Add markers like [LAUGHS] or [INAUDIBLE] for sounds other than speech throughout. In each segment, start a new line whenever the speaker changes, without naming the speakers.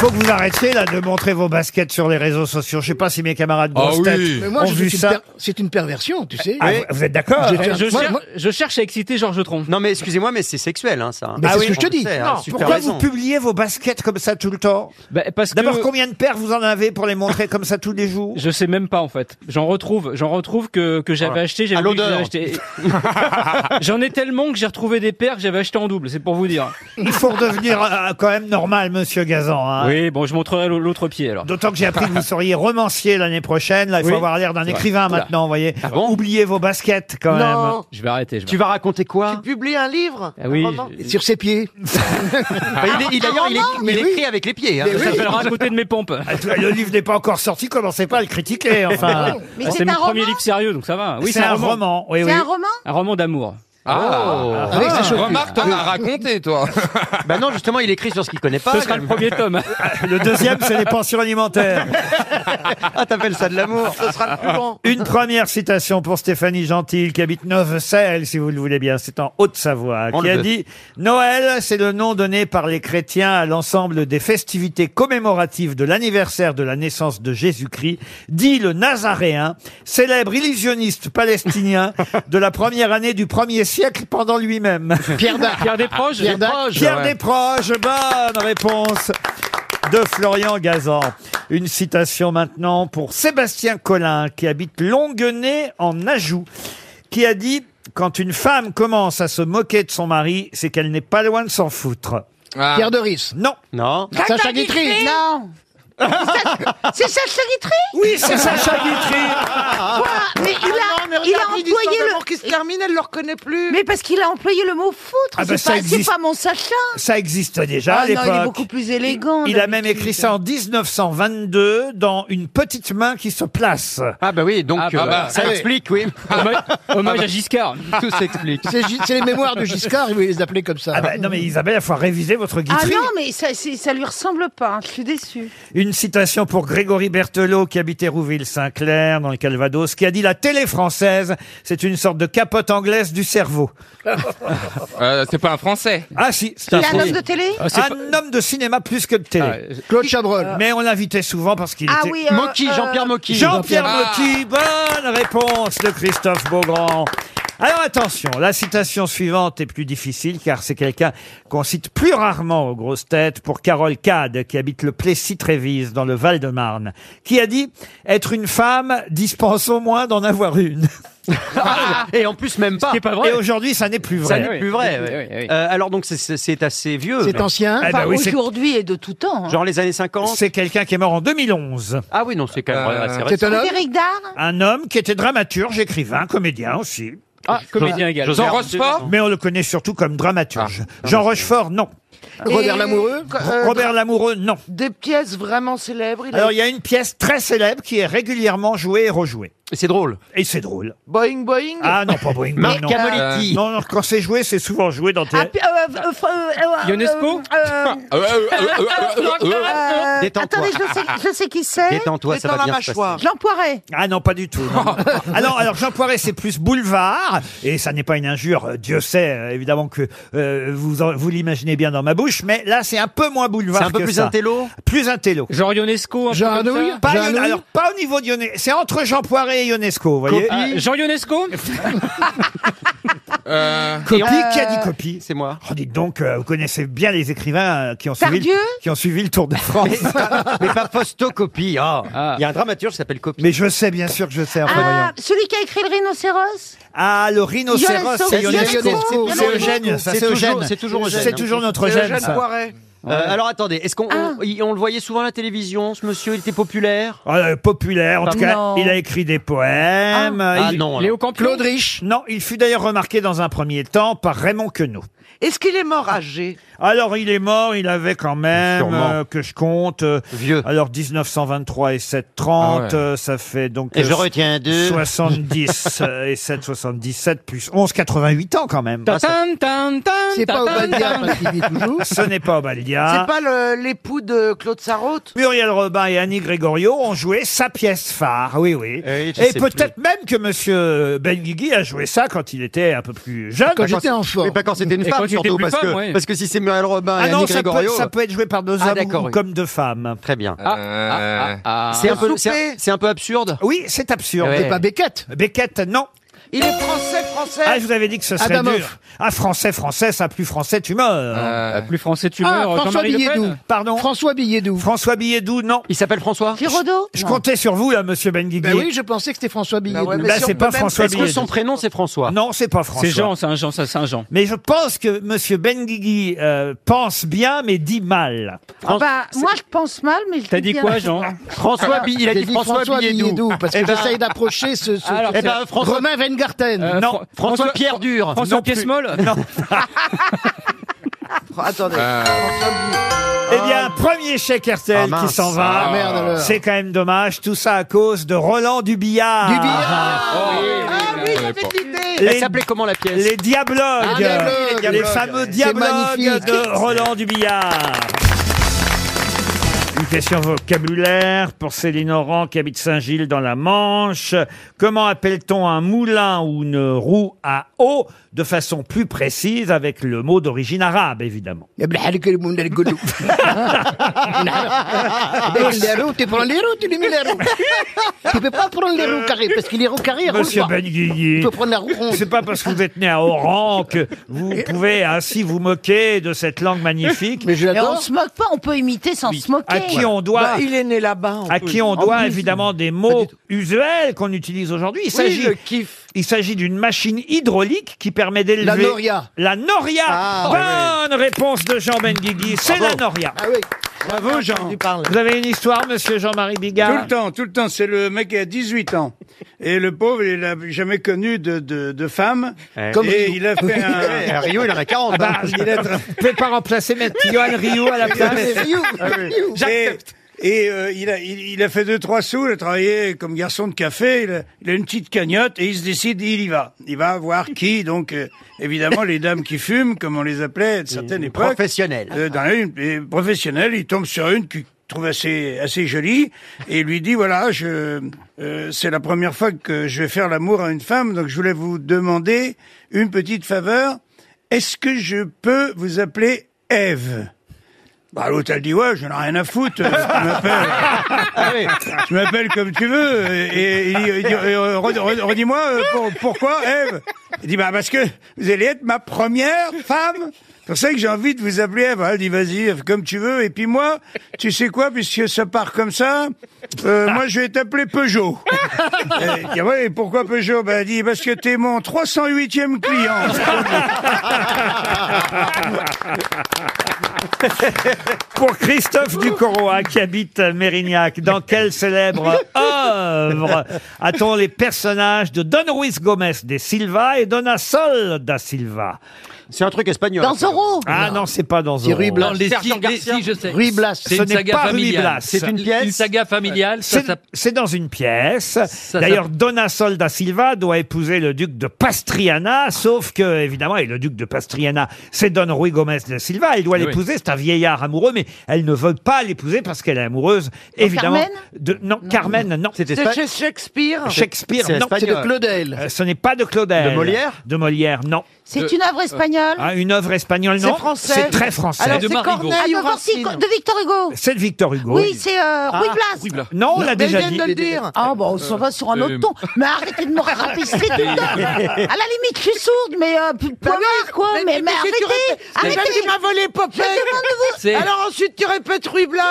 Faut que vous arrêtiez là de montrer vos baskets sur les réseaux sociaux. Je sais pas si mes camarades
Ah
grosses
oui.
têtes
Mais moi,
ont
je-
vu
c'est, une
ça.
per- c'est une perversion, tu sais.
Ah, vous- Vous êtes d'accord
J'ai fait-
Je,
moi-
cher-
moi-
je cherche à exciter Georges Tron.
Non mais excusez-moi, mais c'est sexuel, hein, ça.
Mais
Ah
c'est
oui,
ce que je te
On le
dis.
sait,
Non,
hein, super
Pourquoi
raison.
vous publiez vos baskets comme ça tout le temps
Bah, parce que
D'abord, combien de paires vous en avez pour les montrer comme ça tous les jours
je sais même pas en fait. J'en retrouve, j'en retrouve que, que j'avais
Voilà.
acheté, j'avais
À
oublié que
l'odeur.
j'avais acheté. [LAUGHS] j'en ai tellement que j'ai retrouvé des paires que j'avais acheté en double, c'est pour vous dire.
[LAUGHS] Il faut redevenir euh, quand même normal, monsieur Gazan. hein.
Oui, bon, je montrerai l'au- l'autre pied alors.
D'autant que j'ai appris que
[LAUGHS]
vous seriez romancier l'année prochaine. Là, il faut
Oui.
avoir l'air d'un
C'est vrai.
écrivain
Oula.
maintenant, vous voyez.
Ah bon
Oubliez vos baskets quand même.
Non,
Je vais arrêter. Je vais...
Tu vas raconter quoi
tu publies un livre
Ah oui,
un roman.
je-
Sur ses pieds.
[LAUGHS] Bah, il, est- il- D'ailleurs, il, est- il écrit avec les pieds. hein.
Mais oui.
ça
[LAUGHS]
s'appellera à côté de mes pompes.
Ah, tout- Le livre n'est pas encore sorti, commencez pas à
[LAUGHS]
le critiquer. Enfin,
Mais
Ah,
c'est
c'est
un
mon
roman
premier livre sérieux, donc ça va. Oui,
c'est un roman. Oui, oui.
C'est un roman
Un roman d'amour.
Ah,
Avec ses chaussures.
Remarque, t'en
Ah.
as raconté, toi.
[LAUGHS] Bah non, justement, il écrit sur ce qu'il connaît pas.
Ce sera le premier tome.
Le deuxième, c'est les pensions alimentaires.
[LAUGHS] Ah, t'appelles ça de l'amour
Ce sera le plus long.
Une première citation pour Stéphanie Gentil, qui habite Neuve-Celle, si vous le voulez bien, c'est en Haute-Savoie,
On
qui
le
a
veut.
dit « Noël, c'est le nom donné par les chrétiens à l'ensemble des festivités commémoratives de l'anniversaire de la naissance de Jésus-Christ, dit le Nazaréen, célèbre illusionniste palestinien de la première année du premier siècle pendant lui-même.
Pierre Dac.
Pierre des proches.
Pierre Dac.
Desproges. »
Pierre Desproges, bonne réponse de Florian Gazan. Une citation maintenant pour Sébastien Collin, qui habite Longuenay en Anjou, qui a dit « Quand une femme commence à se moquer de son mari, c'est qu'elle n'est pas loin de s'en foutre.
Ah.
Pierre Doris. »
Non.
Non.
Sacha Guitry.
[LAUGHS] Non C'est Sacha Guitry
Oui, c'est Sacha Guitry.
Mais il
Ah
a, il a employé le...
qui se termine, elle le reconnaît plus.
Mais parce qu'il a employé le mot foutre,
Ah bah,
c'est
ça
pas, c'est
existe.
pas mon Sacha
Ça existe déjà à
Ah, non, il est
l'époque.
beaucoup plus élégant.
Il a même écrit ça en 1922 dans Une petite main qui se place.
Ah bah oui, donc
Ah bah
euh,
bah,
ça
ah oui.
explique, oui.
[LAUGHS] Hommage- Hommage à
[LAUGHS]
Giscard.
Tout s'explique.
C'est, Gi- c'est les mémoires de Giscard, ils voulaient les appeler comme ça.
Ah bah, non mais Isabelle, il faut réviser votre
Ah
Guitry.
non, mais ça, c'est- ça lui ressemble pas, hein, je suis déçue.
Une citation pour Grégory Berthelot, qui habitait Rouville-Saint-Clair, dans le Calvados, qui a dit « La télé française, c'est une sorte de capote anglaise du cerveau.
Euh, c'est pas un français. »
Ah si, c'est
Il
un,
est un homme de télé
Ah, c'est
un
pas-
homme de cinéma plus que de télé.
Ah, euh,
Claude Chabrol.
Mais on l'invitait souvent parce qu'il
Ah
était...
oui, euh,
Mocky,
euh,
Jean-Pierre Mocky.
Jean-Pierre
Ah.
Mocky, bonne réponse de Christophe Beaugrand. Alors attention, la citation suivante est plus difficile car c'est quelqu'un qu'on cite plus rarement aux grosses têtes pour Carole Cade qui habite le Plessis-Trévise dans le Val-de-Marne qui a dit « Être une femme dispense au moins d'en avoir une
Ah, Et en plus, même pas.
C'est pas ». vrai.
[LAUGHS] Et aujourd'hui, ça n'est plus
Ça
vrai.
Ouais,
n'est
ouais.
plus vrai. ouais.
Ouais, ouais, ouais.
Euh, alors donc, c'est- c'est c'est assez vieux.
C'est ancien.
Eh ben
enfin,
oui, c'est-
aujourd'hui et de tout temps. hein.
Genre les années 50.
C'est quelqu'un qui est mort en 2011.
Ah oui, non, c'est quand même
Euh,
ouais, c'est vrai.
C'est un homme.
Frédéric Dard
Un homme qui était dramaturge, écrivain, comédien aussi.
Ah, comédien égal.
Jean Rochefort
Mais on le connaît surtout comme dramaturge.
Ah,
Jean Rochefort, non.
Robert
Et-
Lamoureux.
Euh,
Robert Lamoureux, non.
Des pièces vraiment célèbres. Il
Alors,
a...
il y a une pièce très célèbre qui est régulièrement jouée et rejouée.
C'est drôle.
Et c'est drôle.
Boeing, Boeing.
Ah non,
[LAUGHS]
pas Boeing. Boeing, non. Euh,
Cavoletti.
Non, non, quand c'est joué, c'est souvent joué dans
Ah,
tes...
puis, euh, euh, euh, euh,
Ionesco
euh,
Euh, euh, euh, euh, euh, euh.
euh,
Détends-toi.
Attendez, je sais, je sais qui c'est.
Détends-toi, ça va
Détends la
bien se
mâchoire.
passer.
Jean Poiret.
Ah non, pas du tout. non, non. alors, alors Jean Poiret, c'est plus boulevard. Et ça n'est pas une injure. euh, Dieu sait, euh, évidemment, que euh, vous, en- vous l'imaginez bien dans ma bouche. Mais là, c'est un peu moins boulevard
C'est un peu
que
plus
ça.
intello.
Plus intello.
Jean Ionesco. un peu
Jean
comme ça.
Anouilh.
Pas
Jean
Ion-
Anouilh
alors, pas au niveau d'Ionesco. C'est entre Jean Poiret et Ionesco, vous voyez.
Ah, Jean Ionesco
Euh,
Copie, qui a dit copie
C'est moi.
Oh, dites donc, euh, vous connaissez bien les écrivains euh, qui ont, suivi
Tardieu
le, qui ont suivi le Tour de France.
Mais pas Postocopie. Ah.
Ah.
Il y a un dramaturge qui s'appelle Copie.
Mais je sais, bien sûr que je sais. Enfin,
Ah,
voyons.
celui qui a écrit le rhinocéros
Ah, le rhinocéros,
Ionesco,
c'est Ionesco.
Ionesco.
C'est Eugène, ça,
C'est
c'est
toujours-
Eugène.
c'est toujours Eugène,
C'est
hein.
toujours notre
C'est
Eugène,
Eugène
ça.
Poiret.
Euh, alors attendez, est-ce qu'on
Ah.
on- il- on le voyait souvent à la télévision, ce monsieur, il était populaire
Ah, euh, populaire, en tout cas,
Non.
il a écrit des poèmes. euh,
Ah
il-
non. alors.
Léo Campion.
Claude Rich.
Non, il fut d'ailleurs remarqué dans un premier temps par Raymond Queneau.
Est-ce qu'il est mort âgé
Alors, il est mort, il avait quand même,
Sûrement.
euh, que je compte, euh,
Vieux.
alors 1923 et 730,
Ah ouais.
euh, ça fait donc...
Et
euh,
je retiens deux.
70 euh, et 7, 77 plus 11, 88 ans quand même.
Ah,
Ah,
Tan, tan, tan,
C'est
tan,
pas
tan,
Obadia
tan.
parce qu'il dit toujours.
Ce n'est pas Obalia.
C'est pas le- l'époux de Claude Sarraute
Muriel Robin et Annie Grégorio ont joué sa pièce phare, oui, oui.
Eh Oui, je
et
sais
peut-être même que Monsieur Benguigui a joué ça quand il était un peu plus jeune.
Quand j'étais enfant.
Mais pas quand c'était une
Et
femme,
quand
hommes
il était
surtout,
plus
parce,
femme,
que,
ouais.
parce que si c'est Muriel Robin
Ah
et
non,
Annie
ça peut,
Gregorio,
ça peut être joué par deux
Ah,
hommes
d'accord,
ou
oui. Ah.
comme deux femmes.
très bien.
Euh,
C'est un, peu-
souper.
c'est un- c'est un peu absurde.
Oui, c'est absurde.
Ouais.
C'est pas Beckett.
Beckett, non.
Il est français, français.
Ah, je vous avais dit que ce serait
Adamoff.
dur. Ah, français, français, ça plus français, tu meurs.
euh,
Plus français, tu
Ah,
meurs.
François
Jean-Marie Le Pen
Billédoux.
Pardon
François Billédoux.
François Billedou, non.
Il s'appelle François
Giraudot
Je
Non.
comptais sur vous, là, monsieur Benguigui.
Ben oui, je pensais que c'était François
Bah
Billédoux.
ouais, mais
Là,
si on
Bah c'est
peut
Bah,
pas
même-
François
Est-ce que
Billedou.
son prénom c'est François
Non, c'est pas François.
C'est Jean, c'est un Jean, ça, c'est un Jean.
Mais je pense que monsieur Benguigui euh, pense bien, mais dit mal.
Ah bah, Moi, je pense mal, mais je
T'as
dis
dit
bien.
quoi, Jean
[LAUGHS]
François Bi- il a
J'ai
dit François, Billédoux.
ben,
parce que j'essaye d'approcher ce, ce-
Alors,
ben- Eh ben, François-
Romain Weingarten.
Euh,
non.
Fran-
François Pierre Dur.
François
Non plus.
Piesmol
[LAUGHS]
Non.
Attendez.
euh,
eh bien, premier chèque RTL
Ah,
qui
mince.
s'en va.
Ah, merde, alors.
C'est quand même dommage. Tout ça à cause de Roland Dubillard.
Du billard.
Ah oui,
je savais
j'avais
pas.
de l'idée.
Elle
Les,
s'appelait comment la pièce
les diablogues.
Ah,
diablogues,
les
diablogues.
fameux
C'est
diablogues
magnifique.
de Roland Dubillard. Une question vocabulaire pour Céline Oran qui habite Saint-Gilles dans la Manche. Comment appelle-t-on un moulin ou une roue à eau de façon plus précise avec le mot d'origine arabe évidemment
يا ابن الحلال كل من القلوب les roues, tu prends les roues, tu les mets
[LAUGHS]
les roues. Tu peux pas prendre les roues carrées, parce que les roues carrées, elles roulent
[LAUGHS] Monsieur
pas. Tu
Benguigui.
peux prendre la roue ronde.
C'est pas parce que vous êtes né à Oran que vous pouvez ainsi vous moquer de cette langue magnifique
Mais je
Et on
l'adore.
se moque pas, on peut imiter sans se moquer.
à qui on doit
Bah, il est né là-bas.
à qui on doit évidemment des mots usuels qu'on utilise aujourd'hui. Il
Oui,
s'agit,
le kiff.
il s'agit d'une machine hydraulique qui permet d'élever
La noria.
La noria.
Ah,
Bonne réponse de Jean Benguigui. C'est la noria.
Ah oui.
Bravo Jean.
Vous avez une histoire, Monsieur Jean-Marie
Tout
Bigard
le temps, tout le temps. C'est le mec qui a 18 ans. Et le pauvre, il n'a jamais connu de, de, de femme.
Ouais.
Comme
et
Rio.
il a fait un... Ah
Eh, [LAUGHS] Rio, il en a 40. hein.
Bah, il est- Vous pouvez pas remplacer Maître Johan Rio à la Ah place
You, you.
J'accepte. Et, et, euh, il, a, il, il a fait deux, trois sous, il a travaillé comme garçon de café, il a, il a une petite cagnotte et il se décide, il y va. Il va voir qui, donc euh, évidemment les dames qui fument, comme on les appelait à certaines époques.
Professionnel.
Euh, dans une, et professionnelle, il tombe sur une qu'il trouve assez, assez jolie et il lui dit, voilà, je, euh, c'est la première fois que je vais faire l'amour à une femme, donc je voulais vous demander une petite faveur. Est-ce que je peux vous appeler Ève bah, l'autre, elle dit, ouais, j'en ai rien à foutre. euh, Tu m'appelles, tu m'appelles comme tu veux. Et, et il dit, il dit, euh, red- red- redis-moi, euh, pour- pourquoi, Ève? Il dit, bah, parce que vous allez être ma première femme. C'est pour ça que j'ai envie de vous appeler Ève. Elle dit, vas-y, Ève, comme tu veux. Et puis moi, tu sais quoi, puisque ça part comme ça, euh, moi, je vais t'appeler Peugeot. Et, il dit, ouais, et pourquoi Peugeot? Bah, elle dit, parce que t'es mon 308e client.
[LAUGHS] pour Christophe Ducoroy qui habite Mérignac. Dans quelle célèbre œuvre a-t-on les personnages de Don Ruiz Gomez de Silva et Dona Sol da Silva
C'est un truc espagnol.
Dans Zorro
Ah non, c'est pas dans
C'est
Zorro.
Ruy Blas.
Les
Sergent
si,
Garcia.
si, je sais.
Ruy Blas.
C'est
Ce
une
n'est
saga
pas Ruy Blas.
familiale.
C'est
une pièce
Une saga familiale. Ça,
C'est-
ça-
C'est dans une pièce.
ça-
D'ailleurs, Dona Sol da Silva doit épouser le duc de Pastriana, sauf que, évidemment, et le duc de Pastriana, c'est Don Rui Gomez de Silva. Elle doit
Eh Oui.
l'épouser, c'est un vieillard amoureux, mais elle ne veut pas l'épouser parce qu'elle est amoureuse, évidemment.
Carmen
de... non, Carmen, non.
C'est
C'est
espa-
chez Shakespeare.
Shakespeare,
c'est
non.
C'est de
espagnol.
Claudel.
Euh, Ce n'est pas de Claudel.
De Molière
De Molière, non.
C'est une
euh,
œuvre espagnole.
Ah, une œuvre espagnole, non.
C'est français.
C'est très français.
Alors,
de
c'est
Marigot.
Ah,
Corneille
de,
ou
Corsi-
Racine.
de Victor Hugo.
C'est de Victor Hugo.
Oui, c'est euh, Ruy Blas.
Oui, Blas.
Non, on l'a
Mais il
déjà
vient
dit.
de le dire.
Ah bon, on s'en va sur un autre
Ah, Euh,
ton. Mais arrêtez de me rapetisser tout le temps. À la limite, je suis sourde, mais euh, p-
Bah
point
oui,
barre, quoi. Mais, mais,
si
arrêtez,
tu répètes- C'est parce
arrêtez.
qu'il m'a volé Popeye.
C'est-
Alors ensuite, tu répètes Ruy Blas.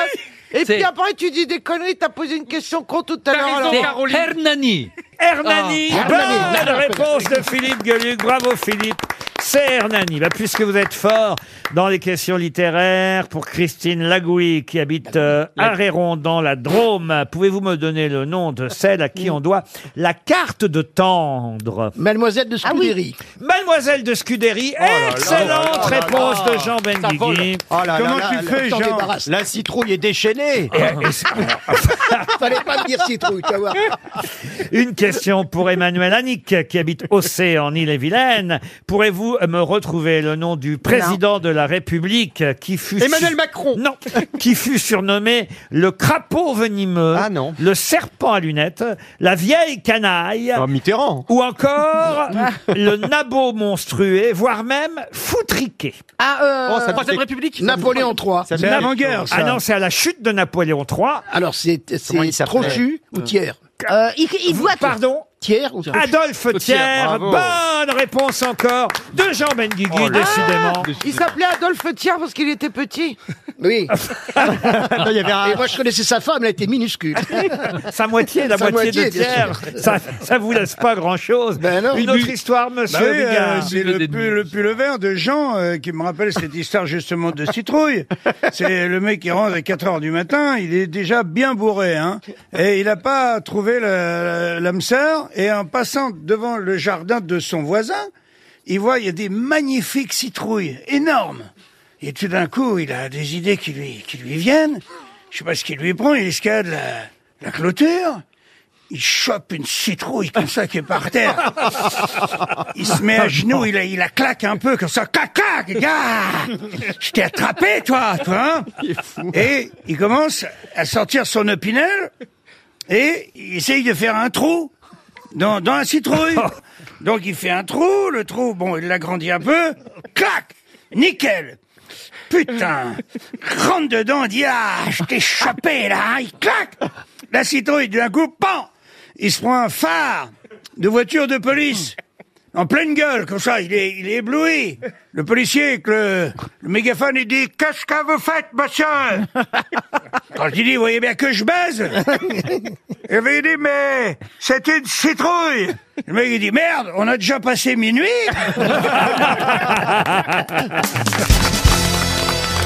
Et
C'est-
puis après, tu dis des conneries. T'as posé une question con tout à l'heure. alors-
C'est Hernani.
Oh.
Hernani.
Ah.
Bonne
Hernani.
réponse de Philippe Gueluc. Bravo Philippe. C'est Hernani. Bah, puisque vous êtes fort dans les questions littéraires, pour Christine Lagouy qui habite euh, Arréron dans la Drôme, pouvez-vous me donner le nom de celle à qui on doit la carte de tendre
Mademoiselle de
Ah oui.
Scudéry.
Mademoiselle de Scudéry. Excellente
oh là là.
réponse de Jean Benguigui.
Oh là là
Comment
là
tu
là.
fais,
T'en
Jean
débarrasses.
La citrouille est déchaînée.
[LAUGHS] Fallait pas me dire citrouille, tu vas voir.
Une question pour Emmanuel Annick, qui habite Océ en Ille-et-Vilaine. Pourrez-vous me retrouver le nom du président de la République euh, qui fut
Emmanuel Macron.
Non, qui fut surnommé le crapaud venimeux,
Ah non.
le serpent à lunettes, la vieille canaille
Oh, Mitterrand.
ou encore le nabot monstrué, voire même foutriqué.
Ah, euh,
Oh, ça me fait-
République
Napoléon III.
ça me
C'est
fait-
l'avant-guerre, ça.
Ah non, c'est à la chute de Napoléon III.
Alors, c'est
Comment il
c'est
s'appelait
Trochu ou Thiers
euh,
[LAUGHS]
il, il doit être-
Pardon
Thiers ou
Adolphe Thiers,
bravo.
bonne réponse encore de Jean Benguigui, décidément.
Oh Il s'appelait Adolphe Thiers parce qu'il était petit. [LAUGHS]
Oui.
Non, il y avait un-
Et moi, je connaissais sa femme, elle était minuscule.
[LAUGHS] Sa moitié, la
Sa
moitié, de
moitié, bien
Thiers, ça, ça vous laisse pas grand-chose.
Ben non.
Une autre histoire, monsieur
Bah oui, euh,
Bigard.
c'est le,
Des-
pull- le pull vert de Jean euh, qui me rappelle cette histoire justement de citrouille. C'est le mec qui rentre à 4 heures du matin, il est déjà bien bourré, hein. Et il n'a pas trouvé la- l'âme sœur. Et en passant devant le jardin de son voisin, il voit il y a des magnifiques citrouilles énormes. Et tout d'un coup, il a des idées qui lui qui lui viennent. Je sais pas ce qui lui prend. Il escalade la, la clôture. Il chope une citrouille comme ça qui est par terre. [LAUGHS] Il se met
[LAUGHS]
à genoux, il, la- il la claque un peu comme ça. Clac, clac, gars Je t'ai attrapé, toi,
[LAUGHS]
toi hein Et il commence à sortir son opinel et il essaye de faire un trou dans, dans la citrouille. Donc il fait un trou, le trou, bon, il l'agrandit un peu. Clac Nickel Putain Rentre dedans, il dit Ah, je t'ai chopé, là hein. Il claque La citrouille, d'un coup, pan Il se prend un phare de voiture de police en pleine gueule, comme ça, il est, il est ébloui. Le policier avec le, le mégaphone, il dit « Qu'est-ce que vous faites, monsieur ?» Quand il dit « Vous voyez bien que je baise ?» Il lui dit « Mais c'est une citrouille !» Le mec, il dit « Merde, on a déjà passé minuit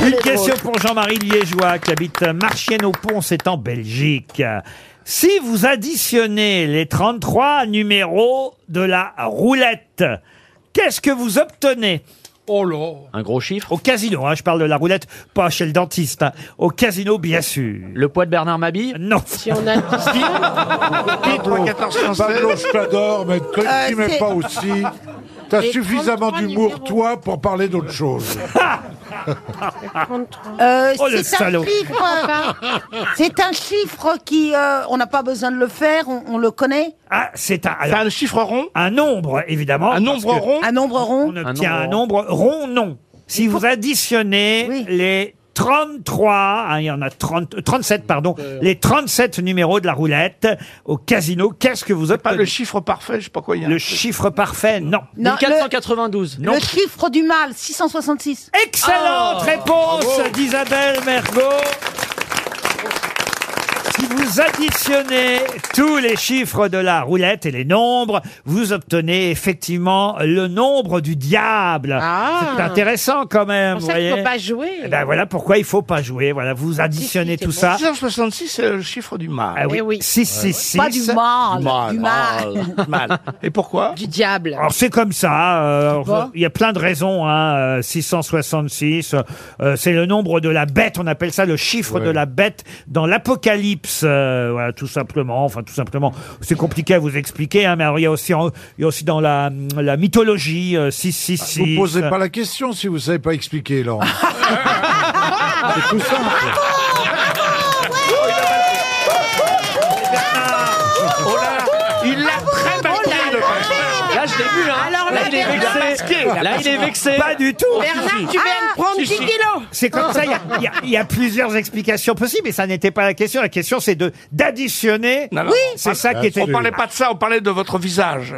Une question pour Jean-Marie Liégeois qui habite Marchienne-au-Pont, c'est en Belgique. Si vous additionnez les 33 numéros de la roulette, qu'est-ce que vous obtenez
Oh là
Un gros chiffre.
Au casino, hein, je parle de la roulette, pas chez le dentiste. hein. Au casino, bien sûr.
Le poids de Bernard Mabille.
Non. [LAUGHS]
Pablo Spador, mais toi
Euh,
qui m'aimes
c'est-
pas aussi. T'as
Et
suffisamment
33
d'humour,
numéros.
toi, pour parler d'autre chose.
Euh,
Oh, le
c'est un
salaud.
chiffre. C'est un chiffre qui, euh, on n'a pas besoin de le faire, on, on le connaît.
Ah, c'est un, alors,
un chiffre rond.
un nombre, évidemment. parce que
rond.
Un nombre rond.
On obtient un nombre rond, non. Si vous additionnez
Oui.
les 33, hein, il y en a 30, euh, 37, pardon, les 37 numéros de la roulette au casino, qu'est-ce que vous obtenez
chiffre parfait, je sais pas quoi il y
Le chiffre parfait, non.
Non, le,
492.
non.
le chiffre du mal, 666.
Excellente
Ah,
Oh.
réponse d'Isabelle Mergot. Si vous additionnez tous les chiffres de la roulette et les nombres, vous obtenez effectivement le nombre du diable.
Ah.
C'est intéressant quand même, vous voyez.
jouer.
Eh Ben voilà pourquoi il faut pas jouer. Voilà, vous additionnez tout ça.
666, c'est le chiffre du mal.
Ah oui,
Eh oui.
6, 6, 6.
Pas du mal, du mal.
Ah
mal. Et pourquoi
Du diable.
Alors c'est comme ça, euh,
pas.
il y a plein de raisons, hein, euh, 666, euh, c'est le nombre de la bête, on appelle ça le chiffre de la bête dans l'Apocalypse, euh, voilà, tout simplement, enfin tout simplement, c'est compliqué à vous expliquer, hein, mais alors, il y a aussi, en- il y a aussi dans la, la mythologie, euh, 666.
Ah,
Vous posez pas la question si vous savez pas expliquer, Laurent. C'est tout simple.
Il l'a
Oh,
très mal
Là, je l'ai vu, hein.
Alors
là,
là,
il est vexé. Là, il est vexé.
Pas du tout
Bernard, tu viens de prendre 10 kilos.
C'est comme ça, il y a- il y, a- il y a plusieurs explications possibles, mais ça n'était pas la question. La question, c'est de d'additionner.
Oui.
C'est
Ah,
ça qui était.
On parlait
pas de ça, on parlait de votre
[LAUGHS]
visage.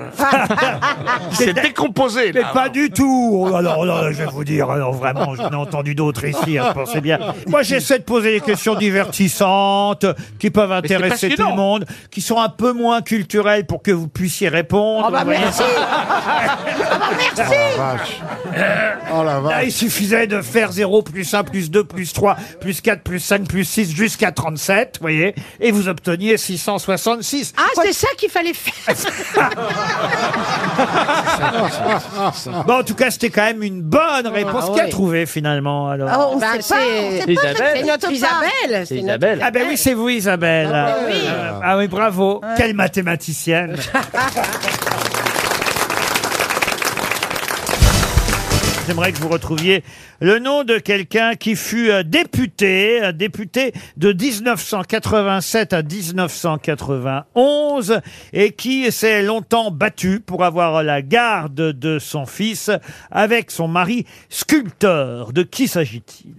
C'est
décomposé.
Mais pas du tout. Oh, Alors là, je vais vous dire, alors vraiment, j'en ai entendu d'autres ici. hein, pensez bien. Moi, j'essaie de poser des questions divertissantes qui peuvent
c'est
intéresser tout le
passionnant.
monde, qui sont un peu moins culturelles pour que vous puissiez répondre.
Ah
Oh bah
Vous voyez.
merci.
La vache. Oh la
Euh, Là,
vache.
il suffisait de faire 0 plus 1 plus 2 plus 3 plus 4 plus 5 plus 6 jusqu'à 37, vous voyez, et vous obteniez 666.
Ah, c'est ça qu'il fallait faire.
[LAUGHS] Bon, en tout cas, c'était quand même une bonne réponse. Qui a trouvé finalement alors
Oh, on sait pas, on sait pas,
Eh ben, Isabelle.
c'est notre Isabelle.
C'est Isabelle.
Ah ben oui, c'est vous Isabelle. Ah oui, bravo. Quelle [LAUGHS] mathématicienne. J'aimerais que vous retrouviez le nom de quelqu'un qui fut euh, député, euh, député de 1987 à 1991 et qui s'est longtemps battu pour avoir la garde de son fils avec son mari sculpteur. De qui s'agit-il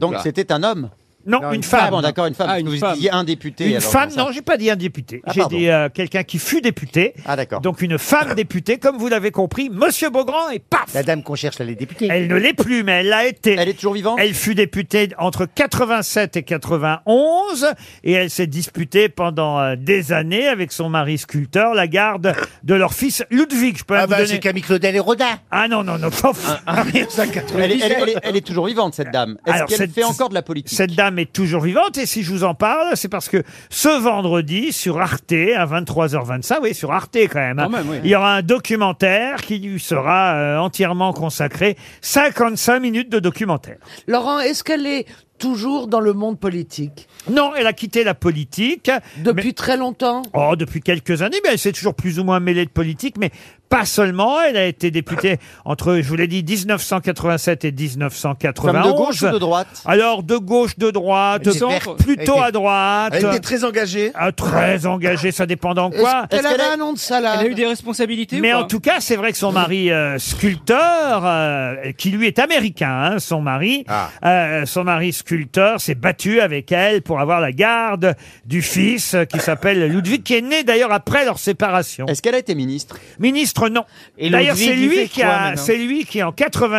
Donc c'était un homme
Non, une femme.
Ah bon, d'accord, une femme. parce que vous disiez un député.
Une
alors,
femme,
comme ça.
non, j'ai pas dit un député.
Ah,
j'ai
pardon.
dit euh, quelqu'un qui fut député.
Ah d'accord.
Donc une femme députée, comme vous l'avez compris, Monsieur Beaugrand, et paf
La dame qu'on cherche, elle est députée.
Elle ne l'est plus, mais elle l'a été.
Elle est toujours vivante
Elle fut députée entre 87 et 91, et elle s'est disputée pendant euh, des années avec son mari sculpteur la garde de leur fils Ludwig. Je peux
Ah
même vous
bah
donner-
c'est Camille Claudel et Rodin.
Ah non, non, non.
Elle est, elle est- elle est- elle est toujours vivante, cette dame. Est-ce
Alors,
qu'elle
cette-
fait encore de la politique
Cette dame est toujours vivante et si je vous en parle, c'est parce que ce vendredi sur Arte à 23h25, oui, sur Arte quand même, hein,
même, oui.
il y aura un documentaire qui lui sera euh, entièrement consacré, 55 minutes de documentaire.
Laurent, est-ce qu'elle est toujours dans le monde politique
Non, elle a quitté la politique
Depuis très longtemps
Oh, depuis quelques années, mais elle s'est toujours plus ou moins mêlée de politique, mais pas seulement. Elle a été députée entre, je vous l'ai dit, 1987 et 1991.
Femme de gauche ou de droite
Alors, de gauche, de droite,
Elle était verte.
Elle
plutôt
était-
à droite.
Elle était très engagée.
Ah, très engagée, ça dépend dans quoi.
Est-ce qu'elle
Est-ce
avait
qu'elle est-
un nom de salade
Elle a eu des responsabilités
Mais
ou
en
pas
tout cas, c'est vrai que son mari euh, sculpteur, euh, qui lui est américain, hein, son mari,
Ah.
euh, son mari sculpteur s'est battu avec elle pour avoir la garde du fils euh, qui s'appelle Ludwig, qui est né d'ailleurs après leur séparation.
Est-ce qu'elle a été ministre
Ministre, non.
Et
D'ailleurs,
Ludwig,
c'est
il fait
lui qui
quoi,
a,
maintenant
c'est lui qui en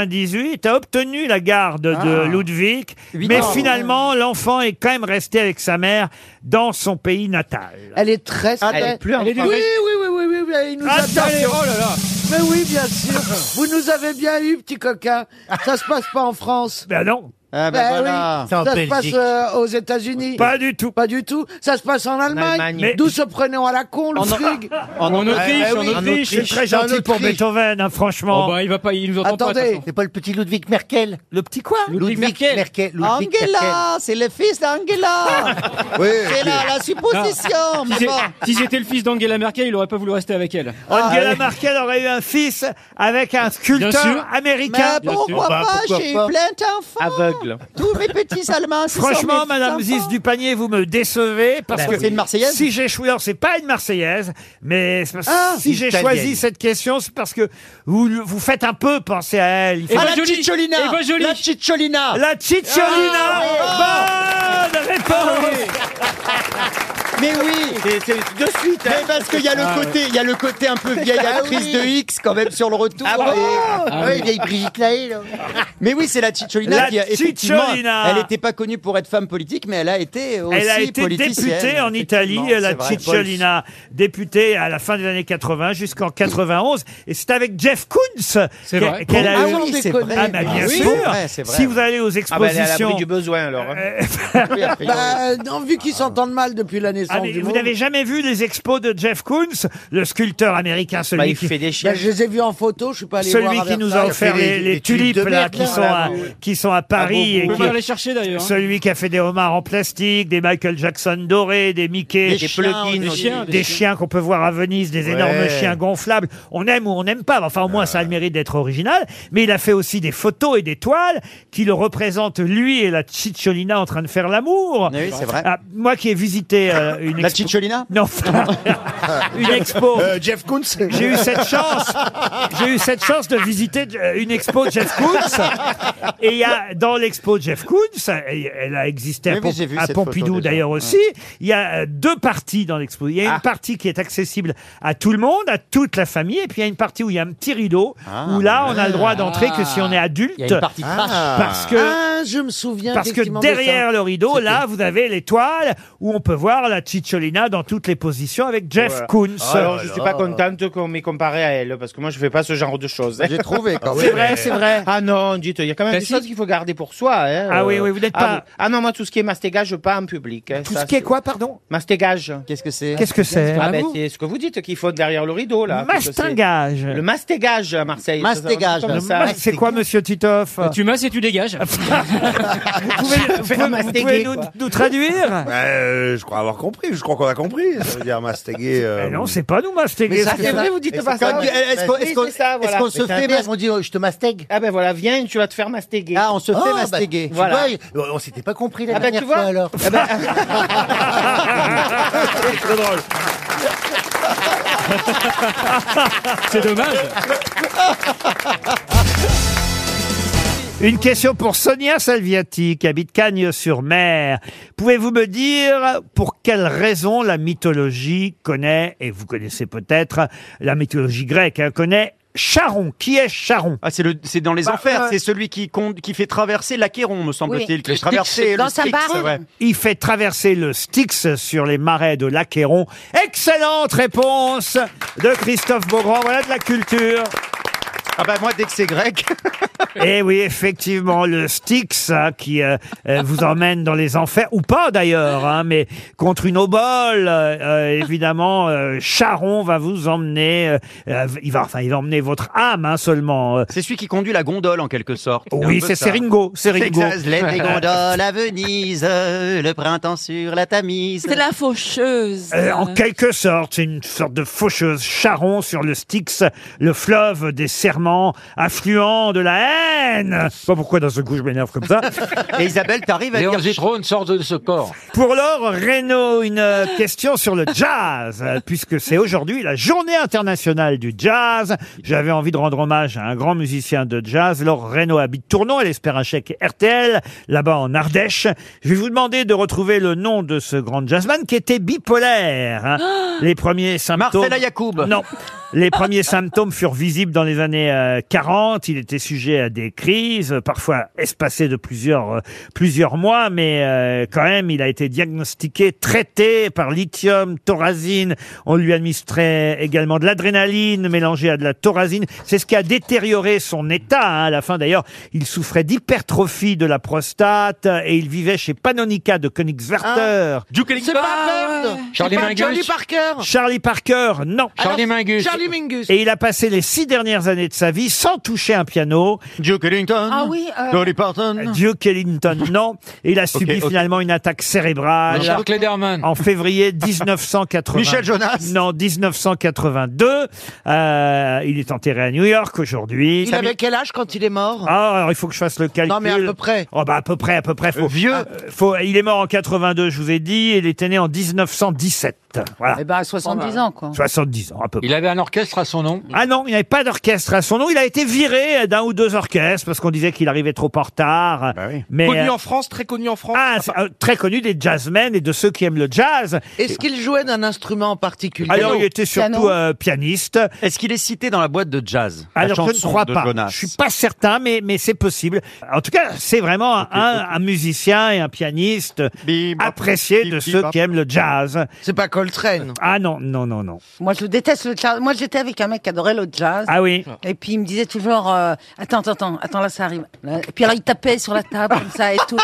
98 a obtenu la garde
Ah.
de Ludwig,
Huit
mais
ans.
finalement l'enfant est quand même resté avec sa mère dans son pays natal.
Elle est très...
Ah, elle est
oui, oui, oui, oui, oui, oui, oui, il nous a parlé.
oh
Mais oui, bien sûr. Vous nous avez bien eu, petit coquin. Ça se passe pas en France.
Ben non,
Ah
Ben
bah voilà.
oui, ça se passe euh, aux États-Unis.
pas du tout.
Pas du tout. Ça se passe en Allemagne.
Mais-
D'où se prenons à la con le fric.
En
Eh
Autriche, en Autriche.
C'est très gentil pour Beethoven, hein, franchement.
Oh, bah, il va pas, il nous entend pas. de
Attendez.
toute façon.
C'est pas le petit Ludwig Merkel.
le petit quoi
Ludwig Merkel.
Ludwig Merkel.
Angela, c'est le fils
[LAUGHS]
d'Angela. c'est
Ah,
la, la supposition. mais
Si c'est-
bon.
Si c'était le fils d'Angela Merkel, il aurait pas voulu rester avec elle.
Ah,
Ah,
Angela Merkel aurait eu un fils avec un
Bien
sculpteur
sûr.
américain.
Mais pourquoi
Bah,
pas
pourquoi
J'ai eu
pas.
plein d'enfants.
Aveugle.
Tous mes petits Allemands. ce sont
Franchement,
mes
Madame
petits-enfants.
Ziz du panier, vous me décevez parce
Bah,
que
c'est une Marseillaise Ah,
Si j'ai choisi, alors, c'est pas une Marseillaise, mais c'est parce- si j'ai
italienne.
choisi cette question, c'est parce que vous vous faites un peu penser à elle. Il faut-
Ah,
Eva
la
Jolie.
Cicciolina.
Eva Jolie.
La Cicciolina.
La Cicciolina. Bonne réponse.
Mais Ah, oui.
De
hein.
suite.
Mais parce qu'il y a
Ah,
le côté, il y a le côté un peu vieille actrice de X quand même sur le retour. Et-
Ah oui, vieille Brigitte Lahaye, là.
Mais oui, c'est la Cicciolina
La
qui a effectivement,
Cicciolina.
elle n'était pas connue pour être femme politique, mais elle a été aussi
Elle a été
politicienne,
députée en Italie,
effectivement,
la
c'est vrai.
Cicciolina, députée à la fin des années 80 jusqu'en 91. Et c'est avec Jeff Koons
C'est
qu'elle-
vrai.
qu'elle a
Ah
eu-
oui, c'est vrai.
déconner.
Ah, bah, bien
Ah oui,
sûr.
c'est vrai, c'est vrai.
Si vous allez aux
Ah bah, elle est à
expositions, euh,
l'abri du besoin, alors. hein.
Oui, a priori.
Bah, euh, non, vu qu'ils s'entendent mal depuis la naissance
Ah, mais
du
vous
monde.
n'avez jamais vu les expos de Jeff Koons, le sculpteur américain, celui
Bah, il
qui,
fait des
Bah,
chiens.
je les ai vus en photo, je suis pas allé voir
celui
à
qui nous a
Versailles.
offert
Il a fait
les,
les-
les
les
tulipes
tulipes de
là, Ah,
merde,
qui
là,
sont
là, Ah,
à,
oui, oui.
qui sont à Paris
On
et
peut
qui-
pas aller chercher d'ailleurs. hein.
celui qui a fait des homards en plastique, des Michael Jackson dorés, des
chiens,
Mickey,
Des chiens,
des chiens qu'on peut voir à Venise, des énormes chiens gonflables. On aime ou on n'aime pas, mais enfin au moins ça a le mérite d'être original. Mais il a fait aussi des photos et des toiles qui le représentent lui et la Cicciolina en train de faire l'amour.
Oui, c'est vrai.
Ah, moi qui ai visité euh, une
La
expo-
Cicciolina
non, [LAUGHS] enfin, une expo.
Jeff Koons.
J'ai eu cette chance. J'ai eu cette chance de visiter euh, une expo de Jeff Koons. Et il y a dans l'expo de Jeff Koons, elle elle a existé à,
Mais oui,
Pom-
j'ai vu
à
cette
Pompidou
photo déjà.
d'ailleurs aussi. Il y a euh, deux parties dans l'expo. Il y a une partie qui est accessible à tout le monde, à toute la famille, et puis il y a une partie où il y a un petit rideau où là on a le droit d'entrer que si on est adulte.
Il y a une partie de marche.
Ah. Parce que
Ah, je me souviens
parce que
effectivement de ça.
derrière le rideau, là, vous avez l'étoile où on peut voir la Cicciolina dans toutes les positions avec Jeff
Voilà.
Koons.
Ah,
Alors, je suis pas contente qu'on m'ait comparé à elle, parce que moi, je fais pas ce genre de choses. hein.
J'ai trouvé quand
c'est
même.
vrai, c'est vrai.
Ah non, dites, il y a quand même
Bah
des
si.
choses qu'il faut garder pour soi. hein,
Ah oui, oui, vous n'êtes
ah
pas-
oui. Ah non, moi, tout ce qui est mastégage, pas en public. hein,
Tout
ça,
ce qui est
c'est-
quoi, pardon
Mastégage.
Qu'est-ce que c'est
Qu'est-ce que c'est
Ah ben, c'est ce que vous dites qu'il faut derrière le rideau, là. parce que c'est-
Mastingage.
Le mastegage à Marseille. ça s'appelle
Mastegage,
comme
là.
ça.
Mas- C'est quoi, monsieur Titoff
Euh,
Tu masses et tu dégages.
Vous pouvez, vous pouvez- vous
[LAUGHS]
mastéguer,
pouvez nous,
quoi.
nous traduire
Euh, je crois avoir compris.
compris. Je crois qu'on a compris. Ça veut dire masteguer.
[LAUGHS] Mais non, c'est pas nous masteguer.
Mais ça, c'est vrai, vous dites pas ça.
Est-ce qu'on- est-ce qu'on- est-ce qu'on se fait mas-
On dit,
oh,
euh, je te mastegue.
Ah ben voilà, viens, tu vas te faire masteguer.
Ah, on se fait
Oh, bah,
masteguer.
tu
Voilà.
vois, il- on s'était
[LAUGHS]
pas compris la
Ah bah,
dernière
tu vois.
fois alors.
[LAUGHS]
Eh ben.
[LAUGHS]
C'est trop drôle.
C'est dommage. Une question pour Sonia Salviati, qui habite Cagnes-sur-Mer. Pouvez-vous me dire pour quelle raison la mythologie connaît, et vous connaissez peut-être la mythologie grecque, hein, connaît Charon Qui est Charon
Ah, c'est le, c'est dans les
Bah,
enfers.
euh,
C'est celui qui compte, qui fait traverser l'Achéron, me semble-t-il, qui fait traverser le Styx, ouais.
Il fait traverser le Styx sur les marais de l'Achéron. Excellente réponse de
[LAUGHS]
Christophe Beaugrand. Voilà de la culture.
Ah bah moi, dès que c'est grec.
Et Eh oui, effectivement, le Styx hein, qui euh, euh, vous emmène dans les enfers, ou pas d'ailleurs, hein, mais contre une obole, euh, euh, évidemment, euh, Charon va vous emmener, euh, euh, il va, enfin, il va emmener votre âme hein, seulement.
C'est celui qui conduit la gondole en quelque sorte.
Oui, c'est Seringo, Seringo. [LAUGHS]
Les gondoles à Venise, euh, le printemps sur la Tamise.
C'est la faucheuse.
Euh, en quelque sorte, c'est une sorte de faucheuse Charon sur le Styx, le fleuve des serments, affluent de la haine. Je sais Pas pourquoi d'un seul coup je m'énerve comme ça.
Et Isabelle, t'arrives à
Léon
dire...
Zitrone sort de ce corps.
Pour Laure Reynaud, une euh, question sur le jazz, euh, puisque c'est aujourd'hui la journée internationale du jazz. J'avais envie de rendre hommage à un grand musicien de jazz. Laure Reynaud habite Tournon, elle espère un chèque RTL, là-bas en Ardèche. Je vais vous demander de retrouver le nom de ce grand jazzman qui était bipolaire. hein. Les premiers symptômes...
Ah Marcella Yacoub.
Non. Les premiers symptômes furent visibles dans les années euh, 40. Il était sujet à des crises, euh, parfois espacées de plusieurs, euh, plusieurs mois, mais euh, quand même, il a été diagnostiqué, traité par lithium, thorazine. On lui administrait également de l'adrénaline mélangée à de la thorazine. C'est ce qui a détérioré son état. hein. À la fin, d'ailleurs, il souffrait d'hypertrophie de la prostate euh, et il vivait chez Panonica de Königswerther.
Ah.
C'est pas Bird
Charlie
C'est pas
Mingus.
Charlie Parker
Charlie Parker, non.
Charlie Alors, Mingus. Charlie Mingus.
Et il a passé les six dernières années de sa vie sans toucher un piano. Duke Ellington.
Ah oui, euh, Dolly
Parton. Duke Ellington, non. Et il a subi finalement une attaque cérébrale.
Jean-Claude Lederman.
Ah, En février 1980.
Michel
Jonas. Non, 1982. Euh, il est enterré à New York aujourd'hui.
Il
Ça
avait
m'é-
quel âge quand il est mort
ah, alors il faut que je fasse le calcul.
Non, mais à peu près.
Oh, bah, à peu près, à peu près. Faut,
vieux.
Ah, faut, il est mort en 82, je vous ai dit, et il était né en 1917. Voilà.
Eh ben, à 70 ans, quoi.
70 ans, à peu près.
Il avait un orchestre à son nom.
Ah non, il n'y avait pas d'orchestre à son nom. Il a été viré d'un ou deux orchestres parce qu'on disait qu'il arrivait trop en retard.
Bah
Mais
Connu en
euh,
France, très connu en France.
ah, c'est, euh, très connu des jazzmen et de ceux qui aiment le jazz.
Est-ce qu'il jouait d'un instrument en particulier
Alors, il était surtout euh, pianiste.
Est-ce qu'il est cité dans la boîte de jazz la
Alors, je ne
chanson
crois
de
pas.
Jonas
Je suis pas certain, mais, mais c'est possible. En tout cas, c'est vraiment un, un musicien et un pianiste apprécié de ceux
bip.
qui aiment le jazz.
C'est pas Coltrane.
Ah non, non, non, non.
Moi, je déteste le jazz. Moi, j'étais avec un mec qui adorait le jazz.
Ah oui.
Et puis, il me disait toujours euh, Attends, attends, attends, attends, là, ça arrive. Là, Et puis, alors, il tapait sur la table, comme ça, et tout.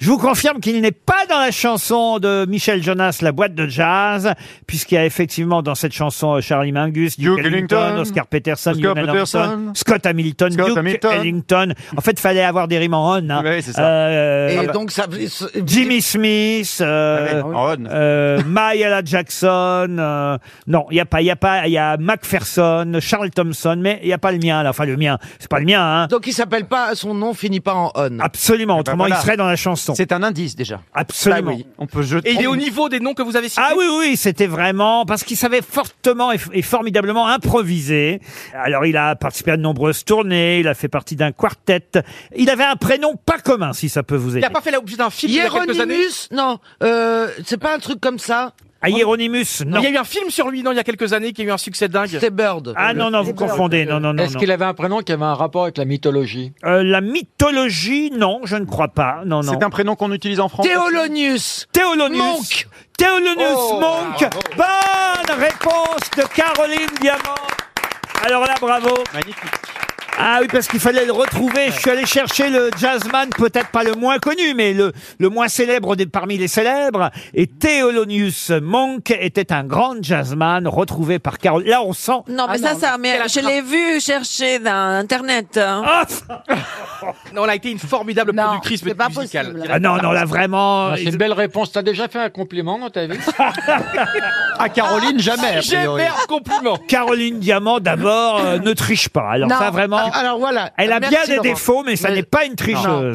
Je vous confirme qu'il n'est pas dans la chanson de Michel Jonas, la boîte de jazz, puisqu'il y a effectivement dans cette chanson euh, Charlie Mingus, Duke,
Duke
Ellington,
Ellington,
Oscar Peterson,
Oscar
Lionel
Peterson,
Hampton, Scott Hamilton,
Scott
Duke
Hamilton.
Ellington. En fait, fallait avoir des rimes en on. hein.
Ouais, c'est ça.
Euh,
Et
ah bah,
donc, ça-
Jimmy Smith, euh,
Ah ouais, en on.
euh, Mahalia Jackson. euh, non, il y a pas, il y a pas, il y a Macpherson, Charles Thompson, mais il y a pas le mien. Là. Enfin, le mien, c'est pas le mien. Hein.
Donc il s'appelle pas, son nom finit pas en on.
Absolument, autrement il serait dans la chanson.
Eh ben C'est un indice déjà.
Absolument.
Bah oui, On peut jeter.
Et il est au niveau des noms que vous avez cités.
Ah oui, oui, c'était vraiment parce qu'il savait fortement et, et formidablement improviser. Alors, il a participé à de nombreuses tournées, il a fait partie d'un quartet. Il avait un prénom pas commun, si ça peut vous
Il
aider.
n'a pas fait l'objet d'un film il y a quelques années.
Hieronymus, non, euh, c'est pas un truc comme ça.
Ah, Hieronymus, non.
Il y a eu un film sur lui, non, il y a quelques années, qui a eu un succès dingue.
C'était Bird.
Ah non, non, vous confondez. Non, non, non.
Est-ce
non.
qu'il avait un prénom qui avait un rapport avec la mythologie
Euh, la mythologie, non, je ne crois pas. Non, non.
C'est un prénom qu'on utilise en France.
Théolonius.
Théolonius.
Monk.
Théolonius
Oh,
Monk.
Ah,
Bonne réponse de Caroline Diamant. Alors là, bravo.
Magnifique.
Ah oui, parce qu'il fallait le retrouver. Je suis allé chercher le jazzman, peut-être pas le moins connu, mais le, le moins célèbre des, parmi les célèbres. Et Théolonius Monk était un grand jazzman retrouvé par Carole. Là, on sent... Ah
Ah Non, mais ça, ça, mais je l'ai vu chercher dans Internet.
hein.
Ah,
non, on a été une formidable productrice musicale.
Ah non, non, là, vraiment...
Ah, C'est une belle réponse. T'as déjà fait un compliment dans
[LAUGHS]
ta vie
À Ah, Caroline, jamais, a priori.
compliment.
Caroline Diamant, d'abord, euh, ne triche pas. Alors
Non.
ça, vraiment...
Ah, alors voilà.
Elle a
Merci,
bien des
Laurent.
défauts, mais ça
Mais-
n'est pas une
Non,
tricheuse.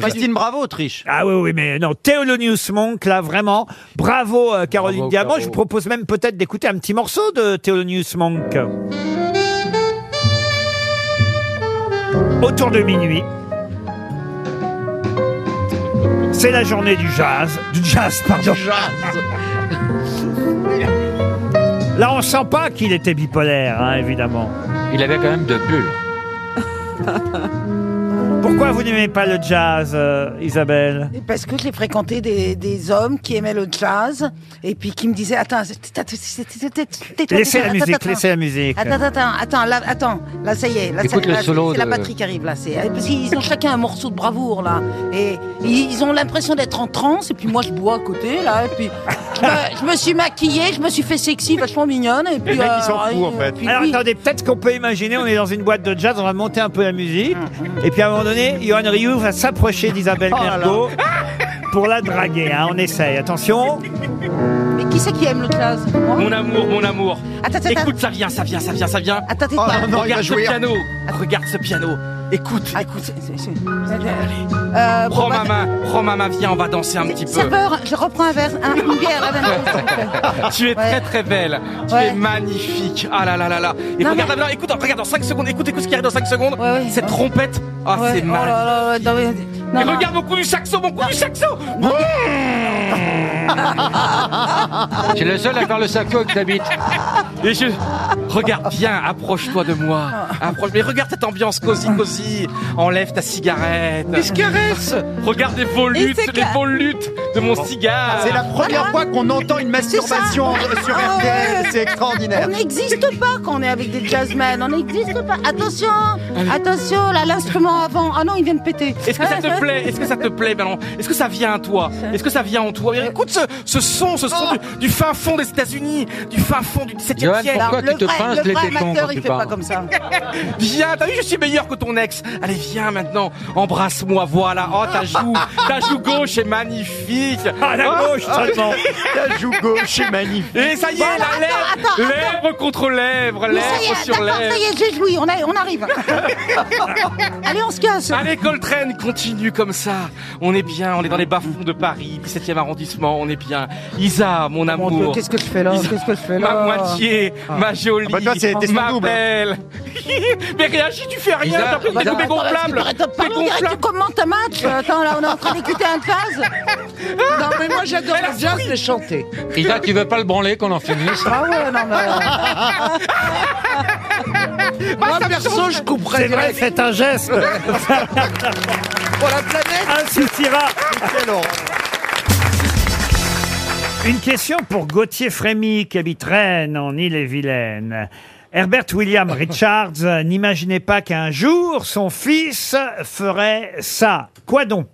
[LAUGHS]
Christine
Bravo triche. Ah oui, oui, mais non. Théolonius Monk, là, vraiment. Bravo, euh, Caroline Diamant. Je vous propose même peut-être d'écouter un petit morceau de Théolonius Monk. Autour de minuit. C'est la journée du jazz. Du jazz, pardon. Là, on sent pas qu'il était bipolaire, hein, évidemment.
Il avait quand même deux bulles.
[LAUGHS] Pourquoi vous n'aimez pas le jazz, euh, Isabelle
Parce que j'ai fréquenté des, des hommes qui aimaient le jazz et puis qui me disaient Attends, c'est- t'as- c'est- c'est- c'est- c'est- c'est-
Laissez la
attends,
musique,
attends.
laissez la musique.
Attends, attends, attends, là, attends, là ça y est, là, ça-
Écoute le
là, c'est
solo
c'est la
de-
batterie qui arrive là. c'est- eh, Parce qu'ils ont chacun un morceau de bravoure là, et ils ils ont l'impression d'être en transe. Et puis moi je bois à côté là, et puis je me, je me suis maquillée, je me suis fait sexy, vachement mignonne. Et puis euh, et puis
Alors
lui-
attendez, peut-être qu'on peut imaginer, on est dans une boîte de jazz, on va monter un peu la musique, et puis à un moment donné, Johan Rioux va s'approcher d'Isabelle
Oh là là.
Mergo pour la draguer. hein. on essaye, attention.
Mais qui c'est qui aime le jazz Moi
Mon amour, mon amour.
Attends, attends,
Écoute, ça vient, ça vient, ça vient, ça vient.
Attends, t'es pas- non, Oh, il va
Regarde ce
jouer.
piano. Regarde ce piano. Écoute.
Ah, écoute. Euh, bon,
Prends
bah,
ma main, prends ma main, viens, on va danser un petit peu.
Serveur, je reprends un verre, un- une bière. un
[LAUGHS]
verre.
tu es très très belle, tu
Ouais.
es magnifique. Ah là là là là. Et
Non,
regarde,
mais-
alors, écoute, regarde dans 5 secondes, écoute, écoute ce qui arrive dans 5 secondes. Cette trompette. Ah,
Ouais,
c'est magnifique.
oh là là là, non, mais- non,
Et
non.
regarde mon coup du saxo, mon coup du saxo.
C'est le seul à faire le saco avec ta bite.
Et je... Regarde, viens, approche-toi de moi.
Ah.
Approche. Mais regarde cette ambiance cosy cosy. Enlève ta cigarette.
Mais je caresse.
Regarde les volutes,
Et c'est
les
clair.
volutes de mon cigare.
Oh. C'est la première fois qu'on entend une masturbation
C'est
sur
ça. Ah
RTL,
ouais.
c'est extraordinaire.
On n'existe pas quand on est avec des jazzmen, on n'existe pas. Attention, attention, là, l'instrument avant. Ah non, il vient de péter.
Euh. Est-ce que ça te plaît Est-ce que
[LAUGHS]
ça te plaît, Manon Est-ce que ça vient à toi Est-ce que ça vient en toi Écoute ce, ce son, ce son du, du fin fond des États-Unis, du fin fond du 17
Oh. Johan,
e siècle.
pourquoi tu te pinces les tétons quand tu parles
[LAUGHS] ça.
Viens, t'as vu, je suis meilleur que ton ex. Allez, viens maintenant, embrasse-moi, voilà. Oh, ta joue, ta joue gauche est magnifique.
Ah, la
Oh.
gauche seulement.
La joue gauche est magnifique.
Et ça y est,
Voilà,
la
attends,
lèvre,
attends,
lèvre contre lèvre,
Mais ça y
lèvre
est,
sur
d'accord,
lèvre.
ça y est, j'ai joui, on, a- on
[LAUGHS]
arrive. Allez, on se casse.
Allez Coltrane, continue comme ça. On est bien, on est dans les bas-fonds de Paris, 17e arrondissement, on est bien. Isa, mon
Mon Dieu,
amour.
Qu'est-ce que je fais là Qu'est-ce que je fais là Ah.
Ma moitié, ma jolie,
bah, toi, c'est- t'es son
ma
double.
belle. [LAUGHS] Mais réagis, tu fais rien,
Isa,
t'as pris
Isa.
des
Attends,
gonflables.
parce que- attends, pardon, on dirait que tu commentes un match. euh, Attends, là, on est en train d'écouter un
[LAUGHS]
jazz.
Non, mais moi j'adore le jazz, mais chanter.
Isa, tu veux pas le branler qu'on en finisse
Ah ouais, non,
[LAUGHS]
mais. Moi, perso, je couperais
C'est vrai,
direct.
faites un [LAUGHS] geste.
[LAUGHS] Pour la planète.
Un soupira. Une question pour Gauthier Frémy, qui habite Rennes, en Ille-et-Vilaine. Herbert
[LAUGHS]
William Richards euh, n'imaginait pas qu'un jour son fils ferait ça. Quoi donc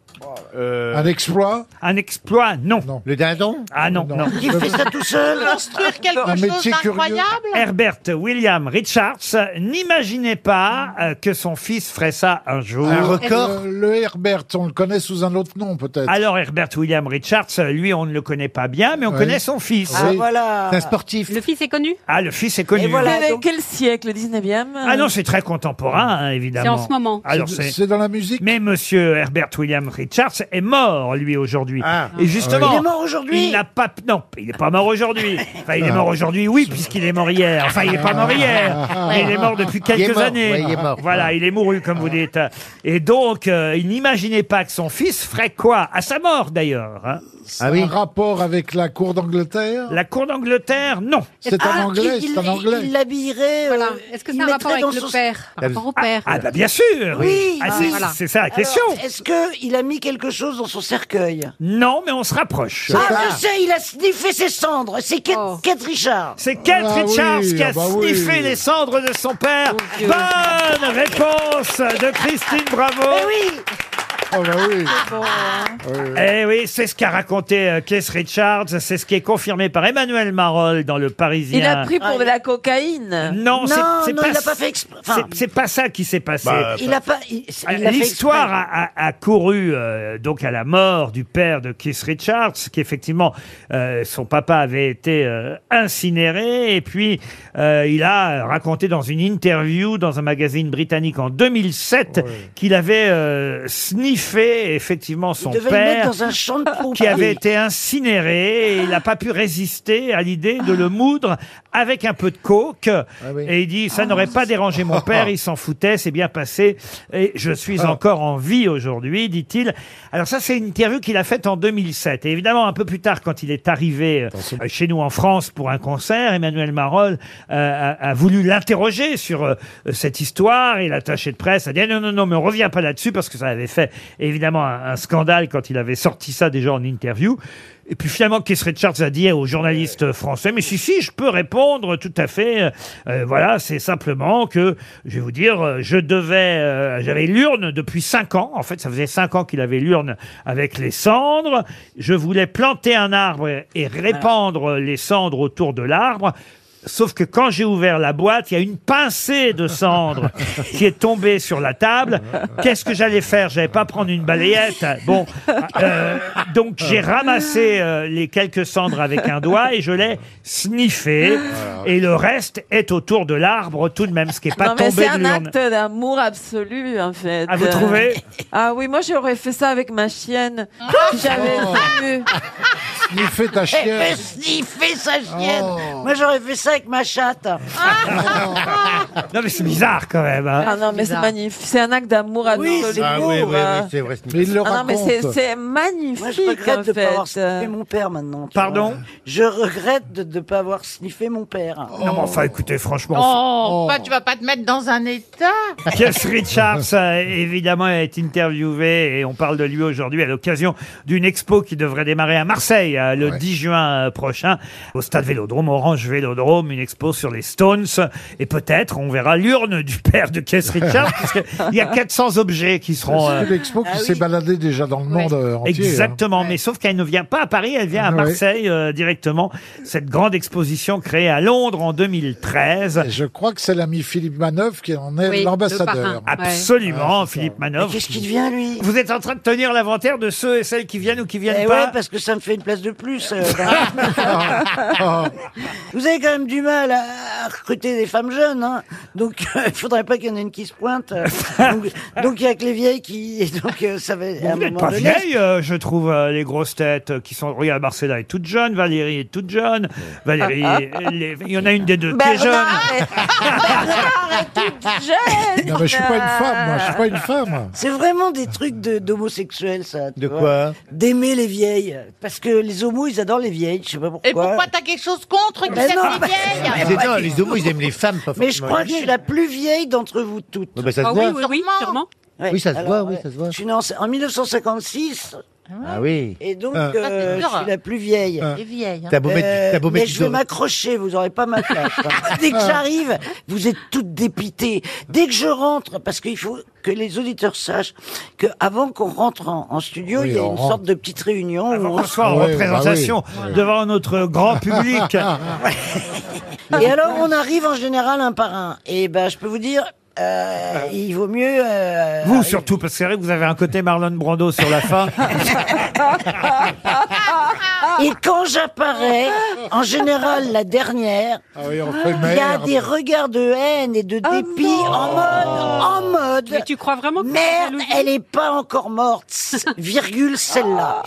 Un exploit
Un exploit, non.
Le dindon
Ah non, non.
[LAUGHS] Il fait ça tout seul
Construire quelque
Un
chose
métier curieux.
d'incroyable
Herbert William Richards euh, n'imaginait pas euh, que son fils ferait ça un jour.
le, le Herbert, on le connaît sous un autre nom peut-être.
Alors Herbert William Richards, euh, lui, on ne le connaît pas bien, mais on
Oui.
connaît son fils.
Ah, Oui.
voilà.
C'est un sportif.
Le fils est connu
Ah, le fils est connu.
Quel- Quel siècle, le 19e
Ah non, c'est très contemporain, hein, évidemment.
C'est en ce moment.
Alors
C'est-
c'est.
c'est dans la musique.
Mais Monsieur Herbert William Richards est mort, lui, aujourd'hui. Et justement,
Ah oui.
Il est mort aujourd'hui
Il n'a pas. Non, il n'est pas mort aujourd'hui. Enfin,
Ah.
il est mort aujourd'hui, oui, puisqu'il est mort hier. Enfin, il n'est pas mort hier. Mais il est mort depuis
Ah. Il est
quelques
mort,
années.
ouais, il est mort. Ah.
Voilà, il est mouru, comme vous dites. Et donc, euh, il n'imaginait pas que son fils ferait quoi À sa mort, d'ailleurs. hein.
Ah Un rapport avec la cour d'angleterre
La cour d'Angleterre, non.
C'est
Ah,
un anglais, c'est un anglais.
l'habillerait.
Voilà. Est-ce que
il
ça a un rapport
mettrait
avec
dans
le
son-
père Par rapport au père
Ah bah bien sûr
Oui,
Ah,
oui.
c'est
Voilà.
c'est ça la question
Alors, Est-ce qu'il a mis
mis quelque chose dans son cercueil.
Non, mais on se rapproche.
Ah, je sais, il a sniffé ses cendres. C'est Kate, Kate Richard.
C'est Kate Richards qui a sniffé les cendres de son père.
Oh,
Bonne réponse de Christine Bravo.
Eh
oui
Oh bah oui
hein.
Eh oui, c'est ce qu'a raconté euh, Keith Richards, c'est ce qui est confirmé par Emmanuel Marol dans Le Parisien. Ah,
Il a pris pour de la cocaïne.
Non, c'est- c'est
non,
pas,
il l'a
ça-
pas fait exprès.
Enfin-
c'est- c'est pas ça qui s'est passé.
Bah, Il a pas- il-
Ah,
il l'a fait
L'histoire
exprès.
a, a- a couru euh, donc à la mort du père de Keith Richards, qui effectivement euh, son papa avait été euh, incinéré, et puis euh, il a raconté dans une interview dans un magazine britannique en 2007 qu'il avait euh, sniffé effectivement son
Il devait le
père
mettre dans un champ de
qui
pompiers.
avait été incinéré et il n'a pas pu résister à l'idée de le moudre avec un peu de coke.
Ah
Et il dit, ça n'aurait pas
[LAUGHS]
dérangé mon père, il s'en foutait, c'est bien passé. Et je suis encore en vie aujourd'hui, dit-il. Alors ça, c'est une interview qu'il a faite en 2007. Et évidemment, un peu plus tard, quand il est arrivé euh, chez nous en France pour un concert, Emmanuel Marol euh, a, a voulu l'interroger sur euh, cette histoire. Et l'attaché de presse a dit, Ah non, non, non, mais on revient pas là-dessus parce que ça avait fait évidemment un, un scandale quand il avait sorti ça déjà en interview. Et puis finalement, Keith Richards a dit aux journalistes français, mais si, si, je peux répondre tout à fait. Euh, voilà, c'est simplement que, je vais vous dire, euh, je devais, euh, j'avais l'urne depuis cinq ans. En fait, ça faisait cinq ans qu'il avait l'urne avec les cendres. Je voulais planter un arbre et- et répandre les cendres autour de l'arbre. Sauf que quand j'ai ouvert la boîte, il y a une pincée de cendres qui est tombée sur la table. Qu'est-ce que j'allais faire J'allais pas prendre une balayette. Bon, euh, donc j'ai ramassé euh, les quelques cendres avec un doigt et je l'ai sniffé. Et le reste est autour de l'arbre tout de même, ce qui est pas
non, mais
tombé
c'est
de
un
l'urne.
acte d'amour absolu, en fait.
Ah, vous
Euh,
trouvez
[LAUGHS] Ah oui, moi, j'aurais fait ça avec ma chienne. si J'avais
Oh.
vu.
Sniffer ta
Elle fait
chienne
Eh,
Oh.
sniffer sa chienne. Moi, j'aurais fait ça avec ma chatte.
Non, mais c'est bizarre quand même. hein.
Ah non, mais c'est
Bizarre.
magnifique. C'est un acte d'amour absolu.
Ah
euh.
vrai. Mais il le
Ah non, mais c'est-
raconte.
c'est
Moi, je
magnifique, en
regrette de ne pas avoir
fait.
sniffé mon père maintenant. tu
Pardon
vois. Je regrette de ne pas avoir sniffé mon père.
Oh.
Non, mais enfin, écoutez, franchement.
Oh, Pas, tu vas pas te mettre dans un état.
Keith
[LAUGHS]
Richards, a évidemment, est interviewé et on parle de lui aujourd'hui à l'occasion d'une expo qui devrait démarrer à Marseille euh, le 10 juin euh, prochain au stade Vélodrome, Orange Vélodrome, une expo sur les Stones et peut-être on verra l'urne du père de Keith
[LAUGHS]
Richards puisqu'il y a 400 objets qui seront... euh,
C'est une expo
Ah
qui s'est baladée déjà dans le monde euh, entier. Ah
Exactement, mais sauf qu'elle ne vient pas à Paris, elle vient à
Ouais.
Marseille euh, directement. Cette grande exposition créée à Londres en 2013.
Je crois que c'est l'ami Philippe Manœuvre qui en est
Oui,
l'ambassadeur. Ah,
le parrain.
Absolument, Philippe Manœuvre.
Qu'est-ce qu'il devient, lui
Vous êtes en train de tenir l'inventaire de ceux et celles qui viennent ou qui viennent
Eh
pas
ouais, parce que ça me fait une place de plus. euh,
[LAUGHS] Oh.
dans- Vous avez quand même du mal à à recruter des femmes jeunes, hein. donc il faudrait pas qu'il y en ait une qui se
[LAUGHS]
pointe. euh. Donc- Donc il y a que les vieilles qui, et donc euh, ça va. à un
Vous n'êtes
moment
pas
donné-
vieille, euh, je trouve, euh, les grosses têtes euh, qui sont... Regarde, Marcella est toute jeune, Valérie est toute jeune,
[LAUGHS]
Valérie... euh, les- Il y en a une des deux qui est jeune.
Bernard est- Bernard est toute jeune.
Non, mais je suis pas une femme, moi, je suis pas une femme.
C'est vraiment des trucs de- d'homosexuels, ça. De quoi D'aimer les vieilles. Parce que les homos, ils adorent les vieilles, je sais pas pourquoi.
Et pourquoi t'as quelque chose contre que
Ben
cette
non, mais-
vieille
Mais non,
les homos, ils aiment les femmes, pas
Mais je crois que je suis la plus vieille d'entre vous toutes.
Ouais, bah, ça se Ah oui, voit. oui,
sûrement.
Ouais,
Oui, ça se voit, oui,
ouais.
ça se voit.
euh, Je suis née en, en 1956,
Ah oui.
et donc
Ah.
euh,
Ça, c'est
je
dur.
suis la plus vieille.
Ah.
Les vieilles. hein.
T'as beau mettre-
Euh,
t'as beau mettre
mais
du
je vais
doré.
m'accrocher, vous aurez pas ma place.
[LAUGHS]
hein. Dès que j'arrive, vous êtes toutes dépitées. Dès que je rentre, parce qu'il faut que les auditeurs sachent que avant qu'on rentre en, en studio,
Oui,
il y a
on
une
rentre.
sorte de petite réunion. où on-
On soit en
Ouais, bah
représentation
oui.
devant notre grand
[LAUGHS]
public.
Et alors, on arrive en général un par un. Et ben, je peux vous dire, euh, il vaut mieux. euh,
Vous surtout, parce que c'est vrai que vous avez un côté Marlon Brando sur la fin.
Et quand j'apparais, en général la dernière,
Ah oui, on fait
il y a
merde.
des regards de haine et de dépit en mode, en mode. Oh Mais tu crois vraiment que merde, elle est pas encore morte, [LAUGHS] virgule celle-là.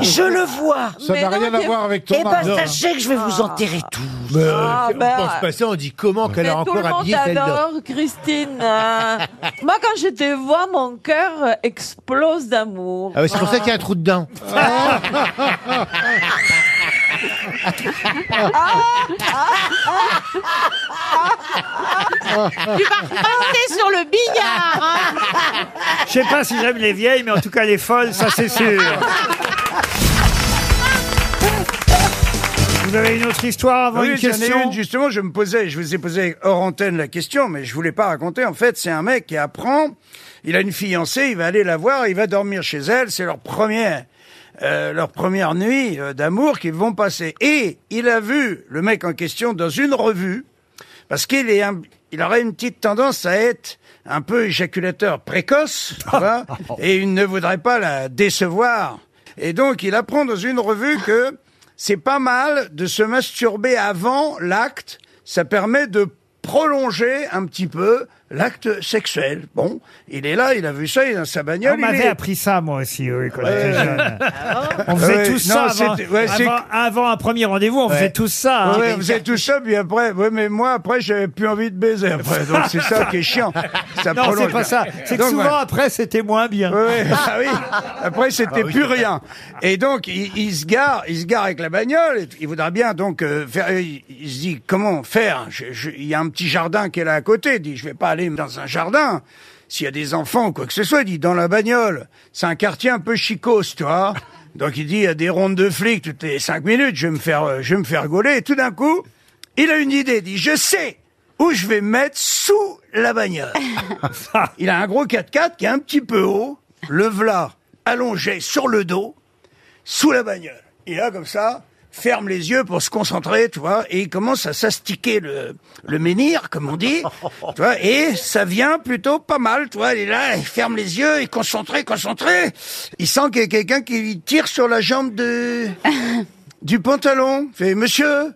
Je le vois.
Oh. Ça n'a rien à voir avec ton
Eh ben,
mari.
sachez que je vais vous enterrer tous.
Mais,
Ah,
on
bah,
pense pas ça, on dit comment qu'elle
Mais
a
tout
encore
le monde
habillé celle-là.
t'adore,
[LAUGHS]
Christine. Euh, Moi, quand je te vois, mon cœur explose d'amour.
Ah
Ah ouais, c'est pour ça qu'il y a un trou dedans.
Tu vas repasser sur le billard. hein.
Je sais pas si j'aime les vieilles, mais en tout cas les folles, ça c'est sûr. Vous avez une autre histoire avant
oui,
une
j'en ai
question
une, justement, je me posais, je vous ai posé hors antenne la question, mais je voulais pas raconter. En fait, c'est un mec qui apprend, il a une fiancée, il va aller la voir, il va dormir chez elle, c'est leur première, euh, leur première nuit euh, d'amour qu'ils vont passer. Et il a vu le mec en question dans une revue, parce qu'il est un- il aurait une petite tendance à être un peu éjaculateur précoce,
[LAUGHS]
tu vois, et il ne voudrait pas la décevoir. Et donc, il apprend dans une revue que c'est pas mal de se masturber avant l'acte. Ça permet de prolonger un petit peu l'acte sexuel. Bon, il est là, il a vu ça, il est dans sa bagnole.
On
il
m'avait
est-
appris ça, moi aussi, oui, quand
Ouais.
j'étais jeune. On faisait
Ouais,
tout ça
non,
avant,
c'était- ouais, c'est-
avant- avant un premier rendez-vous, on faisait tout ça. hein.
Ouais, vous faisait tout ça, puis après, ouais, mais moi, après, j'avais plus envie de baiser après. Donc, c'est ça qui est
[LAUGHS]
chiant. Ça
non,
prolonge
c'est pas
bien.
ça. C'est que
Donc,
souvent
voilà.
après, c'était moins bien.
Ouais,
[LAUGHS]
bah oui. Après, c'était plus rien. Et donc, il, il se gare, il se gare avec la bagnole. et Il voudra bien donc euh, faire. euh, Il, il se dit comment faire. Je- je- Il y a un petit jardin qui est là à côté. Il dit je vais pas aller dans un jardin. S'il y a des enfants ou quoi que ce soit, il dit dans la bagnole. C'est un quartier un peu chicose, tu vois. Donc il dit il y a des rondes de flics toutes les cinq minutes. Je vais me faire, euh, je vais me faire gauler. Et tout d'un coup, il a une idée. Il dit je sais où je vais me mettre sous la bagnole. Il a un gros 4x4 qui est un petit peu haut, le v'là allongé sur le dos, sous la bagnole. Et là, comme ça, ferme les yeux pour se concentrer, tu vois, et il commence à s'astiquer le, le menhir, comme on dit, tu vois, et ça vient plutôt pas mal, tu vois, il est là, il ferme les yeux, il est concentré, concentré, il sent qu'il y a quelqu'un qui lui tire sur la
[LAUGHS]
jambe de, du pantalon, il fait, monsieur,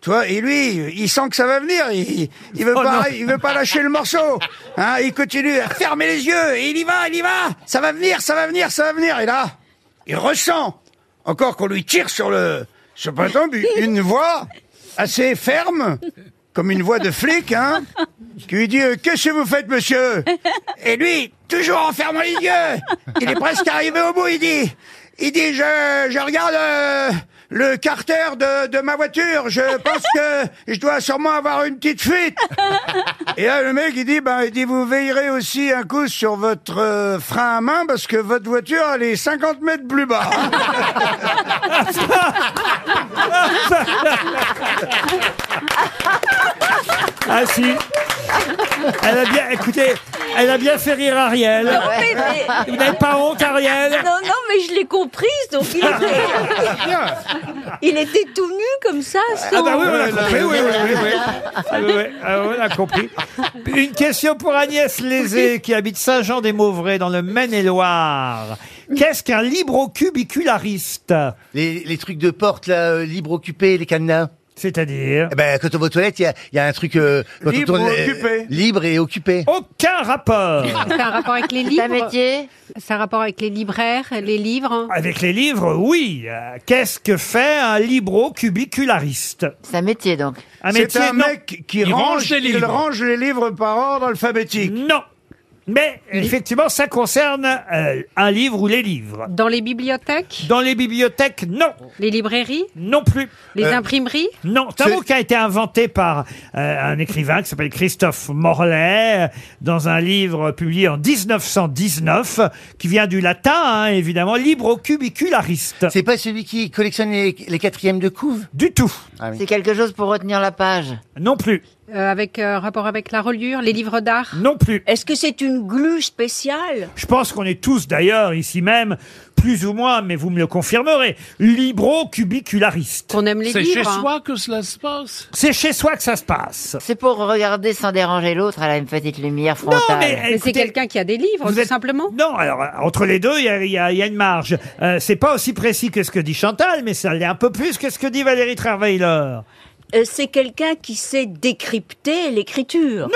tu vois, et lui, il sent que ça va venir, il, il veut
Oh
pas,
non.
il veut pas lâcher le morceau, hein, il continue à fermer les yeux, et il y va, il y va, ça va venir, ça va venir, ça va venir, et là, il ressent encore qu'on lui tire sur le, sur le pantalon, puis une voix assez ferme, comme une voix de flic, hein, qui lui dit, euh, qu'est-ce que vous faites, monsieur? Et lui, toujours en fermant les yeux, il est presque arrivé au bout, il dit, il dit, je, je regarde euh, le carter de, de ma voiture,
[LAUGHS]
je pense que je dois sûrement avoir une petite fuite. Et là, le mec, il dit, ben, il dit, vous veillerez aussi un coup sur votre euh, frein à main parce que votre voiture, elle est 50 mètres plus bas.
Ah si
hein.
Elle a bien, écoutez, elle a bien fait rire Ariel.
Ah
Non, mais- mais-
Ah Vous n'avez pas honte, Ariel
Ah Non, non, mais je l'ai comprise, donc il était, il était tout nu comme ça. Sans...
Ah bah oui, on a compris, oui, oui, oui, oui. Ah oui, oui, ah oui, on a compris. Une question pour Agnès Lézé, qui habite Saint-Jean-des-Mauvrais, dans le Maine-et-Loire. [LAUGHS] Qu'est-ce qu'un librocubiculariste
les, les trucs de porte, là, euh, libre occupé, les cadenas.
C'est-à-dire
eh ben, Quand on va aux toilettes, il y a, il y a un truc... euh, quand on
Libre
tourne, euh,
ou occupé
Libre et occupé. [LAUGHS]
Aucun rapport
C'est un rapport avec les
C'est
livres.
un métier
C'est un rapport avec les libraires, les livres.
Avec les livres, oui. Euh, Qu'est-ce que fait un librocubiculariste C'est un métier, donc. Un
C'est
métier,
un
non.
mec qui range, il range les livres par ordre alphabétique.
Non. Mais effectivement, ça concerne euh, un livre ou les livres.
Dans les bibliothèques,
Dans les bibliothèques, non.
les librairies,
Non plus.
les
Euh,
imprimeries.
Non, c'est un mot qui a été inventé par euh, un écrivain qui s'appelle Christophe Morlaix euh, dans un livre publié en 1919 qui vient du latin, hein, évidemment, libro cubiculariste.
C'est pas celui qui collectionne les, les quatrièmes de couve Ah
Du tout.
C'est quelque chose pour retenir la page.
Non plus.
euh, avec euh, rapport avec la reliure, les livres d'art.
Non plus.
Est-ce que c'est une glue spéciale
Je pense qu'on est tous d'ailleurs ici même, plus ou moins, mais vous me le confirmerez, libro cubiculariste.
On aime les
C'est
livres, chez hein.
que cela se passe. C'est chez soi que ça se passe.
C'est pour regarder sans déranger l'autre, elle a une petite lumière frontale.
Mais c'est quelqu'un qui a des livres, tout simplement.
Non, alors euh, entre les deux, il y a, il y a- il y a une marge. Euh, c'est pas aussi précis que ce que dit Chantal, mais ça l'est un peu plus que ce que dit Valérie Travailleur.
Euh, c'est quelqu'un qui sait décrypter l'écriture.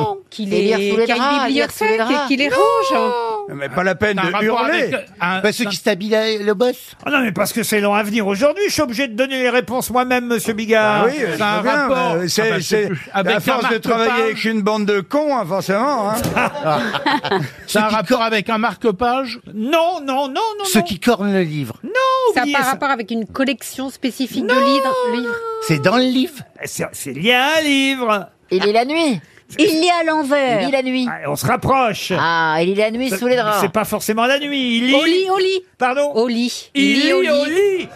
Non
Qui
les- qui a une bibliothèque et qui les range.
Mais pas la peine
Un
de
rapport
hurler.
avec euh, un-
Pas ceux qui se tapent là, le boss
Ah non, mais parce que c'est long à venir aujourd'hui, je suis obligé de donner les réponses moi-même, monsieur Bigard.
Ah oui, c'est un rapport.
Ah bah,
c'est, c'est- à force de travailler avec une bande de cons, hein,
[LAUGHS]
forcément.
Ah.
C'est un rapport avec un marque-page Non, non, non, non.
Ceux qui cornent le livre.
Non,
Ça
oublié
n'a pas
ça.
rapport avec une collection spécifique de livres. livres.
C'est dans le livre. C'est lié à un livre.
Il lit la nuit. Il lit à l'envers. Il lit la nuit.
On se rapproche.
Ah, il lit la nuit
Ça-
sous les draps.
C'est pas forcément la nuit. Il lit.
Au lit, au lit.
Pardon
Au lit.
Il,
Il
lit
lit au
au
lit.
lit.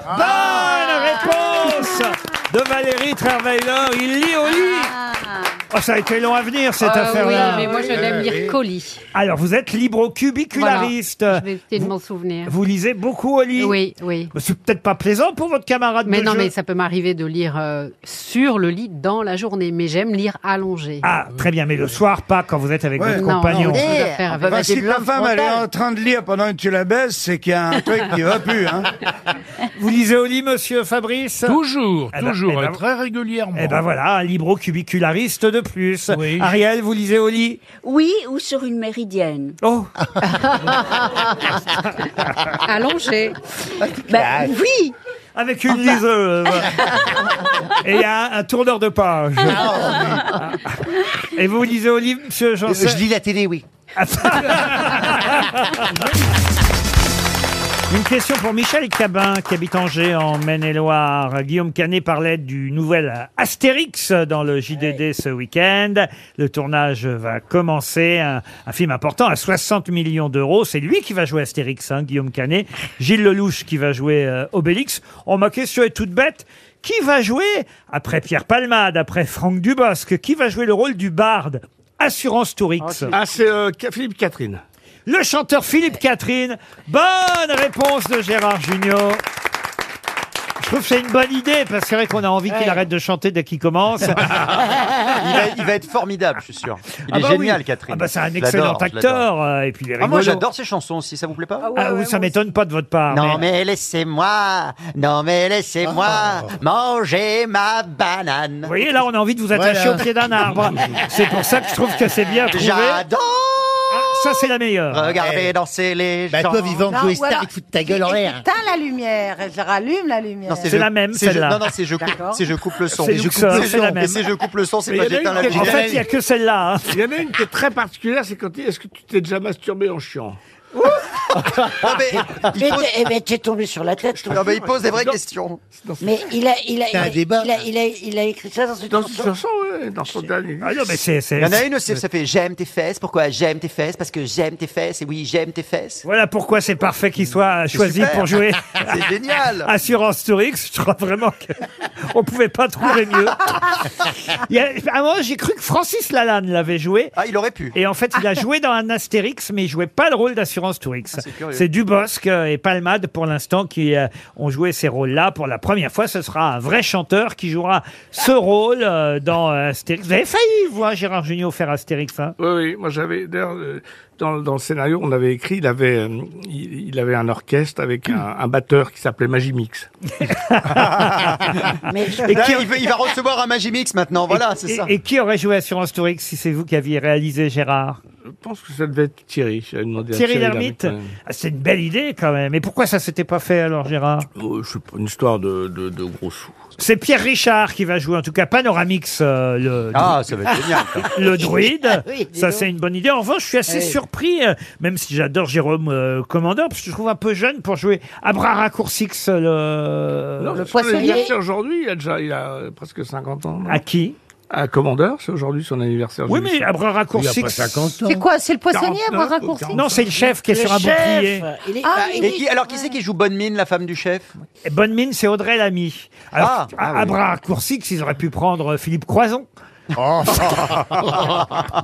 Bonne réponse de Valérie Travailleur. Il lit au lit. Oh, ça a été long à venir cette
Euh,
affaire-là.
Oui, mais moi je n'aime lire qu'au lit.
Alors, vous êtes libro-cubiculariste.
Je vais essayer de m'en souvenir.
Vous lisez beaucoup au lit
Oui, oui.
Mais C'est peut-être pas plaisant pour votre camarade
Mais
de
non,
jeu.
mais ça peut m'arriver de lire euh, sur le lit dans la journée, mais j'aime lire allongé.
Ah, très bien, mais le soir, pas quand vous êtes avec
Ouais.
votre
Non,
compagnon.
non, Eh, on peut
Enfin,
mettre
si
des
ta
blancs
femme elle est
frontales.
en train de lire pendant que tu la baisses, c'est qu'il y a un truc qui va plus. Hein.
[LAUGHS] Vous lisez au lit, monsieur Fabrice Eh
Toujours,
toujours, et très régulièrement. Eh ben voilà, un libro-cubiculariste de plus. Ariel, vous lisez au lit
Oui, ou sur une méridienne.
Oh
[LAUGHS]
[LAUGHS]
Allongé.
Bah, oui
Avec une liseuse. Et il y a un, un tourneur de page. Et vous lisez au lit, monsieur jean
Je lis
la télé, [LAUGHS] oui.
[LAUGHS]
Une question pour Michel Cabin, qui habite Angers, en Maine-et-Loire. Guillaume Canet parlait du nouvel Astérix dans le JDD ce week-end. Le tournage va commencer. Un, un film important à 60 millions d'euros. C'est lui qui va jouer Astérix, hein, Guillaume Canet. Gilles Lelouch qui va jouer euh, Obélix. Oh, ma question est toute bête. Qui va jouer, après Pierre Palmade, après Franck Dubosc, qui va jouer le rôle du barde Assurance Tourix.
Ah, c'est euh, Philippe Catherine.
Le chanteur Philippe Catherine. Bonne réponse de Gérard Junior. Je trouve que c'est une bonne idée parce que c'est vrai qu'on a envie qu'il arrête de chanter dès
[LAUGHS]
qu'il commence.
il, va, il va être formidable, je suis sûr. Il
Ah
est
bah oui.
génial, Catherine.
Ah bah c'est un
Je l'adore,
excellent
je l'adore.
acteur. euh, Et puis il est
Ah, moi,
rigolo.
j'adore ses chansons aussi, ça vous plaît pas
Ah, vous, ça m'étonne pas de votre part.
Non, mais laissez-moi, non, mais laissez-moi manger ma banane. Vous
voyez, là, on a envie de Ah. vous attacher au pied d'un arbre. C'est pour ça que je trouve que c'est bien trouvé. Ah,
J'adore
Ça, c'est la meilleure. Eh.
Regardez danser les
Bah,
gens.
foutent ta gueule en l'air.
Éteins la lumière, et je rallume la lumière.
je- c'est je- Non, non, c'est je, coupe-
D'accord.
c'est je coupe le son.
C'est
Et je coupe
Luxor,
le
c'est
son.
la même.
Et c'est je coupe le son, c'est
Mais
pas
il y en a
j'éteins la
une qui est-
En
lumière.
fait, il n'y a que celle-là. hein.
Il y en a une qui est très particulière, c'est quand il- est-ce que tu t'es déjà masturbé en chiant
[LAUGHS]
Mais t'es- eh ben, t'es tombé sur la tête. toi.
Non, mais il pose des vraies questions.
Mais il a, il a,
C'est un
il a-
débat.
il a, il a, il a écrit ça dans une
Dans
chanson.
son chanson, ouais, dans son dernier.
Ah non, mais c'est. c'est-
Il y en a une aussi, ça fait j'aime tes fesses. Pourquoi j'aime tes fesses Parce que j'aime tes fesses. Et oui, j'aime tes
[LAUGHS]
fesses.
Voilà pourquoi c'est parfait qu'il soit choisi
super.
pour jouer.
[LAUGHS] C'est génial.
[LAUGHS] Assurance Tourix, je crois vraiment [LAUGHS] qu'on pouvait pas trouver mieux. Il y a- à un moment, j'ai cru que Francis Lalanne l'avait joué.
Ah, il aurait pu.
Et en fait, il a joué dans un Astérix, mais il jouait pas le rôle d'Assurance Tourix.
Ah, curieux.
c'est Dubosc euh, et Palmade pour l'instant qui euh, ont joué ces rôles-là pour la première fois. Ce sera un vrai chanteur qui jouera ce rôle euh, dans euh, Astérix. Vous avez failli, vous, hein, Gérard Junior, faire Astérix. hein.
Oui, oui, moi j'avais d'ailleurs euh, dans, dans le scénario, on avait écrit, il avait, euh, il, il avait un orchestre avec un, un batteur qui s'appelait Magimix.
Et qui- il, va- il va recevoir un Magimix maintenant, voilà,
Et-
c'est
et-
ça.
Et qui aurait joué Assurance Tourix si c'est vous qui aviez réalisé, Gérard
Je pense que Euh, ça devait être Thierry. J'avais demandé à
Thierry Lhermitte,
Lhermitte, ouais.
Ah, c'est une belle idée quand même. Et pourquoi ça s'était pas fait alors, Gérard
Oh, je sais pas, une histoire de, de, de gros sous.
C'est Pierre Richard qui va jouer, en tout cas Panoramix, euh, le,
Ah, ça va être génial. ça.
[LAUGHS]
Ah [LAUGHS]
le druide.
Oui, dis
ça,
donc.
c'est une bonne idée. En revanche, je suis assez
Eh
Oui.
surpris, euh, même si j'adore Jérôme euh, Commandeur, parce que je le trouve un peu jeune pour jouer Abrara Coursix,
Euh,
le...
Non,
le
c'est son anniversaire aujourd'hui, il a déjà il a euh, presque 50 ans. non
À qui
À Commandeur, c'est aujourd'hui son anniversaire.
Ah. Oui,
j'ai vu
mais
ça.
Abrara Coursix...
C'est quoi C'est le poissonnier à
49,
bras raccourcis
Non, c'est le chef qui est
Le
sur un
chef,
bouclier.
il est-
Ah,
ah, il
Et
est-
qui, alors, qui c'est qui joue Bonne Mine, la femme du chef
Et Bonne mine, c'est Audrey Lamy. Alors,
Ah, ah oui.
Abrara Coursix, ils auraient pu prendre euh, Philippe Croison.
Oh.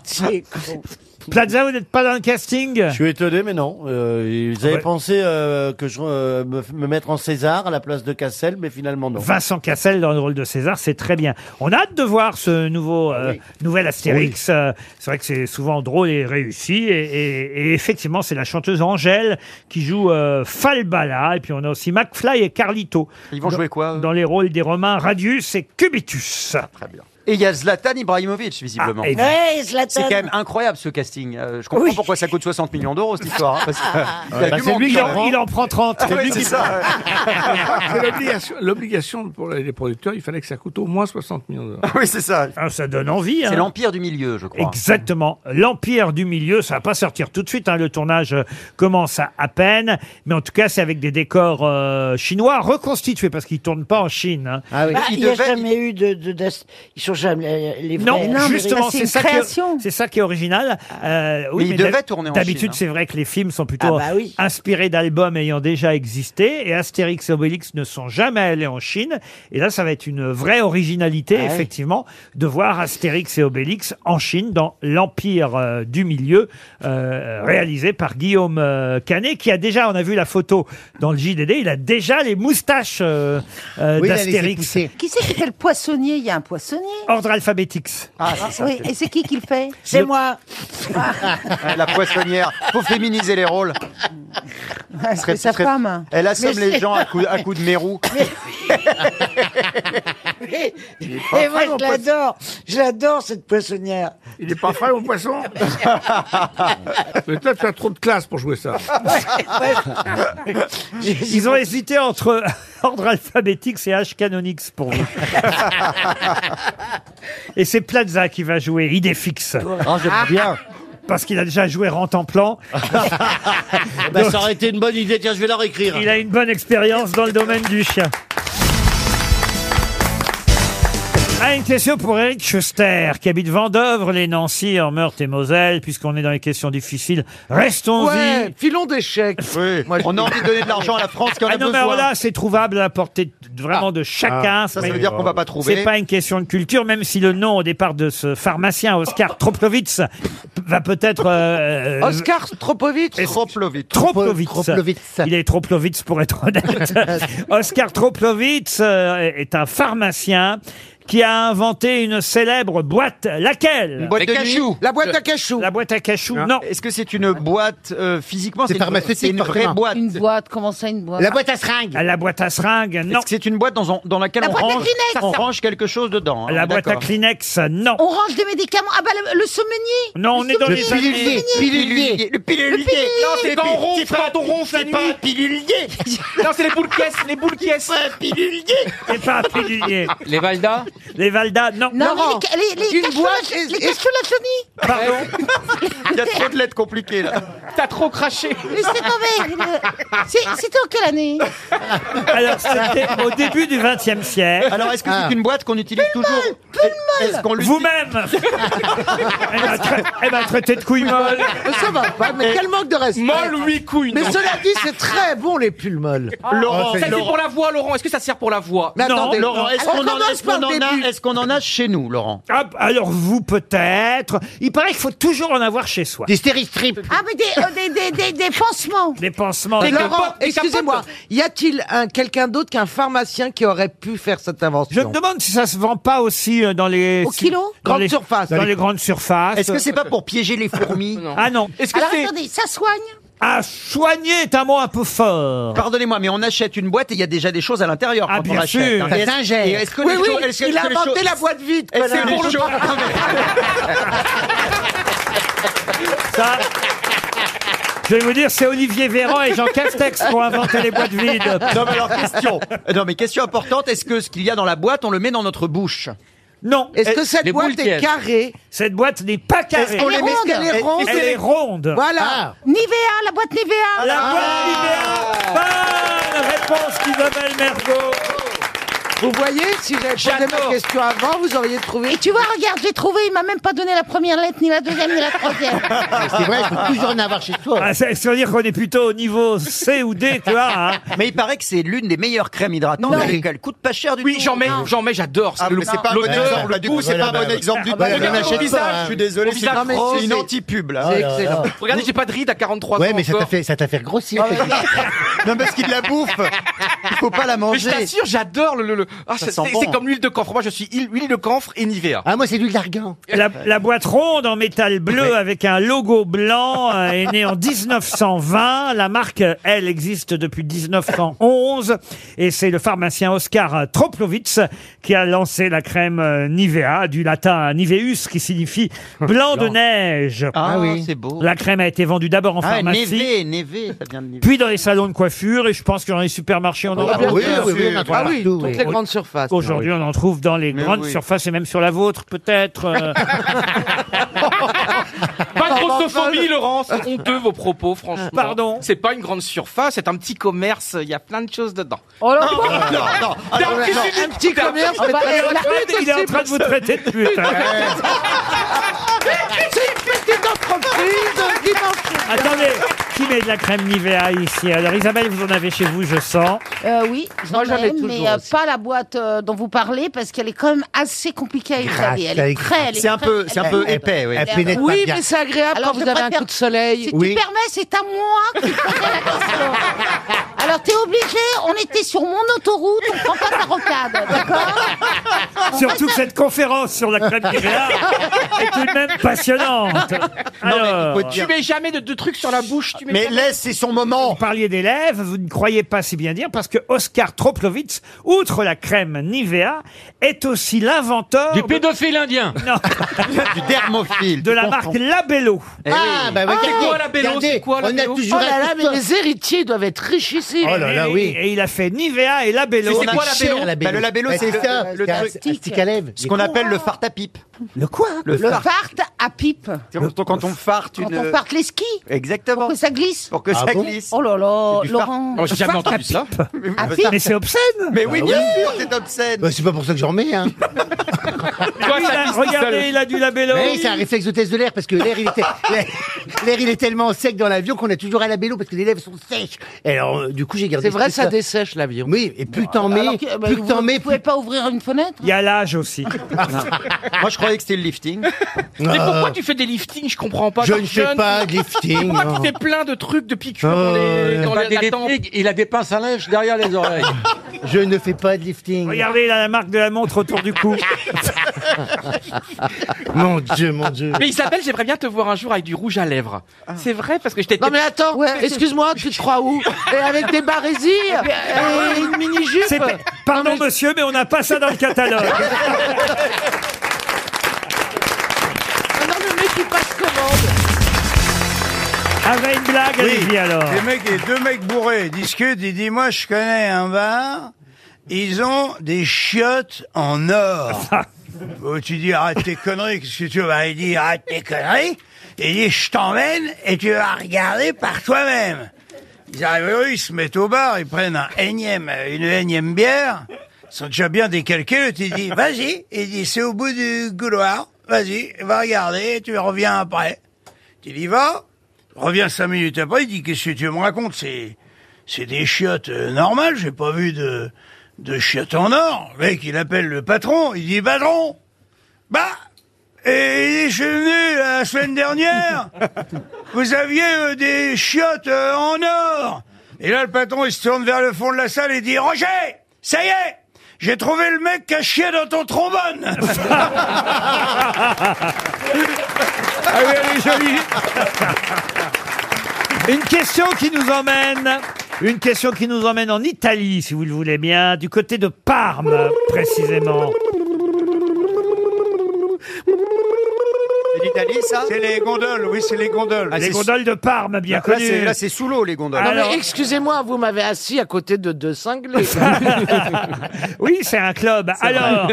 c'est con.
Plaza, [LAUGHS] vous n'êtes pas dans le casting
Je suis étonné, mais non. Euh, ils avaient
Ah Ouais.
pensé euh, que je euh, me, me mettre en César à la place de Cassel, mais finalement non.
Vincent Cassel dans le rôle de César, c'est très bien. On a hâte de voir ce nouveau euh, nouvel Astérix. Euh, c'est vrai que c'est souvent drôle et réussi. Et, et- et effectivement, c'est la chanteuse Angèle qui joue euh, Falbala. Et puis on a aussi McFly et Carlito.
Ils vont
Dans-
jouer quoi, eux
Dans les rôles des Romains Radius et Cubitus.
Très bien. [LAUGHS] Et il y a Zlatan Ibrahimovic, visiblement.
Ah, et- Ouais, Zlatan.
C'est quand même incroyable ce casting. Euh, je comprends pourquoi ça coûte 60 millions d'euros cette histoire. hein,
Ah.
parce que, il y a
bah,
du
c'est
monde,
lui qui
quand
en-
même.
il en prend 30.
Ah [LAUGHS]
C'est
ouais,
lui
c'est
qui-
ça.
[LAUGHS]
C'est l'obligation- L'obligation pour les producteurs, il fallait que ça coûte au moins 60 millions d'euros.
oui, c'est ça.
Ah, ça donne envie.
C'est
l'empire du milieu, je crois.
Exactement. L'empire du milieu, ça va pas sortir tout de suite. hein. Le tournage euh, commence à, à peine, mais en tout cas, c'est avec des décors euh, chinois reconstitués parce qu'ils tournent pas en Chine. hein.
Bah, il n'y a jamais eu de, de, d'as- Ils sont jamais euh, les vrais.
Non, justement, c'est ça,
[LAUGHS]
qui est- c'est ça qui est original. Euh,
Mais il
d'hab-
devait tourner en Chine,
D'habitude,
hein.
c'est vrai que les films sont plutôt
Ah bah oui.
inspirés d'albums ayant déjà existé, et Astérix et Obélix ne sont jamais allés en Chine. Et là, ça va être une vraie originalité,
Ah oui.
effectivement, de voir Astérix et Obélix en Chine, dans l'Empire euh, du Milieu, euh, réalisé par Guillaume euh, Canet, qui a déjà, on a vu la photo dans le JDD, il a déjà les moustaches euh, euh,
Oui, il a les
d'Astérix.
Qui c'est qui fait le poissonnier Il y a un poissonnier.
Ordre alphabétix.
Ah,
oui, et c'est qui qui le Ah, fait
C'est moi.
Ouais, [LAUGHS] La poissonnière. Faut féminiser les rôles. Ce serait-
C'est sa
ce serait-
femme.
Elle assomme
Mais
les
c'est-
gens
[LAUGHS]
à coups à coups de mérou.
[LAUGHS] Et moi, je l'adore. Je l'adore, cette poissonnière.
Il n'est pas frais,
[LAUGHS]
mon [LAUGHS]
[LAUGHS]
poisson Mais toi, tu as trop de classe pour jouer ça.
[LAUGHS] Ils ont hésité entre [LAUGHS] ordre alphabétique et H canonix pour
[LAUGHS]
vous.
[LAUGHS]
Ah, et c'est Plaza qui va jouer idée fixe.
Ah, j'aime bien.
Parce qu'il a déjà joué rente
[LAUGHS]
en plan.
Bah, [LAUGHS] ça aurait été une bonne idée. Tiens, je vais la réécrire.
Il a une bonne expérience dans le domaine du chien. Ah, une question pour Eric Schuster, qui habite Vendœuvre, les Nancy, en Meurthe et Moselle, puisqu'on est dans les questions difficiles. Restons-y.
Ouais, filons des chèques.
On a envie de donner de l'argent à la France qui en
ah
a
non, mais
besoin.
alors là, c'est trouvable à la portée de- vraiment de chacun.
Ah, ça, ça
Mais
veut dire qu'on va pas trouver.
C'est pas une question de culture, même si le nom au départ de ce pharmacien, Oscar Troplowitz, va peut-être... euh, euh,
Oscar Tropovitch.
Troplowitz.
Troplowitz. Il est Troplowitz pour être honnête.
[LAUGHS]
Oscar Troplowitz euh, est un pharmacien qui a inventé une célèbre boîte. Laquelle
Une boîte Les de nuit cachous.
La boîte à cachou. La boîte à cachou, non.
Est-ce que c'est une boîte euh, physiquement
C'est
une-
pharmaceutique,
C'est une vraie
forcément.
boîte.
Une boîte, comment ça une boîte
à seringues.
Ah, La boîte à seringues,
Est-ce
non.
que c'est une boîte dans, dans laquelle
La
on,
boîte à
range,
Kleenex.
on range quelque chose dedans hein, on
La
est
boîte à
d'accord.
Kleenex, non.
On range des médicaments. Ah bah le, le sommelier
Non, on est dans
Le
les
pilulier,
années-
pilulier, le pilulier.
Non, c'est pas
pi-
ronfle,
c'est pas-
quand on ronfle la
c'est pas
nuit.
un pilulier.
Non, c'est les boules caisses, les boules caisses. C'est
pilulier.
C'est pas un pilulier.
Les Valda
Les Valda, non.
Non, mais les, les, les,
Une boîte,
cachelaches-
est-ce-
les cachelachonies
Pardon [LAUGHS]
Il y a trop de lettres compliquées là.
T'as trop craché.
Mais c'est mauvais le- c'est- C'était en quelle année
Alors, c'était au début du XXe siècle.
Alors est-ce que
Ah.
c'est une boîte qu'on utilise toujours Est-ce qu'on l'utilise [LAUGHS]
Vous-même Elle m'a tra- elle m'a traité de couille molle.
Mais ça va pas, mais quel manque de respect.
Molle ou huit couilles
Mais
non.
cela dit, c'est très bon les pulls molles.
Ah.
Laurent, ça c'est pour la voix, Laurent. Est-ce que ça sert pour la voix
Mais attendez,
Oh, Laurent, est-ce
Alors,
qu'on en,
commence
est-ce
par
qu'on
le
en
début.
a Est-ce qu'on en a chez nous, Laurent
Ah, alors vous peut-être. Il paraît qu'il faut toujours en avoir chez soi. Des,
Stéristrip.
Ah mais des, euh, des, des, des, des pansements
pansements.
Laurent, excusez-moi, y a-t-il un quelqu'un d'autre qu'un pharmacien qui aurait pu faire cette
Je
invention
me demande si ça se vend pas aussi euh, dans les
Au kilo
dans
Grande
les-
surface.
dans les grandes surfaces.
Est-ce que c'est pas pour piéger les fourmis
Ah non.
Est-ce que
Alors
c'est
attendez, ça soigne
Ah soigner est un mot un peu fort.
Pardonnez-moi, mais on achète une boîte et il y a déjà des choses à l'intérieur.
Ah,
quand on
bien
l'achète,
sûr.
hein.
Ça
Et est-ce-
s'ingère.
et Est-ce que
Oui,
les
oui,
choses- est-ce que-
il a
est-ce que les
inventé
choses-
la boîte vide.
Est-ce que
connard.
les
[LAUGHS]
choses-
Ça. [LAUGHS] Je vais vous dire, c'est Olivier Véran Oh, et Jean Castex qui ont inventé les boîtes vides.
Non mais alors question. Non mais question importante. Est-ce que ce qu'il y a dans la boîte, on le met dans notre bouche
Non,
Est-ce
Eh,
que cette boîte est carrée
cette boîte n'est pas carrée.
qu'on
Elle est
met-
ronde.
est-ce qu'elle est ronde
Elle est ronde.
Voilà.
Nivea, la boîte Nivea Ah.
La boîte idéale. Bonne réponse d'Isabelle Mergo.
Vous voyez, si j'avais posé ma question avant, vous auriez trouvé.
Et tu vois, regarde, j'ai trouvé, il m'a même pas donné la première lettre, ni la deuxième, ni la troisième.
C'est vrai, il faut toujours en avoir chez toi.
Ah, ça, ça veut dire qu'on est plutôt au niveau C ou D, tu vois. hein.
[LAUGHS] Mais il paraît que c'est l'une des meilleures crèmes hydratantes.
Non.
et qu'elle coûte pas cher du
Oui,
tout.
j'en mets, j'en mets, j'adore.
Ah, mais c'est pas un bon exemple, là, du coup, c'est pas un
Ah,
bon exemple du tout.
bah,
Je
bah,
n'achète
bah,
pas,
bah,
hein, je suis désolé.
bah,
c'est-
bah,
Non, mais
bah,
c'est
C'est
une
une
anti-
anti-pub là.
C'est excellent.
Regardez, j'ai pas de ride à 43 ans. Ah,
Ouais, mais ça t'a
encore. [LAUGHS]
fait, ça t'a fait grossir.
Non, parce qu'il la bouffe.
Il faut pas la manger.
Mais je t'assure, j'adore le. le, le- Ah,
Ça
c'est
sent
c'est
bon.
comme l'huile de camphre. Moi, je suis il- huile de camphre et Nivea.
Ah, moi, c'est du l'argan. La, la boîte ronde en métal bleu avec un logo blanc euh, est née en 1920. La marque, euh, elle, existe depuis 1911. Et c'est le pharmacien Oscar Troplowitz qui a lancé la crème euh, Nivea, du latin Niveus, qui signifie blanc de
Blanc.
neige.
Ah, Ah oui. c'est beau.
La crème a été vendue d'abord en
Ah,
pharmacie.
Névé, Névé, ça vient de Névé.
Puis dans les salons de coiffure, et je pense que dans les supermarchés, on en
Ah, bien
trouve.
Oui, sûr, oui, oui, on en trouve
Voilà.
partout, oui. Toutes les grandes
surfaces.
Aujourd'hui,
Ah oui.
on en trouve dans les
Mais
grandes
oui.
surfaces et même sur la vôtre,
[LAUGHS]
peut-être. euh.
Pas de grossophobie, Laurent. C'est honteux vos propos, franchement.
Pardon.
C'est pas une grande surface, c'est un petit commerce. Il y a plein de choses dedans.
Oh là
non,
là.
non, non,
[LAUGHS]
Ah,
T'as
non,
un petit
non.
unique,
Un petit
t'as
commerce,
petit-
mais pas-
Il est en
la
train de-
pute
il est en train de vous traiter de pute.
C'est une petite entreprise dimanche.
Attendez, qui met de la crème Nivea ici Alors Isabelle, vous en avez chez vous, je sens.
Euh, oui, j'en
Moi, j'en ai
ai, mais
toujours
euh,
aussi.
pas la boîte euh, dont vous parlez parce qu'elle est quand même assez compliquée à utiliser. Elle est très, elle est
C'est un
très-
peu- c'est
elle
un peu
est-
épais, oui.
elle est-
Elle pénètre pas
oui,
bien.
mais c'est agréable
Alors,
quand
je
vous avez un
préfère-
coup de soleil.
Si tu Oui.
permets, c'est à moi que tu posais la question.
[LAUGHS]
Alors t'es obligé. On était sur mon autoroute. On prend pas ta rocade, d'accord
Surtout que cette conférence sur la crème
[LAUGHS]
Nivea est tout de même passionnante. Alors,
Tu mets jamais de, de trucs sur la bouche. Tu mets jamais-
c'est son moment. Vous parliez d'élèves, vous ne croyez pas si bien dire, parce que Oscar Troplowitz, outre la crème Nivea, est aussi l'inventeur. Du pédophile indien. Non. du dermophile. De la marque Labello.
Ah, bah, regardez, regardez, On a toujours
Oh là là,
un
mais les héritiers doivent être richissimes.
Oh Et il a fait Nivea et Labello.
C'est quoi la bello Bah, Le labello, c'est ça.
Le truc-
stick à lèvres. Ce qu'on appelle le fart à pipe.
Le quoi
Le
Le
fart.
farte à pipe.
Quand on farte
Quand
une.
on parte les skis.
Exactement.
Pour que ça glisse.
Pour que Ah ça bon glisse.
Oh là là,
C'est du
Laurent. Ah,
fart. Oh, j'ai jamais
Fart à
entendu ça.
Ah,
pipe. À
mais
pipe.
ça- Mais c'est obscène. Mais oui, bien sûr, c'est obscène.
Bah, c'est pas pour ça que j'en
[LAUGHS]
mets, hein.
Il a- regardez, il a du labello.
Oui, c'est un réflexe de test de l'air parce que l'air il était [LAUGHS] l'air- l'air, il est tellement sec dans l'avion qu'on est toujours à la bello parce que les lèvres sont sèches. Et alors euh, du coup j'ai gardé.
C'est vrai, ça
dessèche l'avion. Oui, et plus t'en mets,
Alors que, bah,
plus que t'en
vous
mets,
pouvez pas ouvrir une fenêtre hein.
Il y a
[LAUGHS]
l'âge aussi.
Moi, je croyais que c'était le lifting.
Mais pourquoi
Ah.
tu fais des liftings Je comprends pas.
Je
comme
ne fais
jeune.
pas de lifting,
Pourquoi
non.
tu fais plein de trucs de piqûres
Oh,
dans les,
ouais.
dans
Pas
les-
des
la tempe
il a des pinces à linge derrière les oreilles. [LAUGHS] Je ne fais pas de lifting.
Regardez, il a la marque de la montre autour
[LAUGHS]
du cou.
Mon Dieu, mon Dieu.
Mais Isabelle, j'aimerais bien te voir un jour avec du rouge à lèvres. C'est vrai parce que je t'ai.
Non, mais
attends,
excuse-moi,
tu te crois où
[LAUGHS] Et avec des barésies
et une mini-jupe.
[LAUGHS]
C'est pas- Pardon, monsieur, mais on n'a pas ça dans le catalogue. Ah,
Ah Non, le mec qui passe commande.
Avec une blague, allez-y alors.
Les mecs, les deux mecs bourrés ils discutent, ils disent, moi, je connais un bar, ils ont des chiottes en or.
Ah.
[LAUGHS] Bon, tu dis, arrête tes conneries, qu'est-ce que tu veux? Bah, Il dit, arrête tes conneries. Il dit, je t'emmène et tu vas regarder par toi-même. Ils arrivent, eux, ils se mettent au bar, ils prennent un énième, euh, une énième bière. Ils sont déjà bien décalqués, l'autre, il dit, vas-y. Il dit, c'est au bout du couloir. Vas-y, va regarder, tu reviens après. Tu y vas, reviens cinq minutes après, il dit qu'est-ce que tu me racontes C'est c'est des chiottes euh, normales, j'ai pas vu de de chiottes en or. Le mec, il appelle le patron, il dit patron, bah et je suis venu la semaine
[LAUGHS]
dernière. Vous aviez euh, des chiottes euh, en or. Et là, le patron, il se tourne vers le fond de la salle et dit Roger, ça y est, j'ai trouvé le mec qui a chié dans
[LAUGHS]
ton trombone.
Ah oui, elle est jolie. Une question qui nous emmène. Une question qui nous emmène en Italie, si vous le voulez bien, du côté de Parme, précisément.
C'est l'Italie, ça
C'est les gondoles, oui, c'est les gondoles.
les gondoles Ah, de Parme, bien
Là, là,
connues.
c'est- là, c'est sous l'eau, les gondoles.
Alors-
Ah,
Non, mais excusez-moi, vous m'avez assis à côté de deux cinglés.
oui, c'est un club.
[LAUGHS]
Alors,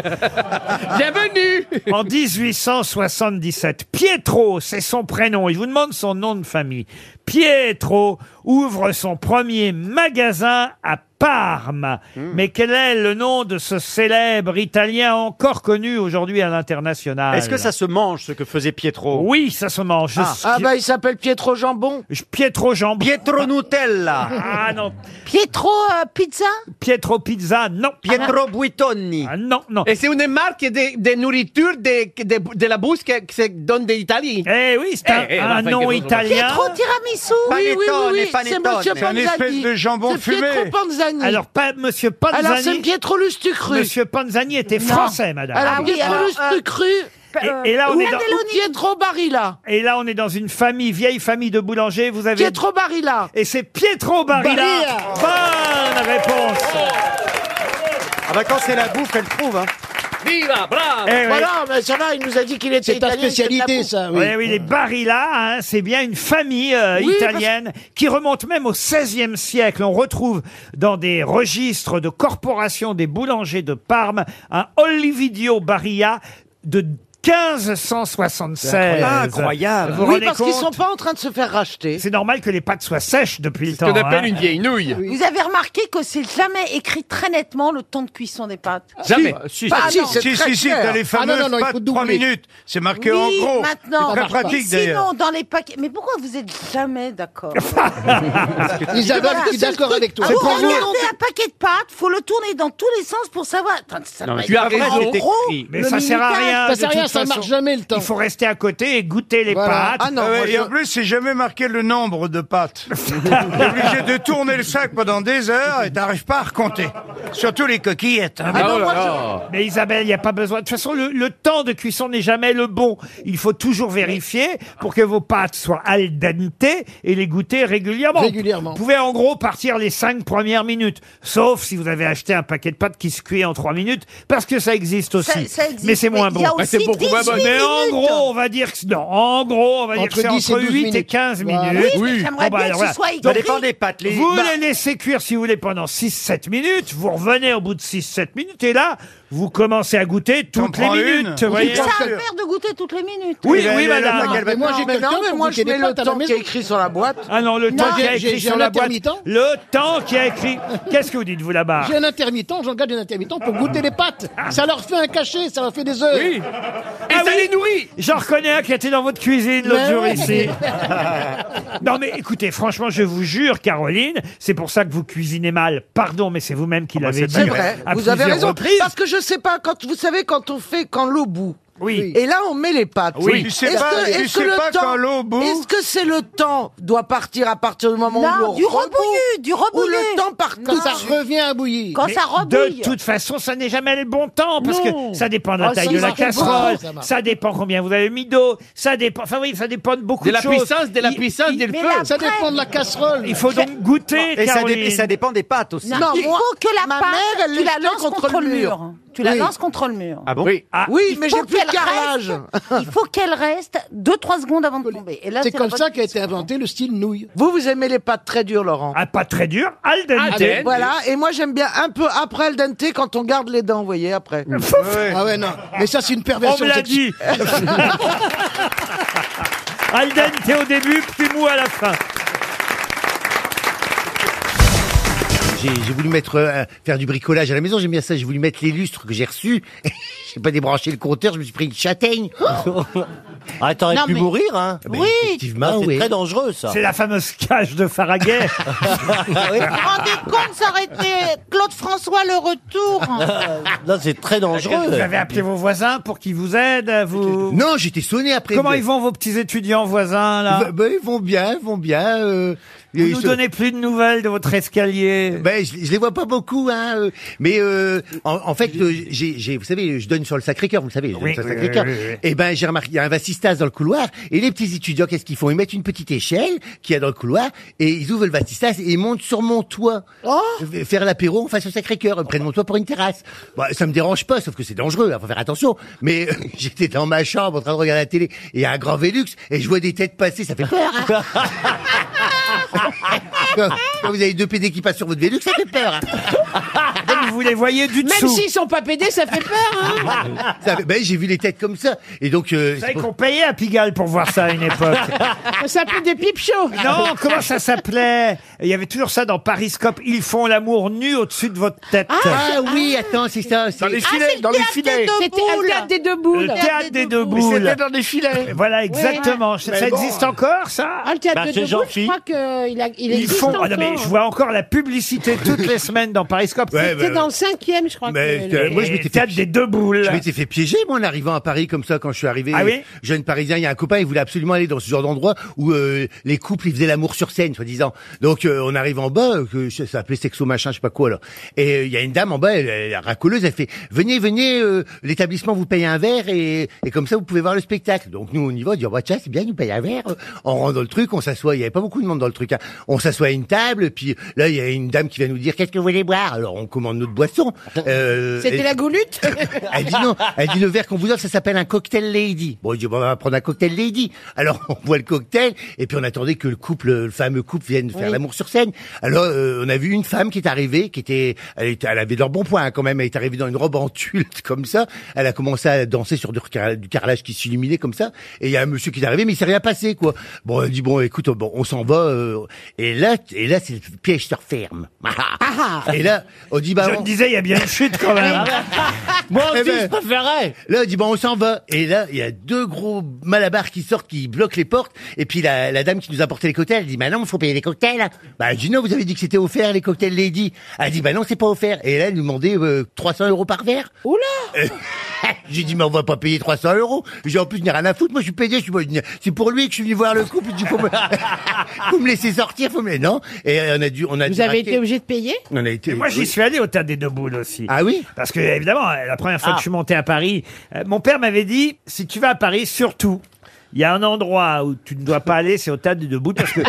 Bienvenue
en 1877, Pietro, c'est son prénom. Il vous demande son nom de famille. Pietro ouvre son premier magasin à Parme.
Hmm.
Mais quel est le nom de ce célèbre Italien encore connu aujourd'hui à l'international
Est-ce que ça se mange, ce que faisait Pietro
Oui, ça se mange.
Ah.
Je-
Ah bah il s'appelle Pietro Jambon.
Pietro Jambon. [LAUGHS]
Pietro Nutella.
Ah non.
Pietro euh, Pizza
Pietro Pizza, non.
Pietro Buitoni.
Ah non, non.
Et c'est une marque de, de nourriture de, de, de la bouffe que, que se donne d'Italie.
Eh oui, c'est un- un nom italien.
Pietro Tiramisu.
Panettone,
C'est
panettone.
monsieur
C'est un
Panzani.
espèce de jambon
C'est Pietro
fumé.
Panzani.
Panzani. Alors, pas, monsieur Panzani.
Alors, c'est Pietro Lustucru.
Monsieur Panzani était
Non.
français, madame.
Ah
Ah
Alors, euh, Pietro Lustucru.
euh, Et- et là, on est dans-
Ou Pietro Barilla.
Et là, on est dans une famille, vieille famille de boulangers. Vous avez.
Pietro Barilla.
Et c'est Pietro Barilla.
Barilla.
Bonne réponse.
Ah bah quand c'est la bouffe, elle trouve. Hein.
Viva, bravo.
Eh oui.
Voilà, mais ça là, il nous a dit qu'il était
C'est ta
italien, il fait de la
spécialité,
bouffe.
Oui, oui, les Barilla, hein, c'est bien une famille euh,
Oui, parce-
italienne qui remonte même au XVIe siècle. On retrouve dans des registres de corporations des boulangers de Parme un Olividio Barilla de 1576.
C'est incroyable.
Vous vous
oui,
rendez
parce qu'ils
compte
sont pas en train de se faire racheter.
C'est normal que les pâtes soient sèches depuis le temps. hein.
nouille.
Vous avez remarqué que c'est jamais écrit très nettement le temps de cuisson des pâtes.
Si,
Ah,
si,
non.
si, si, si, t'as les
Ah,
fameuses pâtes 3 minutes. C'est marqué en
Oui,
gros.
Maintenant.
C'est très pratique
Mais
d'ailleurs.
Sinon, dans les paquets. Mais pourquoi vous êtes
[LAUGHS]
jamais d'accord
Isabelle,
Voilà.
je suis d'accord avec toi.
Ah, vous
C'est pour nous.
regardez un paquet de pâtes, faut le tourner dans tous les sens pour savoir. Attends, ça doit être en gros,
Mais
le
ça sert à
minutage.
rien.
Ça
de
sert à rien,
toute
ça
façon.
marche jamais, le temps.
Il faut rester à côté et goûter les pâtes. Euh,
Ah ouais, et en plus, c'est jamais marqué le nombre
[LAUGHS]
de pâtes. T'es obligé de tourner le sac pendant des heures et t'arrives pas à recompter. Surtout les coquillettes.
Ah
hein.
Ah
Mais Isabelle, il n'y a pas besoin. De toute façon, le, le temps de cuisson n'est jamais le bon. Il faut toujours vérifier pour que vos pâtes soient al dente et les goûter régulièrement.
Régulièrement.
Vous pouvez en gros partir les cinq premières minutes. Sauf si vous avez acheté un paquet de pâtes qui se cuit en trois minutes, parce que ça existe aussi.
ça existe,
mais c'est moins
mais
bon.
il y a
Ah,
aussi C'est beaucoup moins bon. 18
Mais en
minutes.
gros, on va dire que non. En gros, on va dire
Entre
que c'est
10 et
entre 8
12
et
minutes.
15
Voilà.
minutes. Ah, bah,
Oui, mais j'aimerais bien que ce soit écrit. Ça dépend des pâtes, les-
Vous
Bah,
les laissez cuire, si vous voulez, pendant 6-7 minutes. Vous revenez au bout de 6-7 minutes. Et là, vous commencez à goûter toutes les
prends une. Eh
minutes. vous voyez.
Ça perd de goûter toutes les minutes.
Oui,
ben,
oui, madame.
Mais moi, j'ai quelqu'un pour
moi,
goûter
je
des
mets le
pâtes à la
temps
maison.
qui est
écrit sur la boîte.
Ah non, le
Non,
temps qui a
j'ai-
écrit
j'ai-
sur
j'ai un
la boîte.
intermittent.
Le temps qui a écrit. Qu'est-ce que vous dites, vous, là-bas
J'ai un intermittent, j'engage des intermittents pour goûter les pâtes. Ça leur fait un cachet, ça leur fait des œufs.
Oui. Ah oui, J'en reconnais un qui était dans votre cuisine l'autre
Mais
jour
ouais. [LAUGHS]
ici. non mais écoutez, franchement, je vous jure, Caroline, c'est pour ça que vous cuisinez mal. Pardon, mais c'est vous-même qui l'avez dit.
C'est vrai,
à
vous avez
plusieurs
raison.
reprises.
Parce que je sais pas, quand, vous savez, quand on fait, quand l'eau bout.
Oui.
Et là, on met les pâtes.
Oui. Tu sais
Est-ce
pas-
que-
tu
est-ce
sais
que le
pas
temps-
quand l'eau bout
Est-ce que c'est le temps doit partir à partir du moment où
Non,
l'eau
du
rebout
rebouillu, du
Ou
rebouillu.
le temps part
Quand ça
revient à bouillir.
Quand
Mais
ça
de
rebouille.
toute façon, ça n'est jamais le bon temps parce
Non.
que ça dépend de la
Oh,
taille
ça
de la
marche pas, ça
casserole, ça,
marche.
dépend combien vous avez mis d'eau, ça dépend. Enfin oui, ça dépend de beaucoup
De
de
la
choses.
puissance, de la
Il-
puissance,
il-
du
mais
feu.
là-
Ça dépend de la casserole.
Il faut donc goûter.
Et ça, dé-
Caroline.
et ça
[LAUGHS]
dépend des pâtes aussi.
Non, il
moi,
faut que la
ma
pâte,
mère, elle
tu la
les
lances
jette
contre, le mur. Tu la
Oui.
lances contre le [LAUGHS] mur.
Ah bon
Ah,
Oui,
Il
mais
faut
j'ai plus de
qu'elle
carrelage.
reste- Il faut qu'elle reste 2-3 secondes avant de tomber. Et là,
C'est
la
comme
bonne-
ça qu'a été inventé le style nouille. Vous, vous aimez les pâtes très dures, Laurent.
Ah, pas très dur, al dente.
Ah, Voilà, et moi j'aime bien un peu après le dente quand on garde les dents, vous voyez,
[LAUGHS]
après. Ah ouais, non, mais ça c'est une
On
perversion.
me l'a
sexuelle. [LAUGHS]
dit. Al dente au début, plus mou à la fin.
J'ai j'ai voulu mettre euh, faire du bricolage à la maison, j'aime bien ça, j'ai voulu mettre les lustres que j'ai reçus. [LAUGHS] j'ai pas débranché le compteur, je me suis pris une châtaigne.
[LAUGHS] Ah, t'aurais
Non,
pu
mais-
mourir, hein
Oui.
Mais Effectivement,
Ah
c'est
oui.
très dangereux, ça.
C'est la fameuse cage de
[LAUGHS]
Faraguet.
Vous vous rendez compte, ça aurait été Claude François
[LAUGHS]
le retour.
Non, c'est très dangereux.
vous avez appelé vos voisins pour qu'ils vous aident. Vous...
Non, j'étais sonné après.
Comment ils vont vos petits étudiants voisins là
Bah, bah, ils vont bien, ils vont bien. euh,
Vous
ils
nous
sont-
donnez plus de nouvelles de votre escalier.
Ben, je, je les vois pas beaucoup, hein. euh, Mais euh, en, en fait, euh, j'ai, j'ai- vous savez, je donne sur le Sacré-Cœur, vous le savez, je donne
Oui,
sur le
oui,
Sacré-Cœur.
oui, oui, oui.
Et ben, j'ai remarqué, il y a un vasistas dans le couloir, et les petits étudiants, qu'est-ce qu'ils font Ils mettent une petite échelle qu'il y a dans le couloir, et ils ouvrent le vasistas et ils montent sur mon toit F- faire l'apéro en face au Sacré-Cœur, près de mon toit pour une terrasse. Bah, ça me dérange pas, sauf que c'est dangereux, il faut faire attention. Mais euh, [LAUGHS] j'étais dans ma chambre en train de regarder la télé, et il y a un grand Vélux, et je vois des têtes passer, ça fait peur. hein.
[LAUGHS]
Quand quand vous avez deux PD qui passent sur votre Vélux, ça fait peur. hein.
Comme vous les voyez du
Même
dessous.
s'ils sont pas pédés, ça fait peur, hein
[LAUGHS]
Ça fait- ben, j'ai vu les têtes comme ça. Et donc, euh,
Vous
c'est
savez
pour-
qu'on payait à Pigalle pour voir ça à
[LAUGHS]
une époque.
Ça fait des pipes chauds.
Ah,
Non, comment ça s'appelait Il y avait toujours ça dans Pariscope. Ils font l'amour nu au-dessus de votre tête.
ah oui, attends, c'est ça. c'est-
Dans
Ah,
les filets, dans les filets.
C'était un théâtre des deux boules.
le théâtre des deux
Mais
boules.
c'était dans les filets.
[LAUGHS] Voilà, exactement. Ça
Mais bon.
existe encore, ça ah
Ah, le théâtre
Bah,
de
c'est
deux boules, je
gentil.
crois qu'il il existe
Ils font.
encore.
Ah non, mais je vois encore la publicité toutes les semaines dans Pariscope.
Ouais,
C'était
ben,
dans en cinquième, je crois.
hein.
Mais
que-
euh, moi, je m'étais fait
des deux boules.
Je m'étais fait piéger, moi, en arrivant à Paris comme ça, quand je suis arrivé euh,
Ah oui
jeune Parisien. Il y a un copain, il voulait absolument aller dans ce genre d'endroit où euh, les couples ils faisaient l'amour sur scène, soi-disant. Donc, euh, on arrive en bas, euh, que je- ça s'appelait sexo machin, je sais pas quoi là. Et euh, il y a une dame en bas, elle, elle est racoleuse, elle fait venez, venez, euh, l'établissement vous paye un verre et, et comme ça vous pouvez voir le spectacle. Donc nous, on y va, on dit oh, bah tiens, c'est bien, ils nous paye un verre. On rentre dans le truc, on s'assoit. Il y avait pas beaucoup de monde dans le truc. hein. On s'assoit à une table, puis là, il y a une dame qui vient nous dire qu'est-ce que vous voulez boire. Alors on commande notre boisson. Euh,
C'était
et-
la
[LAUGHS]
goulute
elle dit non. Elle dit le verre qu'on vous offre, ça s'appelle un cocktail lady. Bon, il dit bon, on va prendre un cocktail lady. Alors [LAUGHS] on boit le cocktail et puis on attendait que le couple, le fameux couple, vienne faire
Oui.
l'amour sur scène. Alors euh, on a vu une femme qui est arrivée, qui était, elle, était- elle avait de leur bon point hein, quand même. Elle est arrivée dans une robe en tulle [LAUGHS] comme ça. Elle a commencé à danser sur du, recar- du carrelage qui s'illuminait comme ça. Et il y a un monsieur qui est arrivé, mais il s'est rien passé quoi. Bon, elle dit bon, écoute, bon, on s'en va. euh, et là, et là, c'est le piège se referme.
Ah,
et là, on dit bah.
Je me disais, il y a bien une chute quand même.
Moi
aussi, je
préférais. Là, on dit bon, on s'en va. Et là, il y a deux gros malabars qui sortent, qui bloquent les portes. Et puis la, la dame qui nous a apporté les cocktails, elle dit bah non, il faut payer les cocktails. Bah elle dit non, vous avez dit que c'était offert les cocktails Lady. Elle dit bah non, c'est pas offert. Et là, elle nous demandait euh, 300 euros par verre. Oula. [LAUGHS] J'ai dit mais on va pas payer 300 euros. J'ai dit, en plus je n'ai rien à foutre. Moi je suis payé. Je suis pas- c'est pour lui que je suis venu voir le couple. Il dit, faut me, [LAUGHS] faut me laisser sortir. Faut me non. Et euh, on a dû on a.
Vous avez été obligé de payer
On a été.
Moi, j'y
oui.
suis allé au Théâtre des Deux Boules aussi.
Ah oui
Parce que, évidemment, euh, la première fois
Ah.
que je suis monté à Paris, euh, mon père m'avait dit, si tu vas à Paris, surtout, il y a un endroit où tu ne dois pas aller, c'est au Théâtre des Deux Boules,
[LAUGHS]
parce que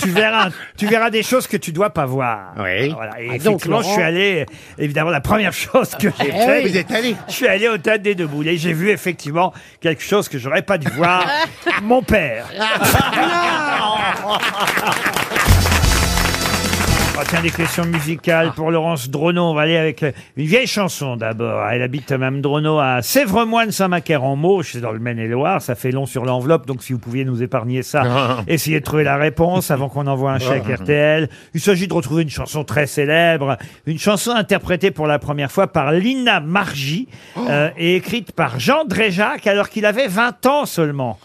tu verras, tu verras des choses que tu dois pas voir. Oui. Voilà. Et
Ah, donc,
effectivement, je suis
Laurent.
allé, évidemment, la première chose que
Eh
j'ai fait,
oui. Vous êtes allé
je suis allé au Théâtre des Deux Boules et j'ai vu, effectivement, quelque chose que j'aurais pas dû
[LAUGHS]
voir, mon père. Oh, tiens, des questions musicales pour Laurence Drono. On va aller avec euh, une vieille chanson d'abord. Elle habite, euh, Mme Drono, à Sèvremoine, Saint-Macaire en Mauche, c'est dans le Maine-et-Loire. Ça fait long sur l'enveloppe, donc si vous pouviez nous épargner ça, essayez de trouver la réponse avant qu'on envoie un chèque RTL. Il s'agit de retrouver une chanson très célèbre, une chanson interprétée pour la première fois par Lina Margie euh, et écrite par Jean Dréjac alors qu'il avait 20 ans seulement.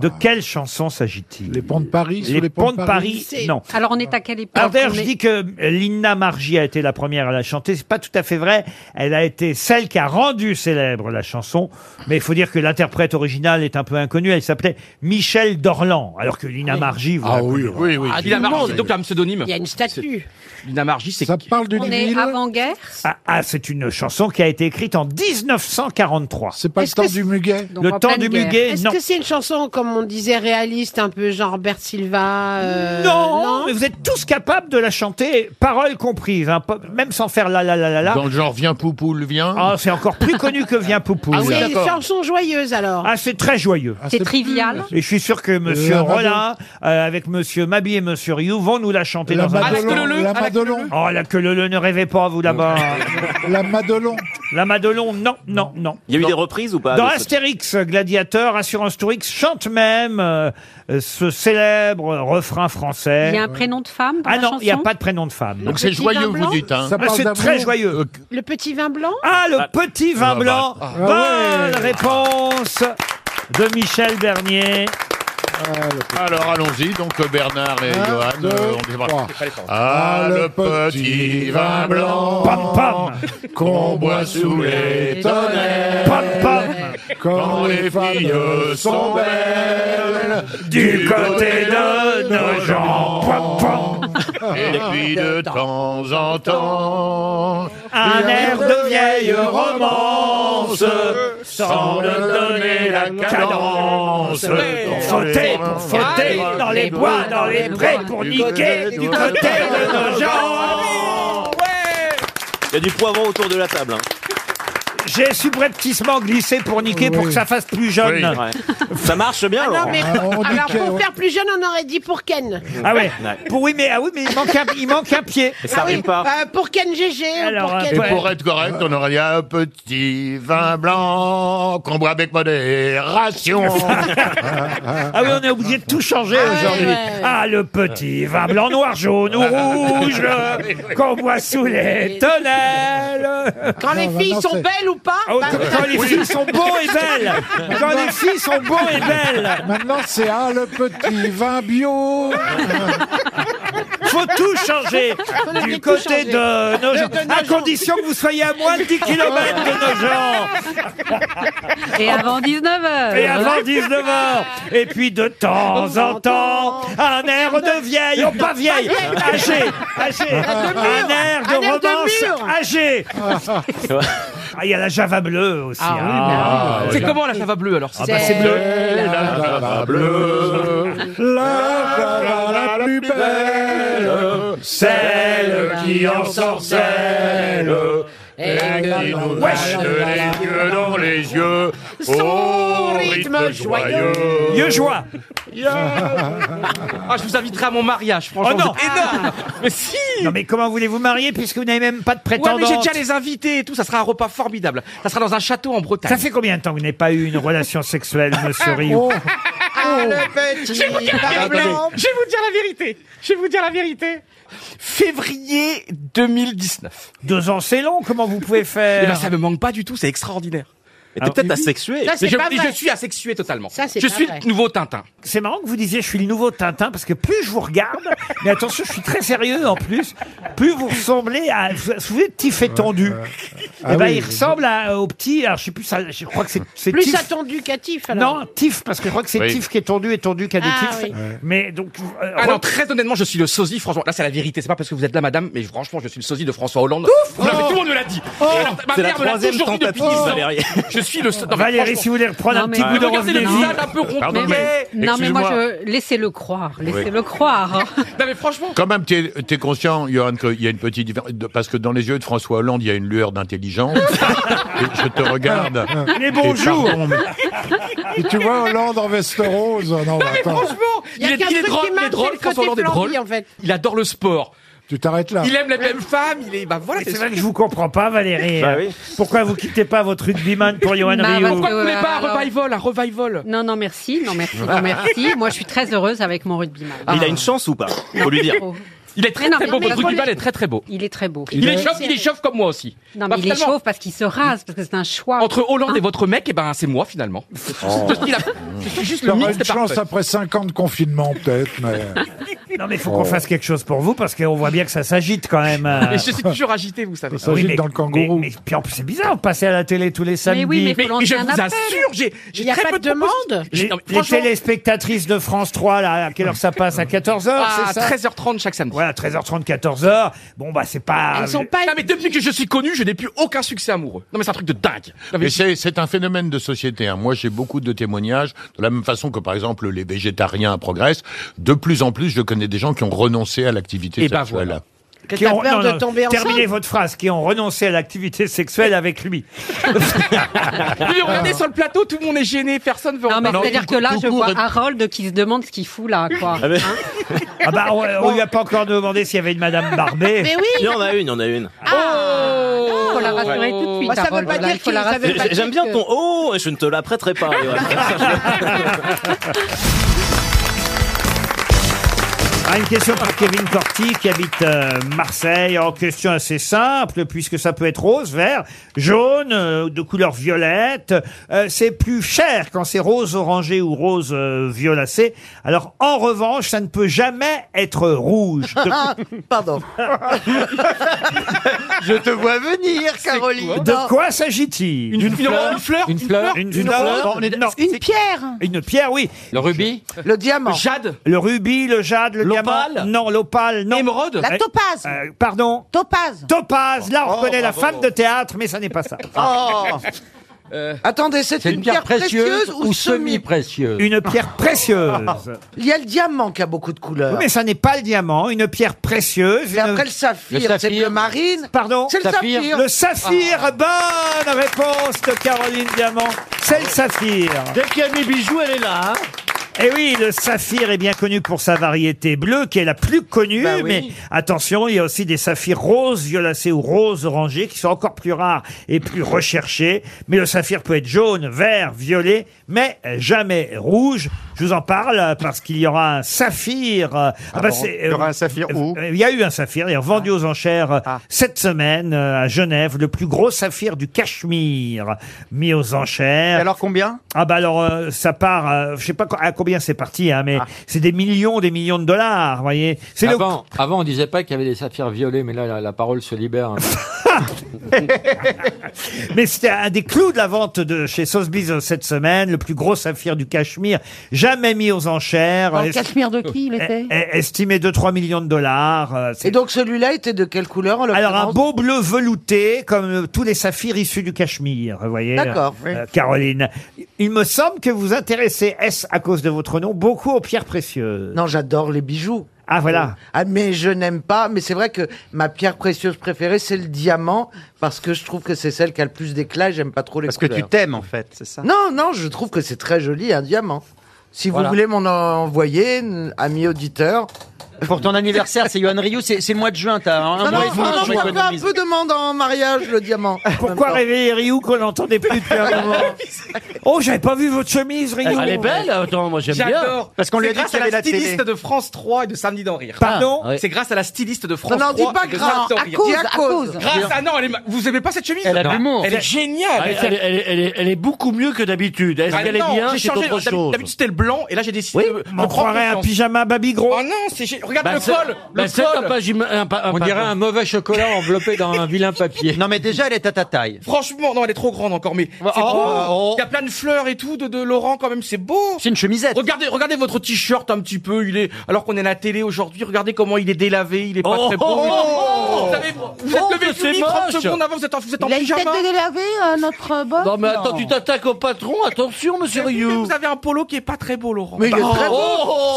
De quelle chanson s'agit-il Ah. Les ponts de Paris Les, ponts, de Paris,
C'est-
non.
Alors on est à quelle époque
Alors d'ailleurs,
On
je
est-
dis que Lina Margie a été la première à la chanter. C'est pas tout à fait vrai. Elle a été celle qui a rendu célèbre la chanson. Mais il faut dire que l'interprète originale est un peu inconnue. Elle s'appelait Michel Dorlan. Alors que Lina Margie, vous la connaissez.
oui, oui.
Ah,
Lina
tout le
Margie,
monde.
donc un pseudonyme.
Il y a
une statue. Lina Margie, c'est.
Ça parle
On est avant-guerre
Ah, ah, c'est une chanson qui a été écrite en 1943. C'est pas
le Est-ce temps que du
muguet.
Donc,
le
en
temps
pleine
du
guerre.
muguet,
Est-ce
non.
que c'est une chanson, comme on disait, réaliste, un peu genre Bert Silva euh,
non, mais vous êtes tous capables de la chanter, paroles comprises, hein, pas- même sans faire la la la la la.
Dans le genre, viens Poupoule, viens.
Ah, c'est encore plus connu que Viens Poupou.
Ah oui,
C'est une chanson joyeuse alors.
Ah, c'est très joyeux.
C'est c'est trivial.
Et je suis sûr que Monsieur
la
Rollin, euh, avec Monsieur Mabi et Monsieur Rioux, vont nous la chanter
La
dans un
Madelon, Ah, la Queue-leu-leu, la ah, la Madelon.
Oh, la que le ne rêvez pas, vous là-bas.
La Madelon.
la Madelon, non, non, non.
Il y a eu des reprises ou pas
Dans
de ce-
Astérix, Gladiateur, Assurance Tourix chante même euh, euh, ce célèbre refrain français.
Il y a un prénom de femme dans
Ah
la
non, il n'y a
chanson
pas de prénom de femme.
Donc Le c'est petit joyeux, vin vous blanc dites, hein. Ça
Ah,
parle
c'est
d'amour Euh,
très joyeux.
Le petit vin blanc
Ah, le petit vin
Ah, bah,
blanc.
ah.
Bonne réponse de Michel Bernier.
Ah,
Alors allons-y, donc euh, Bernard et Johan,
deux,
euh, on démarre.
trois.
Ah, le petit vin blanc
Pam,
qu'on boit sous les tonnerres, quand les filles sont belles, du côté de nos gens. Et puis de temps en temps,
un air de vieille romance
sans le donner la cadence.
Pour Sauter, pour sauter dans les bois, dans les prés, pour niquer du côté de nos gens.
Il y a du poivron autour de la table. hein.
J'ai subrepticement glissé pour niquer pour que ça fasse plus jeune.
Oui. Ouais. Ça marche bien,
Ah
Ah
Non,
Laurent.
mais
Ah,
alors pour faire plus jeune, on aurait dit pour Ken.
Ah ouais. Pour oui, mais ah oui, mais il manque un, il manque un pied. Ah,
Ah oui, euh, pour Ken GG. ou pour
Et
euh,
Ken...
pour être correct, on aurait dit un petit vin blanc qu'on boit avec
[LAUGHS]
modération.
Ah oui, on est obligé de tout changer aujourd'hui. Ah, le petit vin blanc, noir, jaune ou rouge, qu'on boit sous les tonnelles.
Quand les filles sont belles ou pas bah,
Ah oui, quand- quand les filles sont beaux
[LAUGHS]
et belles. Quand les filles sont beaux et belles.
Maintenant, c'est ah, le petit vin bio.
[LAUGHS] Faut tout
[LAUGHS]
changer
Faut
du
tout
côté
changer.
de nos gens.
De- de nos
À
gens.
condition que vous soyez à moins de 10 km de nos gens.
Ah. Et avant 19h.
Ah
Et avant 19h. Et puis de temps en temps, un air de vieille, oh pas vieille,
Pas vieille.
âgée, âgée.
Un de
Un
mûre.
air
Un air de
de
mûre.
romance
[LAUGHS]
âgée. Ah, il y a la Java bleue aussi.
Ah oui,
hein.
mais oui. C'est
ouais.
comment la Java bleue alors
Ah bah, c'est bleu. La
Java
hein.
bleue.
La Java la plus belle, celle qui en sorcelle et qui nous
Wesh.
donne les yeux dans les yeux. Au rythme joyeux.
Yeux joie.
Ah, je vous inviterai à mon mariage, franchement.
Oh non.
vous êtes énorme. Mais si
Non mais comment voulez-vous marier puisque vous n'avez même pas de
Ouais,
prétendant
mais j'ai déjà les invités et tout, ça sera un repas formidable. Ça sera dans un château en Bretagne.
Ça fait combien de temps que vous n'avez pas eu une relation sexuelle, monsieur Rio [LAUGHS]
Oh.
Ah, le petit je vais, vous dire la
Attendez.
vérité. Je vais vous dire la vérité. Je vais vous dire la vérité. Février 2019.
Deux ans, c'est long. Comment vous pouvez faire
Eh ben, ça me manque pas du tout. C'est extraordinaire.
Ah,
T'es peut-être
oui.
asexué.
Ça, c'est
Mais je,
pas
mais
vrai.
je suis asexué totalement.
Ça, c'est
je
pas
suis
vrai.
le nouveau Tintin.
C'est marrant que vous disiez je suis le nouveau Tintin parce que plus je vous regarde, mais attention, je suis très sérieux en plus, plus vous ressemblez à. Vous vous souvenez de Tiffet Tondu
Ah
Eh ben,
oui,
il
je-
ressemble à- au petit. Alors, je sais plus, ça, je crois que c'est. c'est
Plus
Tiff.
attendu qu'Atif, alors.
Non, Tiff, parce que je crois que c'est
Oui.
Tiff qui est tondu et tondu qui a des
Ah,
Tiff.
oui. Ouais.
Mais donc. euh,
Ah non,
re-
très honnêtement, je suis le sosie, franchement. Là, c'est la vérité. C'est pas parce que vous êtes là, madame, mais franchement, je suis le sosie de François Hollande.
Ouf
Vous l'avez-
Oh
Tout le monde me l'a dit.
Oh
Et alors, ma
C'est la
mère me l'a
troisième
toujours dit depuis
tentative,
10 ans.
Valérie.
Je suis le. so- non, mais
Valérie,
franchement-
si vous voulez reprendre un
Non,
petit
mais-
bout de
Mais regardez le
revenez-y.
visage un peu rond.
Mais, mais- non, mais moi, je... laissez-le croire. Laissez-le croire.
non, mais franchement.
[LAUGHS]
Quand même, t'es es conscient, Johan, qu'il y a une petite différence. de- Parce que dans les yeux de François Hollande, il y a une lueur
[LAUGHS]
d'intelligence. Et je te regarde.
Mais
Et
bonjour.
pardon, mais-
Et tu vois Hollande en veste rose. Non,
Non, mais
attends.
franchement,
Il y
il
a
est
qu'un
il est
truc
drôle,
qui
il est
marche,
drôle,
c'est
François Hollande est
Florent
drôle.
Guy, en fait.
Il adore le sport.
Tu t'arrêtes là.
Il aime les mêmes femmes, il est. Bah voilà,
C'est vrai que je vous comprends pas, Valérie.
Bah oui.
Pourquoi vous quittez pas votre rugbyman
[LAUGHS]
pour Johan
Bah,
Rioux
parce que,
voulez
euh,
pas un
alors-
revival, un revival
Non, non, merci, non, merci, non,
[LAUGHS]
merci. Moi, je suis très heureuse avec mon rugbyman.
Mais Il a une chance ou pas Faut lui dire.
Oh.
Il est très
Mais non,
très
mais-
beau,
mais-
votre rugbyman est très très beau.
Ah, Il est très beau.
Il est chauve, il est chauve comme moi aussi.
Non,
Bah,
mais il est
finalement,
chauve parce qu'il se rase, parce que c'est un choix.
Entre Hollande et votre mec, et ben c'est moi finalement. C'est tout ce qu'il a- c'est juste le
T'auras
mix,
une
c'est
chance
parfait.
après 5 ans de confinement, peut-être, mais.
Non, mais il
Oh.
faut qu'on fasse quelque chose pour vous parce qu'on voit bien que ça s'agite quand même. euh.
[LAUGHS] Mais je suis toujours agité, vous savez.
Ah oui, mais- Mais, mais- puis en plus, c'est bizarre, on passait à la télé tous les samedis.
mais, je vous assure, j'ai
Il
j'ai
n'y a
très
pas
peu
de demande.
J'ai-
Les,
non, mais
les
franchement-
téléspectatrices de France 3, là, à quelle heure ça passe À 14h,
À
c'est ça
13h30 chaque samedi. Ah,
Voilà, 13h30, 14h. Bon, bah, c'est pas.
Non, mais depuis que je suis connu, je n'ai plus aucun succès amoureux. Non, mais c'est un truc de dingue. Non, mais-
Mais c'est c'est un phénomène de société. hein. Moi, j'ai beaucoup de témoignages, de la même façon que, par exemple, les végétariens progressent. De plus en plus, je connais des gens qui ont renoncé à l'activité sexuelle.
Que t'as peur de tomber enceinte
Terminez votre phrase, qui ont renoncé à l'activité sexuelle avec
[LAUGHS]
lui.
Mais regardez sur le plateau, tout le monde est gêné, personne veut
Oh,
en
Non, mais
parler.
c'est-à-dire que là, je vois Harold qui se demande ce qu'il fout là, quoi. Hein
Ah bah, on, on lui a pas encore demandé s'il y avait une Madame Barbet.
Mais oui.
Il y en a une, il y en a une.
Ah, faut la rassurer
Oh.
tout de suite.
Bah, ça veut
Harold,
pas
voilà,
dire
il faut la
qu'il savait
rassurer.
pas
J'aime bien ton oh, je ne te la prêterai pas.
Ah, une question pour Kevin Corti qui habite euh, Marseille. En question assez simple puisque ça peut être rose, vert, jaune, euh, de couleur violette. Euh, c'est plus cher quand c'est rose orangé ou rose euh, violacé. Alors en revanche, ça ne peut jamais être rouge.
[LAUGHS]
Ah,
De-
Pardon.
Je te vois venir, Caroline.
De quoi s'agit-il
Une fleur.
Une fleur Une
Une fleur.
fleur
Non, on est-
Non.
Une pierre.
Une pierre, oui.
Le rubis
Le diamant.
jade.
Le rubis, le jade, le diamant. Non, l'opale, non. Émeraude.
La topaze.
pardon.
Topaz.
Topaz. Là, on
Oh,
reconnaît la
bravo.
femme de théâtre, mais ça n'est pas ça.
Oh. Attendez, Euh, c'est une, pierre précieuse, ou semi
précieuse Une pierre précieuse.
Il y a le diamant qui a beaucoup de couleurs.
Oui, mais ça n'est pas le diamant, une pierre précieuse.
Et après le saphir, c'est bleu marine.
Pardon
C'est le saphir.
Le saphir,
Ah.
bonne réponse de Caroline Diamant. C'est le saphir.
Ah Dès qu'il y a mes bijoux, elle est là. hein.
Et oui, le saphir est bien connu pour sa variété bleue, qui est la plus connue.
Bah oui.
Mais attention, il y a aussi des saphirs roses violacés ou roses orangés, qui sont encore plus rares et plus recherchés. Mais le saphir peut être jaune, vert, violet, mais jamais rouge. Je vous en parle euh, parce qu'il y aura un saphir. euh, ah bah
bon
c'est,
Il y aura un Ah.
saphir où Il y a eu un saphir, d'ailleurs, vendu aux enchères euh, cette semaine euh, à Genève, le plus gros saphir du ben Cachemire, mis aux enchères. alors combien Ah bah alors, euh, ça part, euh, je sais pas co- à combien combien c'est parti, hein, mais c'est des millions, des millions de dollars, vous voyez. C'est
Ah
le-
Avant, avant, on disait pas qu'il y avait des saphirs violets, mais là, la, la parole
[LAUGHS]
se libère.
Mais c'était un des clous de la vente de chez Sotheby's euh, cette semaine, le plus gros saphir du Cachemire, jamais mis aux enchères.
Dans le
Est-
Cachemire de qui il
est-
était
est- Eh, Estimé 2-3 millions de dollars. euh, c'est-
Et donc celui-là était de quelle couleur en
alors un
l'occurrence
beau bleu velouté, comme euh, tous les saphirs issus du Cachemire, vous voyez. euh,
D'accord, oui.
Caroline, il me semble que vous intéressez, est-ce à cause de votre nom, beaucoup aux pierres précieuses
Non, j'adore les bijoux.
Ah voilà.
Ah mais je n'aime pas, mais c'est vrai que ma pierre précieuse préférée c'est le diamant parce que je trouve que c'est celle qui a le plus d'éclat, et j'aime pas trop les
Parce que
couleurs.
tu t'aimes, en fait, c'est ça
Non, non, je trouve que c'est très joli un diamant. Si
Voilà.
vous voulez m'en envoyer, n- ami auditeur.
Pour ton anniversaire, c'est Yohan Ryu, c'est c'est le mois de juin, t'as hein, un
Non,
mois
non,
et demi,
non,
je
pourquoi un
m'économise.
peu demande en mariage le diamant
Pourquoi réveiller Ryu qu'on n'entendait plus depuis un
[LAUGHS]
moment Oh, j'avais pas vu votre chemise, Ryu.
Elle est belle, attends, moi j'aime bien.
J'adore.
Parce qu'on lui a
C'est
dit
grâce
qu'il
à
avait la
styliste
télé.
de France 3 et de Samedi d'en rire.
Pardon
C'est grâce à la styliste de France
Non, non,
3.
dis pas
et de
grâce,
Samedi d'en
à
rire.
cause, à cause.
Grâce à non, elle est ma- vous aimez pas cette chemise
Elle a de
Non.
l'humour. Ah,
Elle est géniale.
Elle, elle- elle- elle est, elle est beaucoup mieux que d'habitude. Est-ce
Ah,
qu'elle est
non,
bien
j'ai
C'est
changé.
autre
D'habitude-
chose.
D'habitude c'était le blanc et là j'ai décidé. de- de
on
prendre
croirait un
confiance.
pyjama baby gros.
Oh non, c'est gé- regarde
Bah,
le
c'est-
col,
bah,
le
c'est
col.
un pagima- un pa- un On pa- dirait un mauvais chocolat enveloppé dans un vilain papier.
Non, mais déjà, elle est à ta taille.
Franchement, non, elle est trop grande encore, mais
Bah,
c'est
oh,
beau.
oh.
Il y a plein de fleurs et tout de, de Laurent quand même, c'est beau.
C'est une chemisette.
Regardez, regardez votre t-shirt un petit peu, il est alors qu'on est à la télé aujourd'hui. Regardez comment il est délavé, il est pas
Oh,
très beau.
oh, oh.
vous avez- vous êtes
Oh,
levé
que
du
c'est
lit 30
moche.
secondes avant, vous êtes en, vous êtes en
Il a une
pyjama.
tête de délavé, euh, notre boss
Non mais attends, tu t'attaques au patron, attention monsieur Ah, oh,
Oui,
Ryu.
mais vous avez un polo qui est pas très beau, Laurent.
Mais
Oh,
il est très beau.